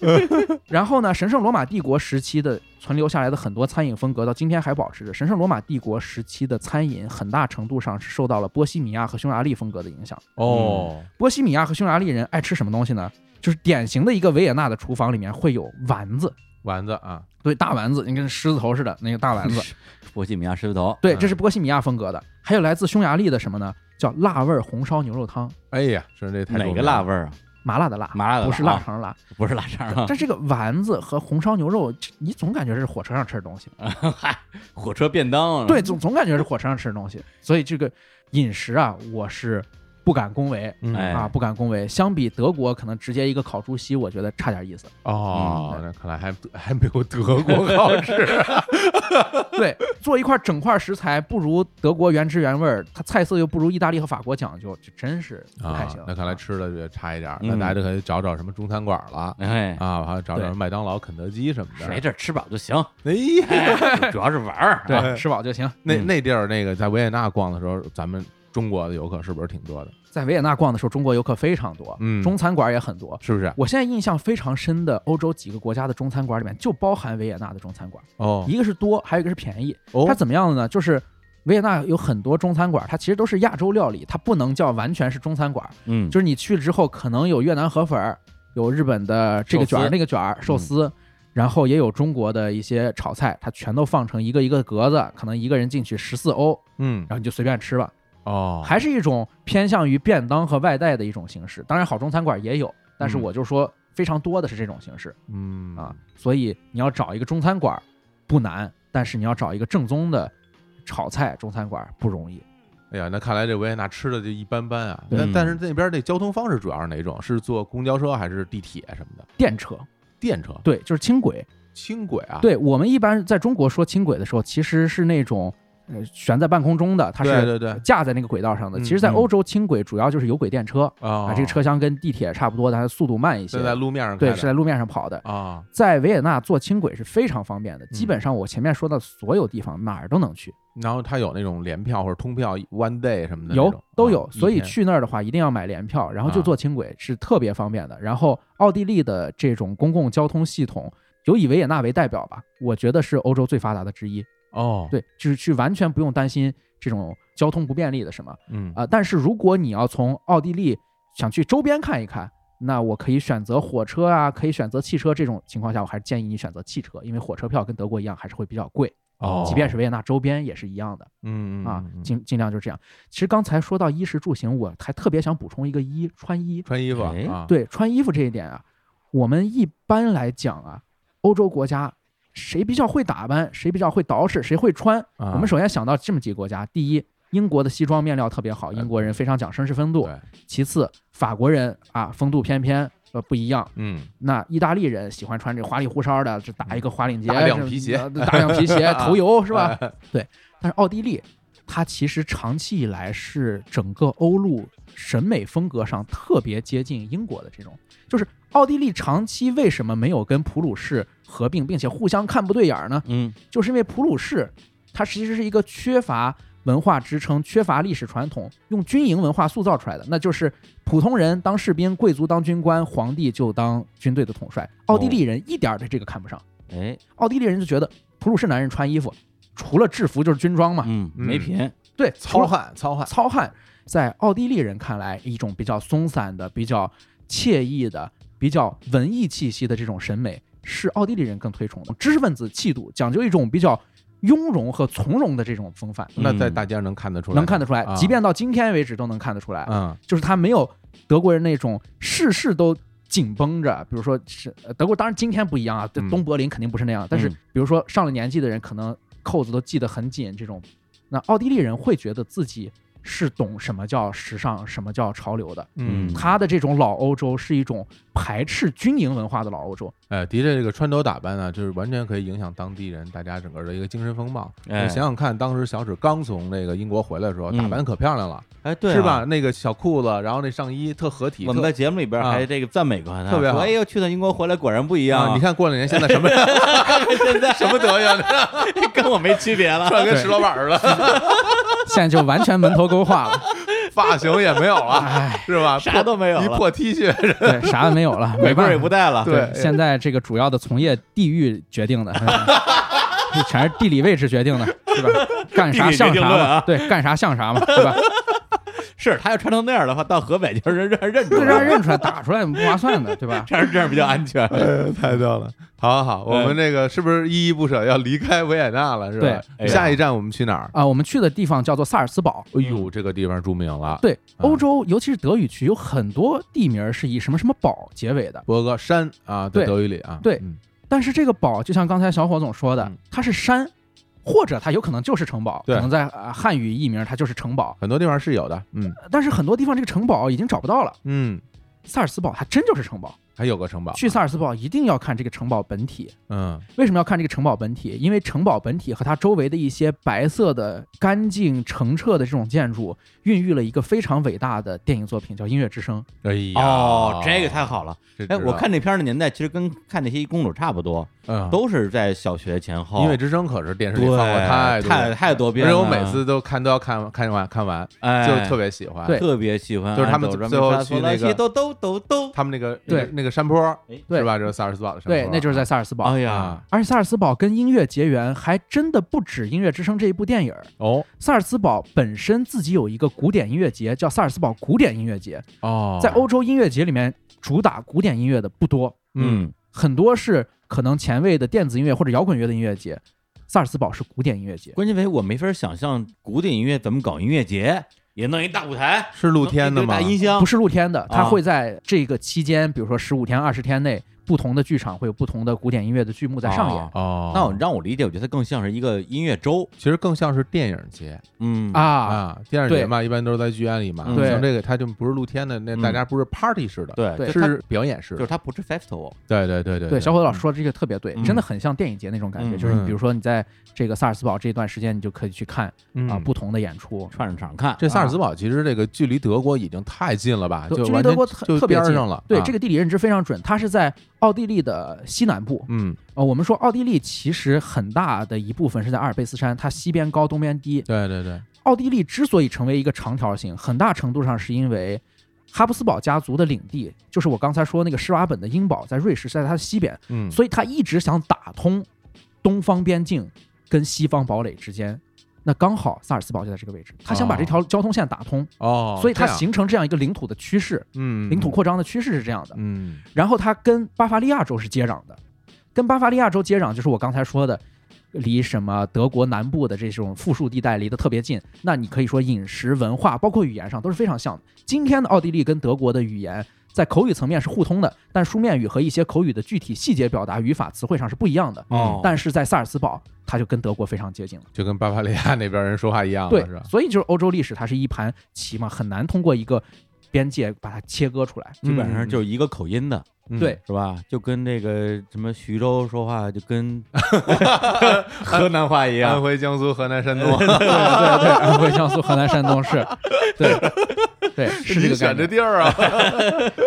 Speaker 4: 然后呢，神圣罗马帝国时期的存留下来的很多餐饮风格，到今天还保持着。神圣罗马帝国时期的餐饮，很大程度上是受到了波西米亚和匈牙利风格的影响。
Speaker 1: 哦，
Speaker 4: 波西米亚和匈牙利人爱吃什么东西呢？就是典型的一个维也纳的厨房里面会有丸子，
Speaker 1: 丸子啊，
Speaker 4: 对，大丸子，你跟狮子头似的那个大丸子，嗯
Speaker 3: 波西米
Speaker 1: 啊
Speaker 3: 亚狮子头，
Speaker 4: 对，这是波西米亚风格的。还有来自匈牙利的什么呢？叫辣味儿红烧牛肉汤，
Speaker 1: 哎呀，说这太
Speaker 3: 哪
Speaker 1: 重
Speaker 3: 个
Speaker 1: 要
Speaker 3: 辣
Speaker 1: 了？
Speaker 3: 味儿啊？
Speaker 4: 麻辣的辣，
Speaker 3: 麻辣的
Speaker 4: 不是
Speaker 3: 辣
Speaker 4: 腊
Speaker 3: 啊
Speaker 4: 肠辣。
Speaker 3: 不是腊肠啊，
Speaker 4: 但这个丸子和红烧牛肉，这你总感觉这是火车上吃的东西，
Speaker 3: 嗨，火车便
Speaker 1: 嗯
Speaker 3: 当，啊
Speaker 4: 对，，总总感觉是火车上吃的东西。所以这个饮食啊，我是不敢恭维。
Speaker 1: 嗯
Speaker 3: 哎
Speaker 4: 啊，不敢恭维。相比德国，可能直接一个烤猪膝，我觉得差点意思。 [laughs]
Speaker 1: 哦，
Speaker 4: 嗯
Speaker 1: 那看来还还没有德国好吃。
Speaker 4: 对，做一块整块食材不如德国原汁原味儿，它菜色又不如意大利和法国讲究，就真是不太
Speaker 1: 啊
Speaker 4: 行。，
Speaker 1: 那看来吃的就差一点儿，
Speaker 3: 嗯
Speaker 1: 那大家就可以找找什么中餐馆了。
Speaker 3: 哎，
Speaker 1: 啊，还有找
Speaker 4: 对
Speaker 1: 找麦当劳、肯德基什么的。
Speaker 3: 谁这吃饱就行，
Speaker 1: 哎呀，
Speaker 3: 主要是玩儿，
Speaker 4: 对，吃饱就行。
Speaker 1: 那那地儿那个在维也纳逛的时候，咱们中国的游客是不是挺多的？
Speaker 4: 在维也纳逛的时候，中国游客非常多，
Speaker 1: 嗯
Speaker 4: 中餐馆也很多。
Speaker 1: 是不是？
Speaker 4: 我现在印象非常深的欧洲几个国家的中餐馆里面，就包含维也纳的中餐馆，
Speaker 1: 哦
Speaker 4: 一个是多，还有一个是便宜。
Speaker 1: 哦
Speaker 4: 它怎么样的呢？就是维也纳有很多中餐馆，它其实都是亚洲料理，它不能叫完全是中餐馆，
Speaker 3: 嗯，
Speaker 4: 就是你去了之后，可能有越南河粉儿，有日本的这个
Speaker 3: 寿
Speaker 4: 卷儿
Speaker 3: 司
Speaker 4: 那个卷儿寿司，然后也有中国的一些炒菜，它全都放成一个一个格子，可能一个人进去十四欧，
Speaker 1: 嗯
Speaker 4: 然后你就随便吃吧。
Speaker 1: 哦，
Speaker 4: 还是一种偏向于便当和外带的一种形式，当然好中餐馆也有，但是
Speaker 1: 嗯
Speaker 4: 我就说非常多的是这种形式
Speaker 1: 嗯
Speaker 4: 啊，所以你要找一个中餐馆不难，但是你要找一个正宗的炒菜中餐馆不容易。
Speaker 1: 哎呀，那看来这维也纳吃的就一般般啊。
Speaker 4: 对
Speaker 1: 那但是那边那交通方式主要是哪种？是坐公交车还是地铁什么的？
Speaker 4: 电车，
Speaker 1: 电车、
Speaker 4: 对，就是轻轨。
Speaker 1: 轻轨啊？
Speaker 4: 对我们一般在中国说轻轨的时候，其实是那种呃悬在半空中的，它
Speaker 1: 对
Speaker 4: 是
Speaker 1: 对对
Speaker 4: 架在那个轨道上的。
Speaker 1: 嗯
Speaker 4: 其实，在
Speaker 1: 嗯
Speaker 4: 欧洲轻轨主要就是有轨电车
Speaker 1: 啊
Speaker 4: 啊，这个车厢跟地铁差不多，但它速度慢一些
Speaker 1: 是。在路面上开
Speaker 4: 对，
Speaker 1: 的
Speaker 4: 是在路面上跑的。
Speaker 1: 啊
Speaker 4: 在维也纳坐轻轨是非常方便
Speaker 1: 嗯
Speaker 4: 的，基本上我前面说的所有地方哪儿都能去，
Speaker 1: 然后它有那种联票或者通票 one day 什么的那种，
Speaker 4: 有都有
Speaker 1: 啊。
Speaker 4: 所
Speaker 1: 一
Speaker 4: 以
Speaker 1: 天
Speaker 4: 去那儿的话，一定要买联票，然后就
Speaker 1: 啊
Speaker 4: 坐轻轨是特别方便的。然后奥地利的这种公共交通系统，有以维也纳为代表吧，我觉得是欧洲最发达的之一。
Speaker 1: 哦，
Speaker 4: 对，就是去完全不用担心这种交通不便利的什么
Speaker 1: 嗯
Speaker 4: 啊、呃但是如果你要从奥地利想去周边看一看。那我可以选择火车啊，可以选择汽车。这种情况下，我还是建议你选择汽车，因为火车票跟德国一样还是会比较贵。
Speaker 1: 哦，
Speaker 4: 即便是维也纳周边也是一样的
Speaker 1: 嗯嗯
Speaker 4: 啊
Speaker 1: 嗯，嗯
Speaker 4: 尽尽量就这样。其实刚才说到衣食住行，我还特别想补充一个衣穿衣，
Speaker 1: 穿衣服
Speaker 3: 哎
Speaker 1: 啊，
Speaker 4: 对穿衣服这一点啊，我们一般来讲啊，欧洲国家谁比较会打扮，谁比较会捯饬，谁会穿，
Speaker 1: 啊
Speaker 4: 我们首先想到这么几个国家，第一。英国的西装面料特别好，英国人非常讲绅士风度
Speaker 1: 呃对。
Speaker 4: 其次，法国人啊风度翩翩，呃不一样。
Speaker 1: 嗯
Speaker 4: 那意大利人喜欢穿这花里胡哨的，这打一个花领结，
Speaker 1: 大量
Speaker 4: 是
Speaker 1: 嗯皮鞋啊
Speaker 4: 呃大量皮
Speaker 1: [laughs]
Speaker 4: 鞋，头油是吧？对。但是奥地利，它其实长期以来是整个欧陆审美风格上特别接近英国的这种，就是奥地利长期为什么没有跟普鲁士合并，并且互相看不对眼儿呢？
Speaker 3: 嗯，
Speaker 4: 就是因为普鲁士它其实是一个缺乏文化支撑、缺乏历史传统，用军营文化塑造出来的，那就是普通人当士兵，贵族当军官，皇帝就当军队的统帅。奥地利人一点儿的这个看不上，
Speaker 3: 哎，
Speaker 4: 奥地利人就觉得普鲁士男人穿衣服除了制服就是军装嘛，
Speaker 3: 嗯，没品，
Speaker 4: 对，除
Speaker 1: 糙
Speaker 4: 了
Speaker 1: 汉糙汉，
Speaker 4: 糙汉，在奥地利人看来，一种比较松散的、比较惬意的、比较文艺气息的这种审美，是奥地利人更推崇的。知识分子气度讲究一种比较雍容和从容的这种风范，
Speaker 1: 那在大街上能看得出来吗，
Speaker 4: 嗯能看得出来
Speaker 1: 啊，
Speaker 4: 即便到今天为止都能看得出来，
Speaker 1: 嗯
Speaker 4: 就是他没有德国人那种事事都。紧绷着，比如说是呃德国，当然今天不一样啊，这
Speaker 1: 嗯
Speaker 4: 东柏林肯定不是那样，但是
Speaker 3: 嗯
Speaker 4: 比如说上了年纪的人，可能扣子都系得很紧，这种，那奥地利人会觉得自己是懂什么叫时尚，什么叫潮流的。
Speaker 1: 嗯，
Speaker 4: 他的这种老欧洲是一种排斥军营文化的老欧洲，
Speaker 1: 哎，的确，这个穿着打扮呢，就是完全可以影响当地人大家整个的一个精神风貌。
Speaker 3: 哎
Speaker 1: 你想想看，当时小史刚从那个英国回来的时候，
Speaker 3: 嗯
Speaker 1: 打扮可漂亮了，
Speaker 3: 哎，对、啊，
Speaker 1: 是吧？？那个小裤子，然后那上衣特合体，
Speaker 3: 我们
Speaker 1: 特
Speaker 3: 在节目里边
Speaker 1: 啊
Speaker 3: 还这个赞美过他，
Speaker 1: 特别好
Speaker 3: 说哎呦，去趟英国回来果然不一样、
Speaker 1: 啊！你看过两年现在什么
Speaker 3: [laughs]
Speaker 1: 现在 [laughs] 什么德行，
Speaker 3: 看跟我没区别了。
Speaker 1: 穿跟石头板儿似
Speaker 3: [laughs]
Speaker 1: 的，
Speaker 4: 现在就完全门头沟
Speaker 1: [laughs]
Speaker 4: 化了，
Speaker 1: 发型也没有了，
Speaker 4: 哎，
Speaker 1: 是吧？
Speaker 3: 啥都没有
Speaker 1: 一
Speaker 3: 了，
Speaker 1: 破 T 恤，
Speaker 4: 对，啥也没有了，没
Speaker 3: 玫
Speaker 4: 办
Speaker 3: 瑰
Speaker 4: 法
Speaker 3: 也不戴了。
Speaker 1: 对
Speaker 4: 现在这个主要的从业地域决定的，就 [laughs] 全是地理位置决定的，是吧？干啥像
Speaker 3: 地理决定
Speaker 4: 啥
Speaker 3: 论
Speaker 4: 嘛，
Speaker 3: 啊
Speaker 4: 对，干啥像啥嘛，对吧？
Speaker 3: 是他要穿成那样的话，到河北就是认认出
Speaker 4: 这让
Speaker 3: 来，
Speaker 4: 人 [laughs] 认出来、打出来不划算的，对吧？
Speaker 3: 这样这样比较安全。
Speaker 1: 哎太逗了！好好好，我们这个是不是依依不舍要离开维也纳了？是吧？
Speaker 3: 对哎
Speaker 1: 下一站我们去哪儿？
Speaker 4: 啊、我们去的地方叫做萨尔茨堡。
Speaker 3: 嗯
Speaker 1: 哎呦，这个地方著名了，
Speaker 4: 对，
Speaker 1: 嗯
Speaker 4: 欧洲尤其是德语区，有很多地名是以什么什么堡结尾的。
Speaker 1: 博格山啊，在
Speaker 4: 对
Speaker 1: 德语里啊，
Speaker 4: 对
Speaker 1: 嗯
Speaker 4: 但是这个堡，就像刚才小伙总说的
Speaker 1: 嗯，
Speaker 4: 它是山，或者它有可能就是城堡，
Speaker 1: 对
Speaker 4: 可能在、呃汉语译名它就是城堡。
Speaker 1: 很多地方是有的，嗯
Speaker 4: 但是很多地方这个城堡已经找不到了，
Speaker 1: 嗯，
Speaker 4: 萨尔茨堡它真就是城堡。
Speaker 1: 还有个城堡，
Speaker 4: 去萨尔茨堡一定要看这个城堡本体。
Speaker 1: 嗯
Speaker 4: 为什么要看这个城堡本体？因为城堡本体和它周围的一些白色的、干净澄澈的这种建筑，孕育了一个非常伟大的电影作品，叫《音乐之声
Speaker 1: 哎呀，
Speaker 3: 哦，这个太好了！
Speaker 1: 这知
Speaker 3: 哎，
Speaker 1: 道
Speaker 3: 我看这片儿的年代其实跟看那些公主差不多，
Speaker 1: 嗯
Speaker 3: 都是在小学前后。
Speaker 1: 音乐之声可是电视里
Speaker 3: 对
Speaker 1: 放过太多
Speaker 3: 太
Speaker 1: 了，
Speaker 3: 太多遍
Speaker 1: 而且
Speaker 3: 了，
Speaker 1: 我每次都看都要看看完看完，
Speaker 3: 哎
Speaker 1: 就特别喜欢。
Speaker 4: 对
Speaker 3: 特别喜欢，
Speaker 1: 就是他们
Speaker 3: 按走
Speaker 1: 最后
Speaker 3: 着
Speaker 1: 去那个
Speaker 3: 哆哆哆哆，
Speaker 1: 他们那个
Speaker 4: 对
Speaker 1: 那个那个山坡
Speaker 3: 哎
Speaker 4: 对
Speaker 1: 是吧？就是萨尔茨堡的》。山坡，
Speaker 4: 对，那就是在萨尔茨堡。
Speaker 3: 哎呀
Speaker 1: 啊，
Speaker 4: 而且萨尔茨堡跟音乐结缘，还真的不止《音乐之声》这一部电影儿。
Speaker 1: 哦
Speaker 4: 萨尔茨堡本身自己有一个古典音乐节，叫萨尔茨堡古典音乐节。
Speaker 1: 哦，
Speaker 4: 在欧洲音乐节里面，主打古典音乐的不多，
Speaker 1: 嗯
Speaker 3: 嗯，
Speaker 4: 很多是可能前卫的电子音乐或者摇滚乐的音乐节。萨尔茨堡是古典音乐节，
Speaker 3: 关键为我没法想象古典音乐怎么搞音乐节，也弄一大舞台，
Speaker 1: 是露天的
Speaker 3: 弄一堆
Speaker 1: 吗
Speaker 3: 大？音箱
Speaker 4: 不，是露天的，它
Speaker 3: 啊
Speaker 4: 会在这个期间，比如说十五天、二十天内，不同的剧场会有不同的古典音乐的剧目在上演
Speaker 3: 哦
Speaker 1: 哦，
Speaker 3: 那我让我理解，我觉得它更像是一个音乐周，
Speaker 1: 其实更像是电影节
Speaker 3: 嗯，
Speaker 4: 啊。
Speaker 1: 啊，电影节嘛，一般都是在剧院里嘛。
Speaker 3: 嗯
Speaker 4: 对
Speaker 1: 像这个它就不是露天的，那
Speaker 3: 嗯
Speaker 1: 大家不是 party 式的，
Speaker 3: 对
Speaker 4: 对
Speaker 3: 就它
Speaker 1: 是表演式
Speaker 3: 就是
Speaker 1: 的。
Speaker 3: 它不是 festival，
Speaker 1: 对对对对
Speaker 4: 对，
Speaker 1: 对，
Speaker 4: 小伙子老师说这个特别对
Speaker 3: 嗯，
Speaker 4: 真的很像电影节那种感觉，
Speaker 3: 嗯
Speaker 4: 就是你比如说你在这个萨尔茨堡这段时间，你就可以去看
Speaker 1: 嗯
Speaker 4: 啊不同的演出。
Speaker 3: 串着场看，
Speaker 1: 这萨尔茨堡其实这个距离德国已经太近了吧？
Speaker 4: 对
Speaker 1: 就
Speaker 4: 距离
Speaker 1: 完
Speaker 4: 德
Speaker 1: 全
Speaker 4: 国特
Speaker 1: 就
Speaker 4: 特别
Speaker 1: 边儿
Speaker 4: 近
Speaker 1: 上了。
Speaker 4: 对
Speaker 1: 啊
Speaker 4: 这个地理认知非常准，它是在奥地利的西南部。
Speaker 1: 嗯，
Speaker 4: 呃，我们说奥地利其实很大的一部分是在阿尔卑斯山，它西边高，东边低。
Speaker 1: 对对对，
Speaker 4: 奥地利之所以成为一个长条形，很大程度上是因为哈布斯堡家族的领地，就是我刚才说那个施瓦本的英堡，在瑞士是在它的西边，
Speaker 1: 嗯，
Speaker 4: 所以他一直想打通东方边境跟西方堡垒之间。那刚好萨尔茨堡就在这个位置，他想把这条交通线打通，
Speaker 1: 哦，
Speaker 4: 所以它
Speaker 1: 这样
Speaker 4: 形成这样一个领土的趋势，
Speaker 1: 嗯
Speaker 4: 领土扩张的趋势是这样的。
Speaker 1: 嗯
Speaker 4: 然后它跟巴伐利亚州是接壤的，跟巴伐利亚州接壤就是我刚才说的，离什么德国南部的这种富庶地带离得特别近。那你可以说饮食、文化，包括语言上都是非常像的。今天的奥地利跟德国的语言在口语层面是互通的，但书面语和一些口语的具体细节表达、语法、词汇上是不一样的。
Speaker 3: 哦
Speaker 4: 但是在萨尔茨堡，它就跟德国非常接近了。
Speaker 1: 嗯就跟巴伐利亚那边人说话一样了，
Speaker 4: 对
Speaker 1: 啊是吧，？
Speaker 4: 所以就是欧洲历史，它是一盘棋嘛，很难通过一个边界把它切割出来。
Speaker 3: 基本
Speaker 4: 嗯
Speaker 3: 上就是一个口音的，
Speaker 1: 嗯
Speaker 4: 对，
Speaker 3: 是吧？就跟那个什么徐州说话，就跟
Speaker 1: [laughs] 河
Speaker 3: 南话一
Speaker 1: 安，徽、江苏、河南、山东， [laughs]
Speaker 4: 对对对，安徽、江苏、河南、山东是，对对是
Speaker 1: [laughs]
Speaker 4: 这
Speaker 1: 你
Speaker 4: 个
Speaker 1: 选
Speaker 4: 感
Speaker 1: 这
Speaker 4: 觉，
Speaker 1: 地儿啊，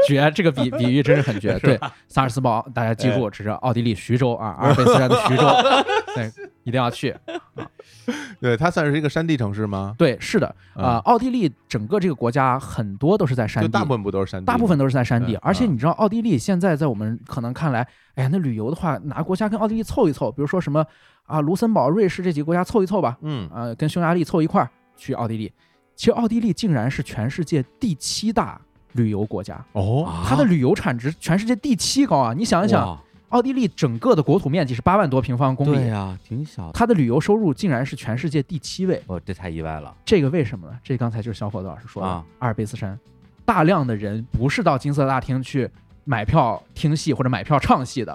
Speaker 4: 绝这个比比喻真是很
Speaker 1: [laughs]
Speaker 4: 绝。对，萨尔茨堡大家记住，这是奥地利徐州啊，
Speaker 1: 哎
Speaker 4: 阿尔卑斯山的
Speaker 1: [laughs]
Speaker 4: 徐州，对，一定要去。
Speaker 1: 对，它算是一个山地城市吗？
Speaker 4: 对，是的，
Speaker 1: 嗯
Speaker 4: 啊，奥地利整个这个国家很多都是在山
Speaker 1: 就
Speaker 4: 地，
Speaker 1: 大部分不都是山地吗，
Speaker 4: 大部分都是在山
Speaker 1: 对
Speaker 4: 地，而且
Speaker 1: 嗯
Speaker 4: 你知道奥地利现在在我们可能看来，哎呀，那旅游的话，哪个国家跟奥地利凑一凑，比如说什么啊，卢森堡、瑞士这几个国家凑一凑吧，
Speaker 1: 嗯，
Speaker 4: 呃，跟匈牙利凑一块儿去奥地利。其实奥地利竟然是全世界第七大旅游国家，
Speaker 1: 哦，
Speaker 3: 啊
Speaker 4: 它的旅游产值全世界第七高啊！你想一想，
Speaker 3: 哇，
Speaker 4: 奥地利整个的国土面积是八万多平方公
Speaker 3: 对
Speaker 4: 里，
Speaker 3: 呀，挺小的，
Speaker 4: 它的旅游收入竟然是全世界第七位。
Speaker 3: 哦，这太意外了，
Speaker 4: 这个为什么呢？这刚才就是小伙子老师说的，
Speaker 3: 啊
Speaker 4: 阿尔卑斯山，大量的人不是到金色
Speaker 3: [laughs]
Speaker 4: 大厅去买票听戏或者买票唱戏的，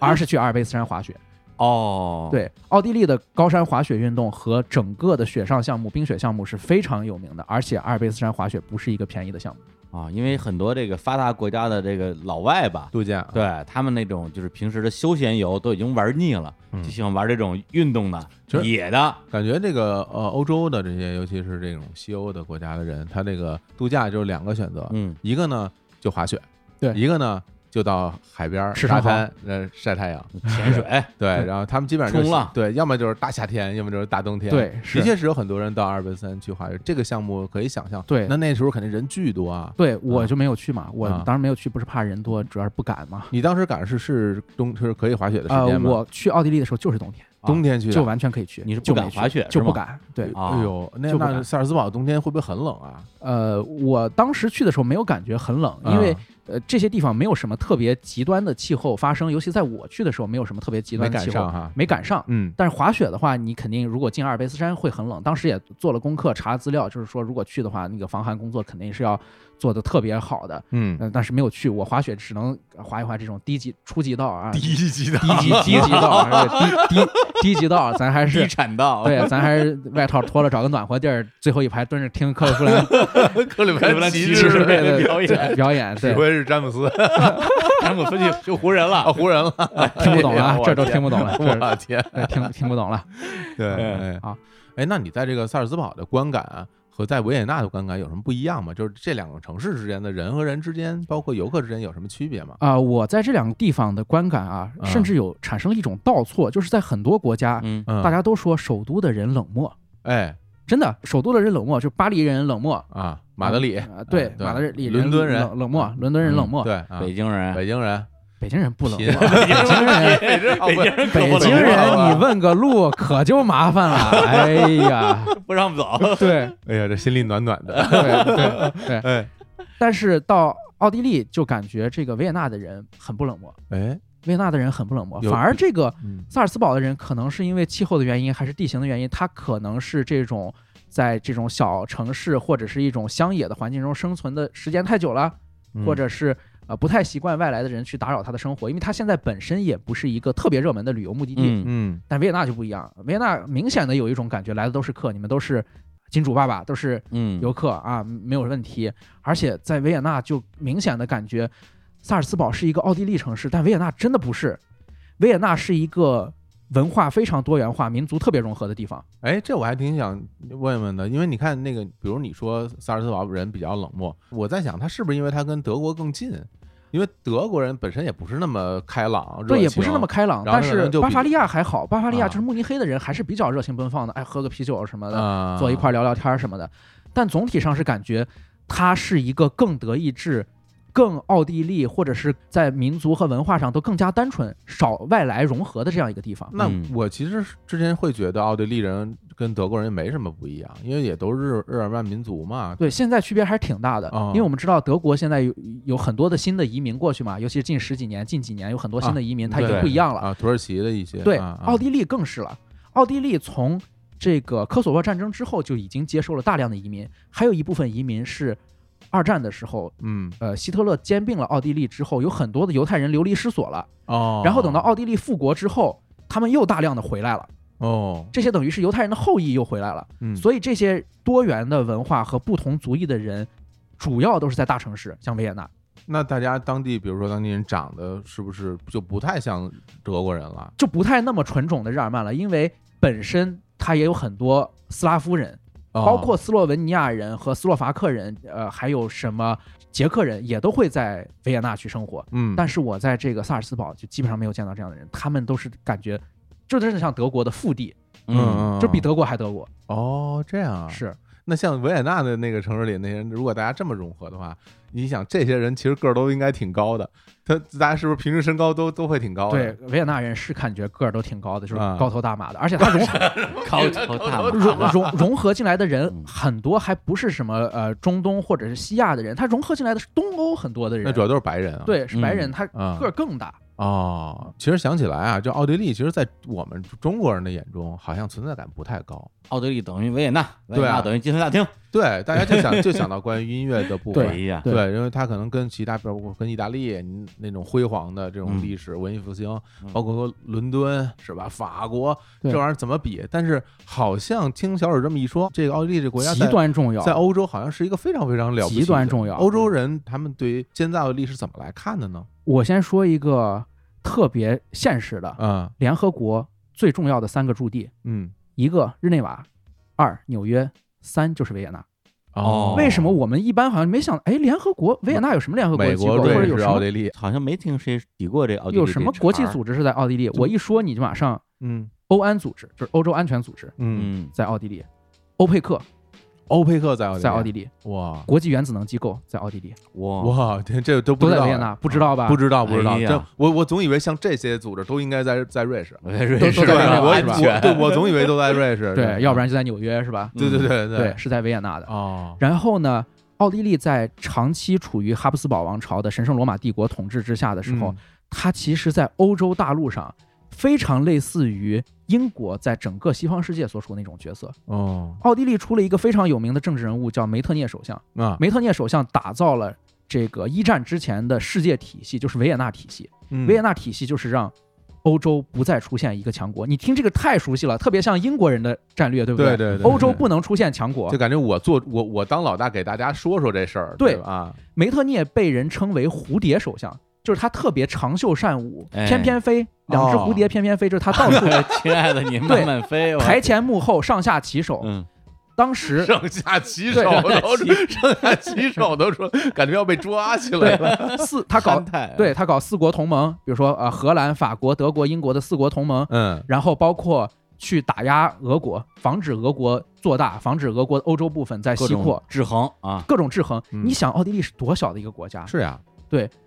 Speaker 4: 而是去阿尔卑斯山滑雪。
Speaker 3: 哦，，
Speaker 4: 对，奥地利的高山滑雪运动和整个的雪上项目、冰雪项目是非常有名的，而且阿尔卑斯山滑雪不是一个便宜的项目。
Speaker 3: 啊，因为很多这个发达国家的这个老外吧，
Speaker 1: 度假，
Speaker 3: 对他们那种就是平时的休闲游都已经玩腻了，
Speaker 1: 嗯
Speaker 3: 就喜欢玩这种运动的、
Speaker 1: 其实
Speaker 3: 野的。
Speaker 1: 感觉这个呃欧洲的这些，尤其是这种西欧的国家的人，他这个度假就是两个选择，
Speaker 3: 嗯，
Speaker 1: 一个呢就滑雪，
Speaker 4: 对
Speaker 1: 一个呢就到海边儿
Speaker 4: 吃
Speaker 1: 沙
Speaker 4: 烧烤
Speaker 1: 滩呃晒太阳，
Speaker 3: 潜水，
Speaker 4: [laughs]
Speaker 1: 对，
Speaker 4: 嗯对
Speaker 1: 然后他们基本上就是
Speaker 3: 冲浪
Speaker 1: 对，要么就是大夏天，要么就是大冬天，。
Speaker 4: 对，
Speaker 1: 的
Speaker 4: 是。
Speaker 1: 确是有很多人到阿尔卑斯山去滑雪，这个项目可以想象。
Speaker 4: 对
Speaker 1: 那那时候肯定人巨多啊。
Speaker 4: 对，我就没有去嘛，我
Speaker 1: 啊
Speaker 4: 当时没有去，不是怕人多，主要是不敢嘛。
Speaker 1: 你当时赶上是是冬是可以滑雪的时
Speaker 4: 呃，
Speaker 1: 间吗？
Speaker 4: 我去奥地利的时候就是冬天，
Speaker 1: 啊冬天去的
Speaker 4: 就完全可以去。
Speaker 3: 你是不
Speaker 4: 就没
Speaker 3: 敢
Speaker 4: 去
Speaker 3: 滑雪
Speaker 4: 就是不
Speaker 3: 吗
Speaker 4: 敢。对，
Speaker 3: 啊
Speaker 1: 哎呦，那
Speaker 4: 就不
Speaker 1: 那
Speaker 4: 敢
Speaker 1: 萨尔茨堡冬天会不会很冷啊？
Speaker 4: 呃，我当时去的时候没有感觉很冷，因为
Speaker 1: 啊
Speaker 4: 呃这些地方没有什么特别极端的气候发生，尤其在我去的时候没有什么特别极
Speaker 1: 没
Speaker 4: 端的
Speaker 1: 赶
Speaker 4: 气候
Speaker 1: 上，哈。
Speaker 4: 没赶上。
Speaker 1: 嗯，
Speaker 4: 但是滑雪的话，你肯定如果进阿尔卑斯山会很冷。当时也做了功课，查资料，就是说如果去的话，那个防寒工作肯定是要做的特别好的。
Speaker 1: 嗯， [laughs]
Speaker 4: 嗯，但是没有去，我滑雪只能滑一滑这种低级、初级道啊，
Speaker 1: [laughs]
Speaker 4: 低
Speaker 1: 一级的
Speaker 4: 级、低级道啊，低低低级道，咱还
Speaker 3: 地
Speaker 4: 是
Speaker 3: 产道，
Speaker 4: 对，咱还是外套脱了，找个暖和地儿，最后一排蹲着听克利夫兰
Speaker 1: 克里夫兰骑
Speaker 4: 骑士
Speaker 1: 士
Speaker 4: 队的
Speaker 3: 表演
Speaker 4: [laughs]
Speaker 3: [laughs]
Speaker 4: 对表演，
Speaker 1: 指
Speaker 4: 对，
Speaker 1: 挥是詹姆斯
Speaker 3: 咱们分去就湖人了
Speaker 1: 啊，。湖 [laughs] 人了，
Speaker 4: 听不懂了啊，
Speaker 1: 哎我
Speaker 4: 这都听不懂了，
Speaker 1: [laughs] 我
Speaker 4: 这
Speaker 1: 的天，
Speaker 4: 对听听不懂了。
Speaker 1: 对，哎
Speaker 3: 嗯
Speaker 4: 啊，
Speaker 1: 哎，那你在这个萨尔茨堡的观感啊和在维也纳的观感有什么不一样吗？就是这两个城市之间的人和人之间，包括游客之间有什么区别吗？
Speaker 4: 啊、我在这两个地方的观感啊，
Speaker 1: 嗯
Speaker 4: 甚至有产生了一种倒错，就是在很多国家，
Speaker 3: 嗯，
Speaker 1: 嗯，
Speaker 4: 大家都说首都的人冷漠，
Speaker 1: 哎
Speaker 4: 真的，首都的人冷漠，就巴黎人冷漠，
Speaker 1: 啊，马德里，
Speaker 4: 呃对
Speaker 1: 嗯，对
Speaker 4: 马德里
Speaker 1: 伦敦人嗯
Speaker 4: 冷冷漠，伦敦人冷漠，
Speaker 1: 对，啊
Speaker 3: 北京人，
Speaker 1: 北京人，
Speaker 4: 北京人不冷
Speaker 1: 贫
Speaker 4: 漠，北
Speaker 1: [laughs]
Speaker 4: 京人。
Speaker 1: 北京
Speaker 3: 北京人可
Speaker 4: 北
Speaker 3: 不
Speaker 4: 京
Speaker 3: 冷漠
Speaker 4: 人，你问个路可就麻
Speaker 1: [laughs]
Speaker 4: 烦了。哎呀，
Speaker 3: 不让走。
Speaker 4: 对
Speaker 1: 哎呀，这心里暖暖 [laughs] 的，
Speaker 4: 对对对。
Speaker 1: 哎
Speaker 4: 但是到奥地利就感觉这个维也纳的人很不冷漠，
Speaker 1: 哎，
Speaker 4: 维也纳的人很不冷漠，
Speaker 1: 有
Speaker 4: 反而这个
Speaker 1: 嗯
Speaker 4: 萨尔茨堡的人可能是因为气候的原因，还是地形的原因，他可能是这种在这种小城市或者是一种乡野的环境中生存的时间太久了，
Speaker 1: 嗯
Speaker 4: 或者是呃不太习惯外来的人去打扰他的生活，因为他现在本身也不是一个特别热门的旅游目的地。
Speaker 3: 嗯，
Speaker 1: 嗯
Speaker 4: 但维也纳就不一样，维也纳明显的有一种感觉，来的都是客，你们都是金主爸爸，都是
Speaker 3: 嗯，
Speaker 4: 游客啊，没有问题。而且在维也纳就明显的感觉，萨尔茨堡是一个奥地利城市，但维也纳真的不是。维也纳是一个文化非常多元化、民族特别融合的地方。
Speaker 1: 哎，这我还挺想问问的，因为你看那个，比如你说萨尔茨堡人比较冷漠，我在想他是不是因为他跟德国更近，因为德国人本身也不是那么开朗，热
Speaker 4: 对，也
Speaker 1: 情啊
Speaker 4: 不是那么开朗，
Speaker 1: 然后
Speaker 4: 但
Speaker 1: 这个
Speaker 4: 是
Speaker 1: 人就比
Speaker 4: 巴伐利亚还好，巴伐利亚
Speaker 1: 啊
Speaker 4: 就是慕尼黑的人还是比较热情奔放的，哎，喝个啤酒什么的，
Speaker 1: 啊，
Speaker 4: 坐一块儿聊聊天儿什么的。但总体上是感觉它是一个更德意志。更奥地利，或者是在民族和文化上都更加单纯、少外来融合的这样一个地方。
Speaker 1: 那
Speaker 3: 嗯
Speaker 1: 我其实之前会觉得奥地利人跟德国人没什么不一样，因为也都是日耳曼民族嘛。
Speaker 4: 对，现在区别还是挺大的，
Speaker 1: 哦
Speaker 4: 因为我们知道德国现在有有很多的新的移民过去嘛，尤其是近十几年、近几年有很多新的移民，嗯它已经
Speaker 1: 啊对
Speaker 4: 不一样了。
Speaker 1: 啊，土耳其的一些
Speaker 4: 对，
Speaker 1: 啊啊
Speaker 4: 奥地利更是了，奥地利从这个科索沃战争之后就已经接收了大量的移民，还有一部分移民是二战的时候，
Speaker 1: 嗯
Speaker 4: 呃，希特勒兼并了奥地利之后，有很多的犹太人流离失所了，
Speaker 1: 哦，
Speaker 4: 然后等到奥地利复国之后，他们又大量的回来了，
Speaker 1: 哦
Speaker 4: 这些等于是犹太人的后裔又回来了。
Speaker 1: 嗯
Speaker 4: 所以这些多元的文化和不同族裔的人，主要都是在大城市，像维也纳
Speaker 1: 那大家当地，比如说当地人长得是不是就不太像德国人了？
Speaker 4: 就不太那么纯种的日耳曼了，因为本身它也有很多斯拉夫人，
Speaker 1: 哦
Speaker 4: 包括斯洛文尼亚人和斯洛伐克人，呃，还有什么捷克人也都会在维也纳去生活。
Speaker 1: 嗯，
Speaker 4: 但是我在这个萨尔茨堡就基本上没有见到这样的人，他们都是感觉。就真的像德国的腹地，
Speaker 3: 嗯，
Speaker 4: 就比德国还德国，
Speaker 1: 哦这样啊。
Speaker 4: 是
Speaker 1: 那像维也纳的那个城市里那些人，如果大家这么融合的话，你想这些人其实个儿都应该挺高的，他大家是不是平均身高都都会挺高
Speaker 4: 对
Speaker 1: 的？
Speaker 4: 维也纳人是感觉个儿都挺高的，就是
Speaker 1: 哦啊
Speaker 4: 高头大马的，而且他融合
Speaker 3: 高头大
Speaker 1: [laughs]
Speaker 4: 融融融合进来的人
Speaker 3: 嗯
Speaker 4: 很多，还不是什么呃中东或者是西亚的人，他融合进来的是东欧很多的人，
Speaker 1: 那主要都是白人啊。
Speaker 4: 对是白人，
Speaker 3: 嗯
Speaker 4: 他
Speaker 1: 啊
Speaker 4: 个儿更大。
Speaker 1: 哦，其实想起来啊，就奥地利，其实，在我们中国人的眼中，好像存在感不太高。
Speaker 3: 奥地利等于维也纳，维也
Speaker 1: 对啊
Speaker 3: 纳等于金色大厅，
Speaker 1: 对，大家就想就想到关于音乐的部分啊
Speaker 3: 哎。呀，
Speaker 4: 对
Speaker 1: 对，因为它可能跟其他，比如跟意大利那种辉煌的这
Speaker 4: 嗯
Speaker 1: 种历史、文艺复兴，包括说伦敦是吧，法国
Speaker 4: 对
Speaker 1: 这玩意儿怎么比？但是好像听小史这么一说，这个奥地利这国家
Speaker 4: 极
Speaker 1: 在
Speaker 4: 端重要，
Speaker 1: 在欧洲好像是一个非常非常了不起的
Speaker 4: 极端重要嗯
Speaker 1: 欧洲人他们对于建造的历史怎么来看的呢？
Speaker 4: 我先说一个特别现实的，
Speaker 1: 嗯
Speaker 4: 联合国最重要的三个驻地，
Speaker 1: 嗯
Speaker 4: 一个日内瓦，二纽约，三就是维也纳。
Speaker 3: 哦
Speaker 4: 为什么我们一般好像没想？哎，联合国维也纳有什么联合国
Speaker 1: 嗯美
Speaker 4: 机构，
Speaker 1: 国、
Speaker 4: 或者
Speaker 1: 瑞
Speaker 4: 有
Speaker 1: 士、
Speaker 4: 什
Speaker 1: 奥
Speaker 4: 么
Speaker 1: 地利？
Speaker 3: 好像没听谁提过这奥地利
Speaker 4: 有什么
Speaker 3: 这
Speaker 4: 国际
Speaker 3: 茬儿？
Speaker 4: 组织是在奥地利？我一说你就马上
Speaker 1: 嗯
Speaker 4: 欧安组织，就是欧洲安全组织
Speaker 1: 嗯，
Speaker 3: 嗯，
Speaker 4: 在奥地利，欧佩克
Speaker 1: 欧佩克在奥地利，
Speaker 4: 在奥地利，
Speaker 1: 哇
Speaker 4: 国际原子能机构在奥地利，
Speaker 3: 哇，
Speaker 1: 哇，这这都不知
Speaker 4: 都在
Speaker 1: 道
Speaker 4: 维也
Speaker 1: 哎
Speaker 4: 纳，不知道吧？
Speaker 1: 不知道不知道，
Speaker 3: 哎呀
Speaker 1: 这我我总以为像这些组织都应该在在瑞士。
Speaker 3: 我在瑞
Speaker 4: 都
Speaker 3: 士
Speaker 4: 都在
Speaker 3: 啊
Speaker 4: 瑞
Speaker 1: 我
Speaker 4: 士
Speaker 1: 我
Speaker 3: 安
Speaker 4: 吧
Speaker 3: 全
Speaker 1: 对我总以为都在瑞士。
Speaker 4: 对，要不然就在纽约是吧？
Speaker 1: [laughs] 对对嗯对
Speaker 4: 对，是在维也纳的。
Speaker 1: 哦，
Speaker 4: 然后呢，奥地利在长期处于哈布斯堡王朝的神圣罗马帝国统治之下的时
Speaker 1: 嗯
Speaker 4: 候，它其实，在欧洲大陆上非常类似于英国在整个西方世界所处的那种角色。
Speaker 1: 嗯哦
Speaker 4: 奥地利出了一个非常有名的政治人物，叫梅特涅首相。
Speaker 1: 啊
Speaker 4: 梅特涅首相打造了这个一战之前的世界体系，就是维也纳体系。
Speaker 1: 嗯
Speaker 4: 维也纳体系就是让。欧洲不再出现一个强国，你听这个太熟悉了，特别像英国人的战略，对不
Speaker 1: 对对对，
Speaker 4: 欧洲
Speaker 1: 对
Speaker 4: 不能出现强国
Speaker 1: 就，感觉我做我我当老大给大家说说这事儿，
Speaker 4: 对
Speaker 1: 吧啊，
Speaker 4: 梅特涅被人称为蝴蝶首相，就是他特别长袖善舞，
Speaker 3: 哎
Speaker 4: 翩翩飞，两只蝴蝶翩翩飞，就是他
Speaker 1: [laughs]
Speaker 4: 到处
Speaker 3: [laughs] 亲爱的，你慢慢飞，我
Speaker 4: 台前幕后上下其手。
Speaker 3: 嗯，
Speaker 4: 当时
Speaker 1: [laughs] 上下其手
Speaker 4: 对
Speaker 1: 都上下其手都说感觉要被抓起来了，
Speaker 4: 四他搞
Speaker 3: 憨态，
Speaker 4: 对他搞四国同盟，比如说呃荷兰、法国、德国、英国的四国同盟，
Speaker 1: 嗯
Speaker 4: 然后包括去打压俄国，防止俄国做大，防止俄国欧洲部分在
Speaker 3: 各
Speaker 4: 西扩
Speaker 3: 种，制衡啊，
Speaker 4: 各种制衡。
Speaker 1: 嗯
Speaker 4: 你想奥地利是多小的一个国家，
Speaker 1: 是呀，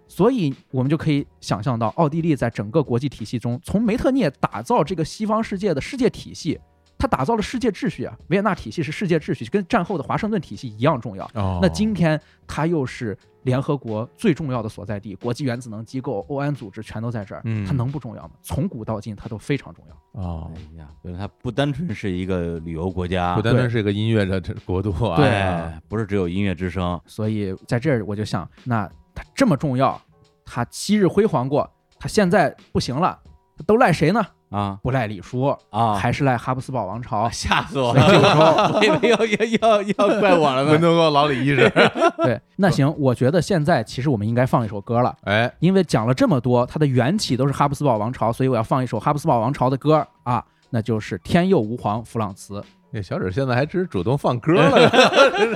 Speaker 4: 所以我们就可以想象到，奥地利在整个国际体系中，从梅特涅打造这个西方世界的世界体系，他打造了世界秩序啊。维也纳体系是世界秩序，跟战后的华盛顿体系一样重要。
Speaker 1: 哦
Speaker 4: 那今天它又是联合国最重要的所在地，国际原子能机构、欧安组织全都在这儿
Speaker 1: 嗯，
Speaker 4: 它能不重要吗？从古到今，它都非常重要。
Speaker 1: 哦
Speaker 3: 哎。呀，原来它不单纯是一个旅游国家，
Speaker 1: 不单单是一个音乐的这国度啊，
Speaker 4: 啊对
Speaker 1: [laughs] 哎，
Speaker 3: 哎，不是只有音乐之声，
Speaker 4: 所以在这儿我就想，那它这么重要，它昔日辉煌过，它现在不行了，它都赖谁呢？
Speaker 3: 啊
Speaker 4: 不赖李叔，
Speaker 3: 啊！。
Speaker 4: 还是赖哈布斯堡王朝
Speaker 1: 啊
Speaker 3: 吓死我
Speaker 4: 啊
Speaker 3: 了！我以为要要要
Speaker 4: 哦
Speaker 3: 要怪我了
Speaker 1: 门
Speaker 3: 呢。
Speaker 1: 头沟老李医师，
Speaker 4: 对，那行，我觉得现在其实我们应该放一首歌了，
Speaker 1: 哎，
Speaker 4: 因为讲了这么多，它的缘起都是哈布斯堡王朝，所以我要放一首哈布斯堡王朝的歌啊，那就是《天佑吾皇弗朗茨
Speaker 1: 那小指现在还真是主动放歌了，》，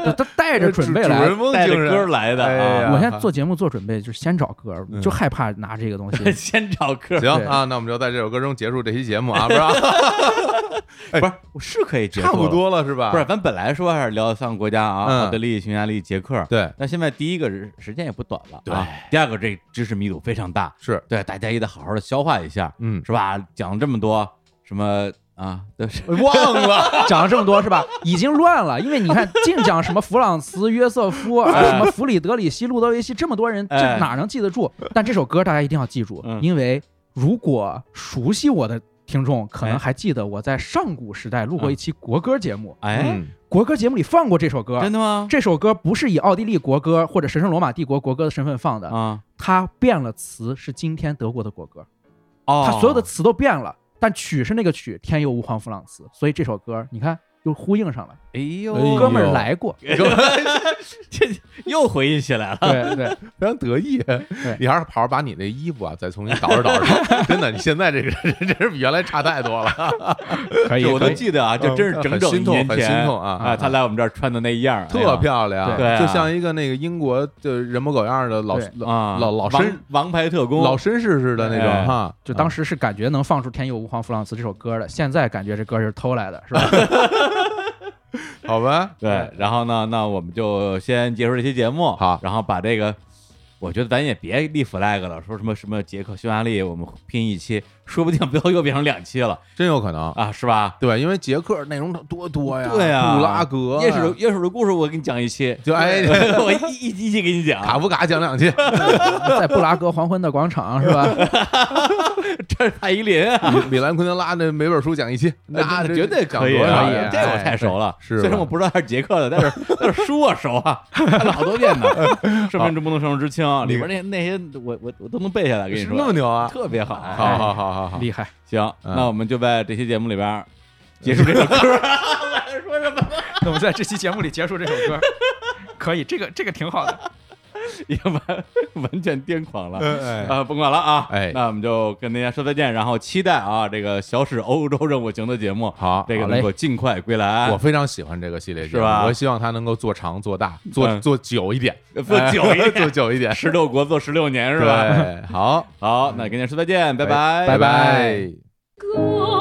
Speaker 4: 就
Speaker 3: [laughs]
Speaker 4: 他带着准备
Speaker 1: 呃主
Speaker 4: 来
Speaker 1: 人。翁
Speaker 3: 带着
Speaker 1: 精神
Speaker 3: 歌来的
Speaker 1: 哎
Speaker 3: 啊，
Speaker 1: 呀
Speaker 4: 我现
Speaker 1: [laughs]
Speaker 4: 在做节目做准备，就是先找歌
Speaker 1: 嗯，
Speaker 4: 就害怕拿这个
Speaker 1: [laughs]
Speaker 4: 东西。
Speaker 3: 先找歌，
Speaker 1: 行
Speaker 4: 对
Speaker 1: 啊，那我们就在这首歌中结束这期节目啊，不是啊
Speaker 3: 我是可 [laughs] 以结束
Speaker 1: 差不
Speaker 3: 了，
Speaker 1: 多了是吧？
Speaker 3: 不是，咱本来说还是聊三个国家啊，
Speaker 1: 啊嗯
Speaker 3: 奥地利、匈牙利、捷克。
Speaker 1: 对，
Speaker 3: 那现在第一个是时间也不短了，啊。第二个这知识密度非常大，
Speaker 1: 是，
Speaker 3: 对大家也得好好的消化一下，
Speaker 1: 嗯，
Speaker 3: 是吧？讲了这么多，什么啊，都是
Speaker 1: 忘
Speaker 3: [laughs]
Speaker 1: 了，
Speaker 4: [laughs] 讲了这么多是吧？已经乱了，因为你看，净讲什么弗朗茨、约瑟
Speaker 3: [laughs]
Speaker 4: 夫啊，什么弗里德里希、路德维希，这么多人，这
Speaker 3: 哎
Speaker 4: 哪能记得住？但这首歌大家一定要记住
Speaker 3: 嗯，
Speaker 4: 因为如果熟悉我的听众，可
Speaker 3: 哎
Speaker 4: 能还记得我在上古时代录过一期国歌节目，
Speaker 3: 哎，
Speaker 1: 嗯
Speaker 4: 国歌节目里放过这首歌
Speaker 3: 真。的吗？
Speaker 4: 这首歌不是以奥地利国歌或者神圣罗马帝国国歌的身份放的，
Speaker 3: 啊，
Speaker 4: 它变了词，是今天德国的国歌。
Speaker 3: 哦，
Speaker 4: 他所有的词都变了，但曲是那个曲《天佑吾皇弗朗茨》，所以这首歌你看又呼应上了，
Speaker 3: 哎呦，
Speaker 4: 哥们儿来过，
Speaker 3: [laughs] 这又回忆起来了。
Speaker 4: 对对，
Speaker 1: 非常得意。你还是好好把你那衣服啊，再重新捯饬捯
Speaker 3: [laughs]
Speaker 1: 饬。真的，你现在这个人真是比原来差太多了。
Speaker 3: [laughs]
Speaker 4: 可
Speaker 3: 这我都
Speaker 4: 以。
Speaker 3: 记得啊，这真是
Speaker 1: 嗯
Speaker 3: 整整一
Speaker 1: 很心痛
Speaker 3: 年前，
Speaker 1: 很心痛啊
Speaker 3: 啊！他来我们这儿穿的那样儿，哎
Speaker 1: 特漂亮，
Speaker 3: 对啊
Speaker 1: 就像一个那个英国的人模狗样的老
Speaker 4: 对
Speaker 1: 老
Speaker 3: 啊，
Speaker 1: 老老
Speaker 3: 王
Speaker 1: 绅
Speaker 3: 王牌特工，
Speaker 1: 老绅士似的那
Speaker 3: 哎
Speaker 1: 种哈。啊
Speaker 4: 就当
Speaker 1: 时
Speaker 4: 时是感觉能放出《天佑吾皇弗朗茨》这首歌的，现在感觉这歌是偷来的，是
Speaker 3: [laughs]
Speaker 4: 吧？
Speaker 1: 好吧，
Speaker 3: 对。然后呢，那我们就先结束这期节目，
Speaker 1: 嗯好
Speaker 3: 然后把这个，我觉得咱也别立 flag 了，说什么什么捷克、匈牙利，我们拼一期。说不定不要又变成两期了
Speaker 1: 真有可能。
Speaker 3: 啊，是吧？
Speaker 1: 对，因为捷克内容多多呀，
Speaker 3: 对呀
Speaker 1: 布拉格啊
Speaker 3: 鼹鼠鼹鼠的故事我给你讲
Speaker 1: [laughs]
Speaker 3: 一期，
Speaker 1: 就哎
Speaker 3: 我一一一期给你讲，
Speaker 1: 卡夫卡讲两期，
Speaker 4: 在布拉格黄昏的广场
Speaker 3: [laughs]
Speaker 4: 是吧？
Speaker 3: 这是蔡依林啊，
Speaker 1: 米米兰昆德拉那每本书讲
Speaker 3: [laughs]
Speaker 1: 一期，那
Speaker 3: 这
Speaker 1: 这
Speaker 3: 绝对
Speaker 1: 讲
Speaker 3: 可以
Speaker 1: 多
Speaker 3: 啊，
Speaker 1: 少哎
Speaker 4: 可以
Speaker 1: 页
Speaker 3: 这我太熟了。
Speaker 1: 是吧
Speaker 3: 虽然我不知道他是捷克的，但是但是书我熟
Speaker 1: [laughs]
Speaker 3: 啊，看了好多遍呢，《生命之不能，生命之轻》里边那那些我我我都能背下来，跟你
Speaker 1: 是
Speaker 3: 说，
Speaker 1: 那么牛啊！
Speaker 3: 特别好。
Speaker 1: 好好好好好，
Speaker 4: 厉害，
Speaker 3: 行，
Speaker 1: 嗯
Speaker 3: 那我们就在这期节目里边儿结束这首歌。
Speaker 4: [laughs] 那我们在这期节目里结束这首
Speaker 3: [laughs]
Speaker 4: 歌，可以，这个这个挺好的。
Speaker 3: 也完 [laughs] 完全癫狂了。
Speaker 1: 哎哎
Speaker 3: 啊，甭管了啊，
Speaker 1: 哎
Speaker 3: 那我们就跟大家说再见，然后期待啊，这个小史欧洲任务行的节目，
Speaker 1: 好，
Speaker 3: 这个
Speaker 4: 好
Speaker 3: 能
Speaker 4: 嘞
Speaker 3: 够尽快归来，
Speaker 1: 我非常喜欢这个系列节
Speaker 3: 是
Speaker 1: 目，
Speaker 3: 吧
Speaker 1: 我希望它能够做长、做大、做
Speaker 3: 嗯
Speaker 1: 做久一点，
Speaker 3: 做久一点
Speaker 1: 做久一点，
Speaker 3: 十六国做十六年是吧？
Speaker 1: 哎对，好，哎
Speaker 3: 好，那跟大家说再见，拜拜，
Speaker 1: 拜拜。
Speaker 6: 歌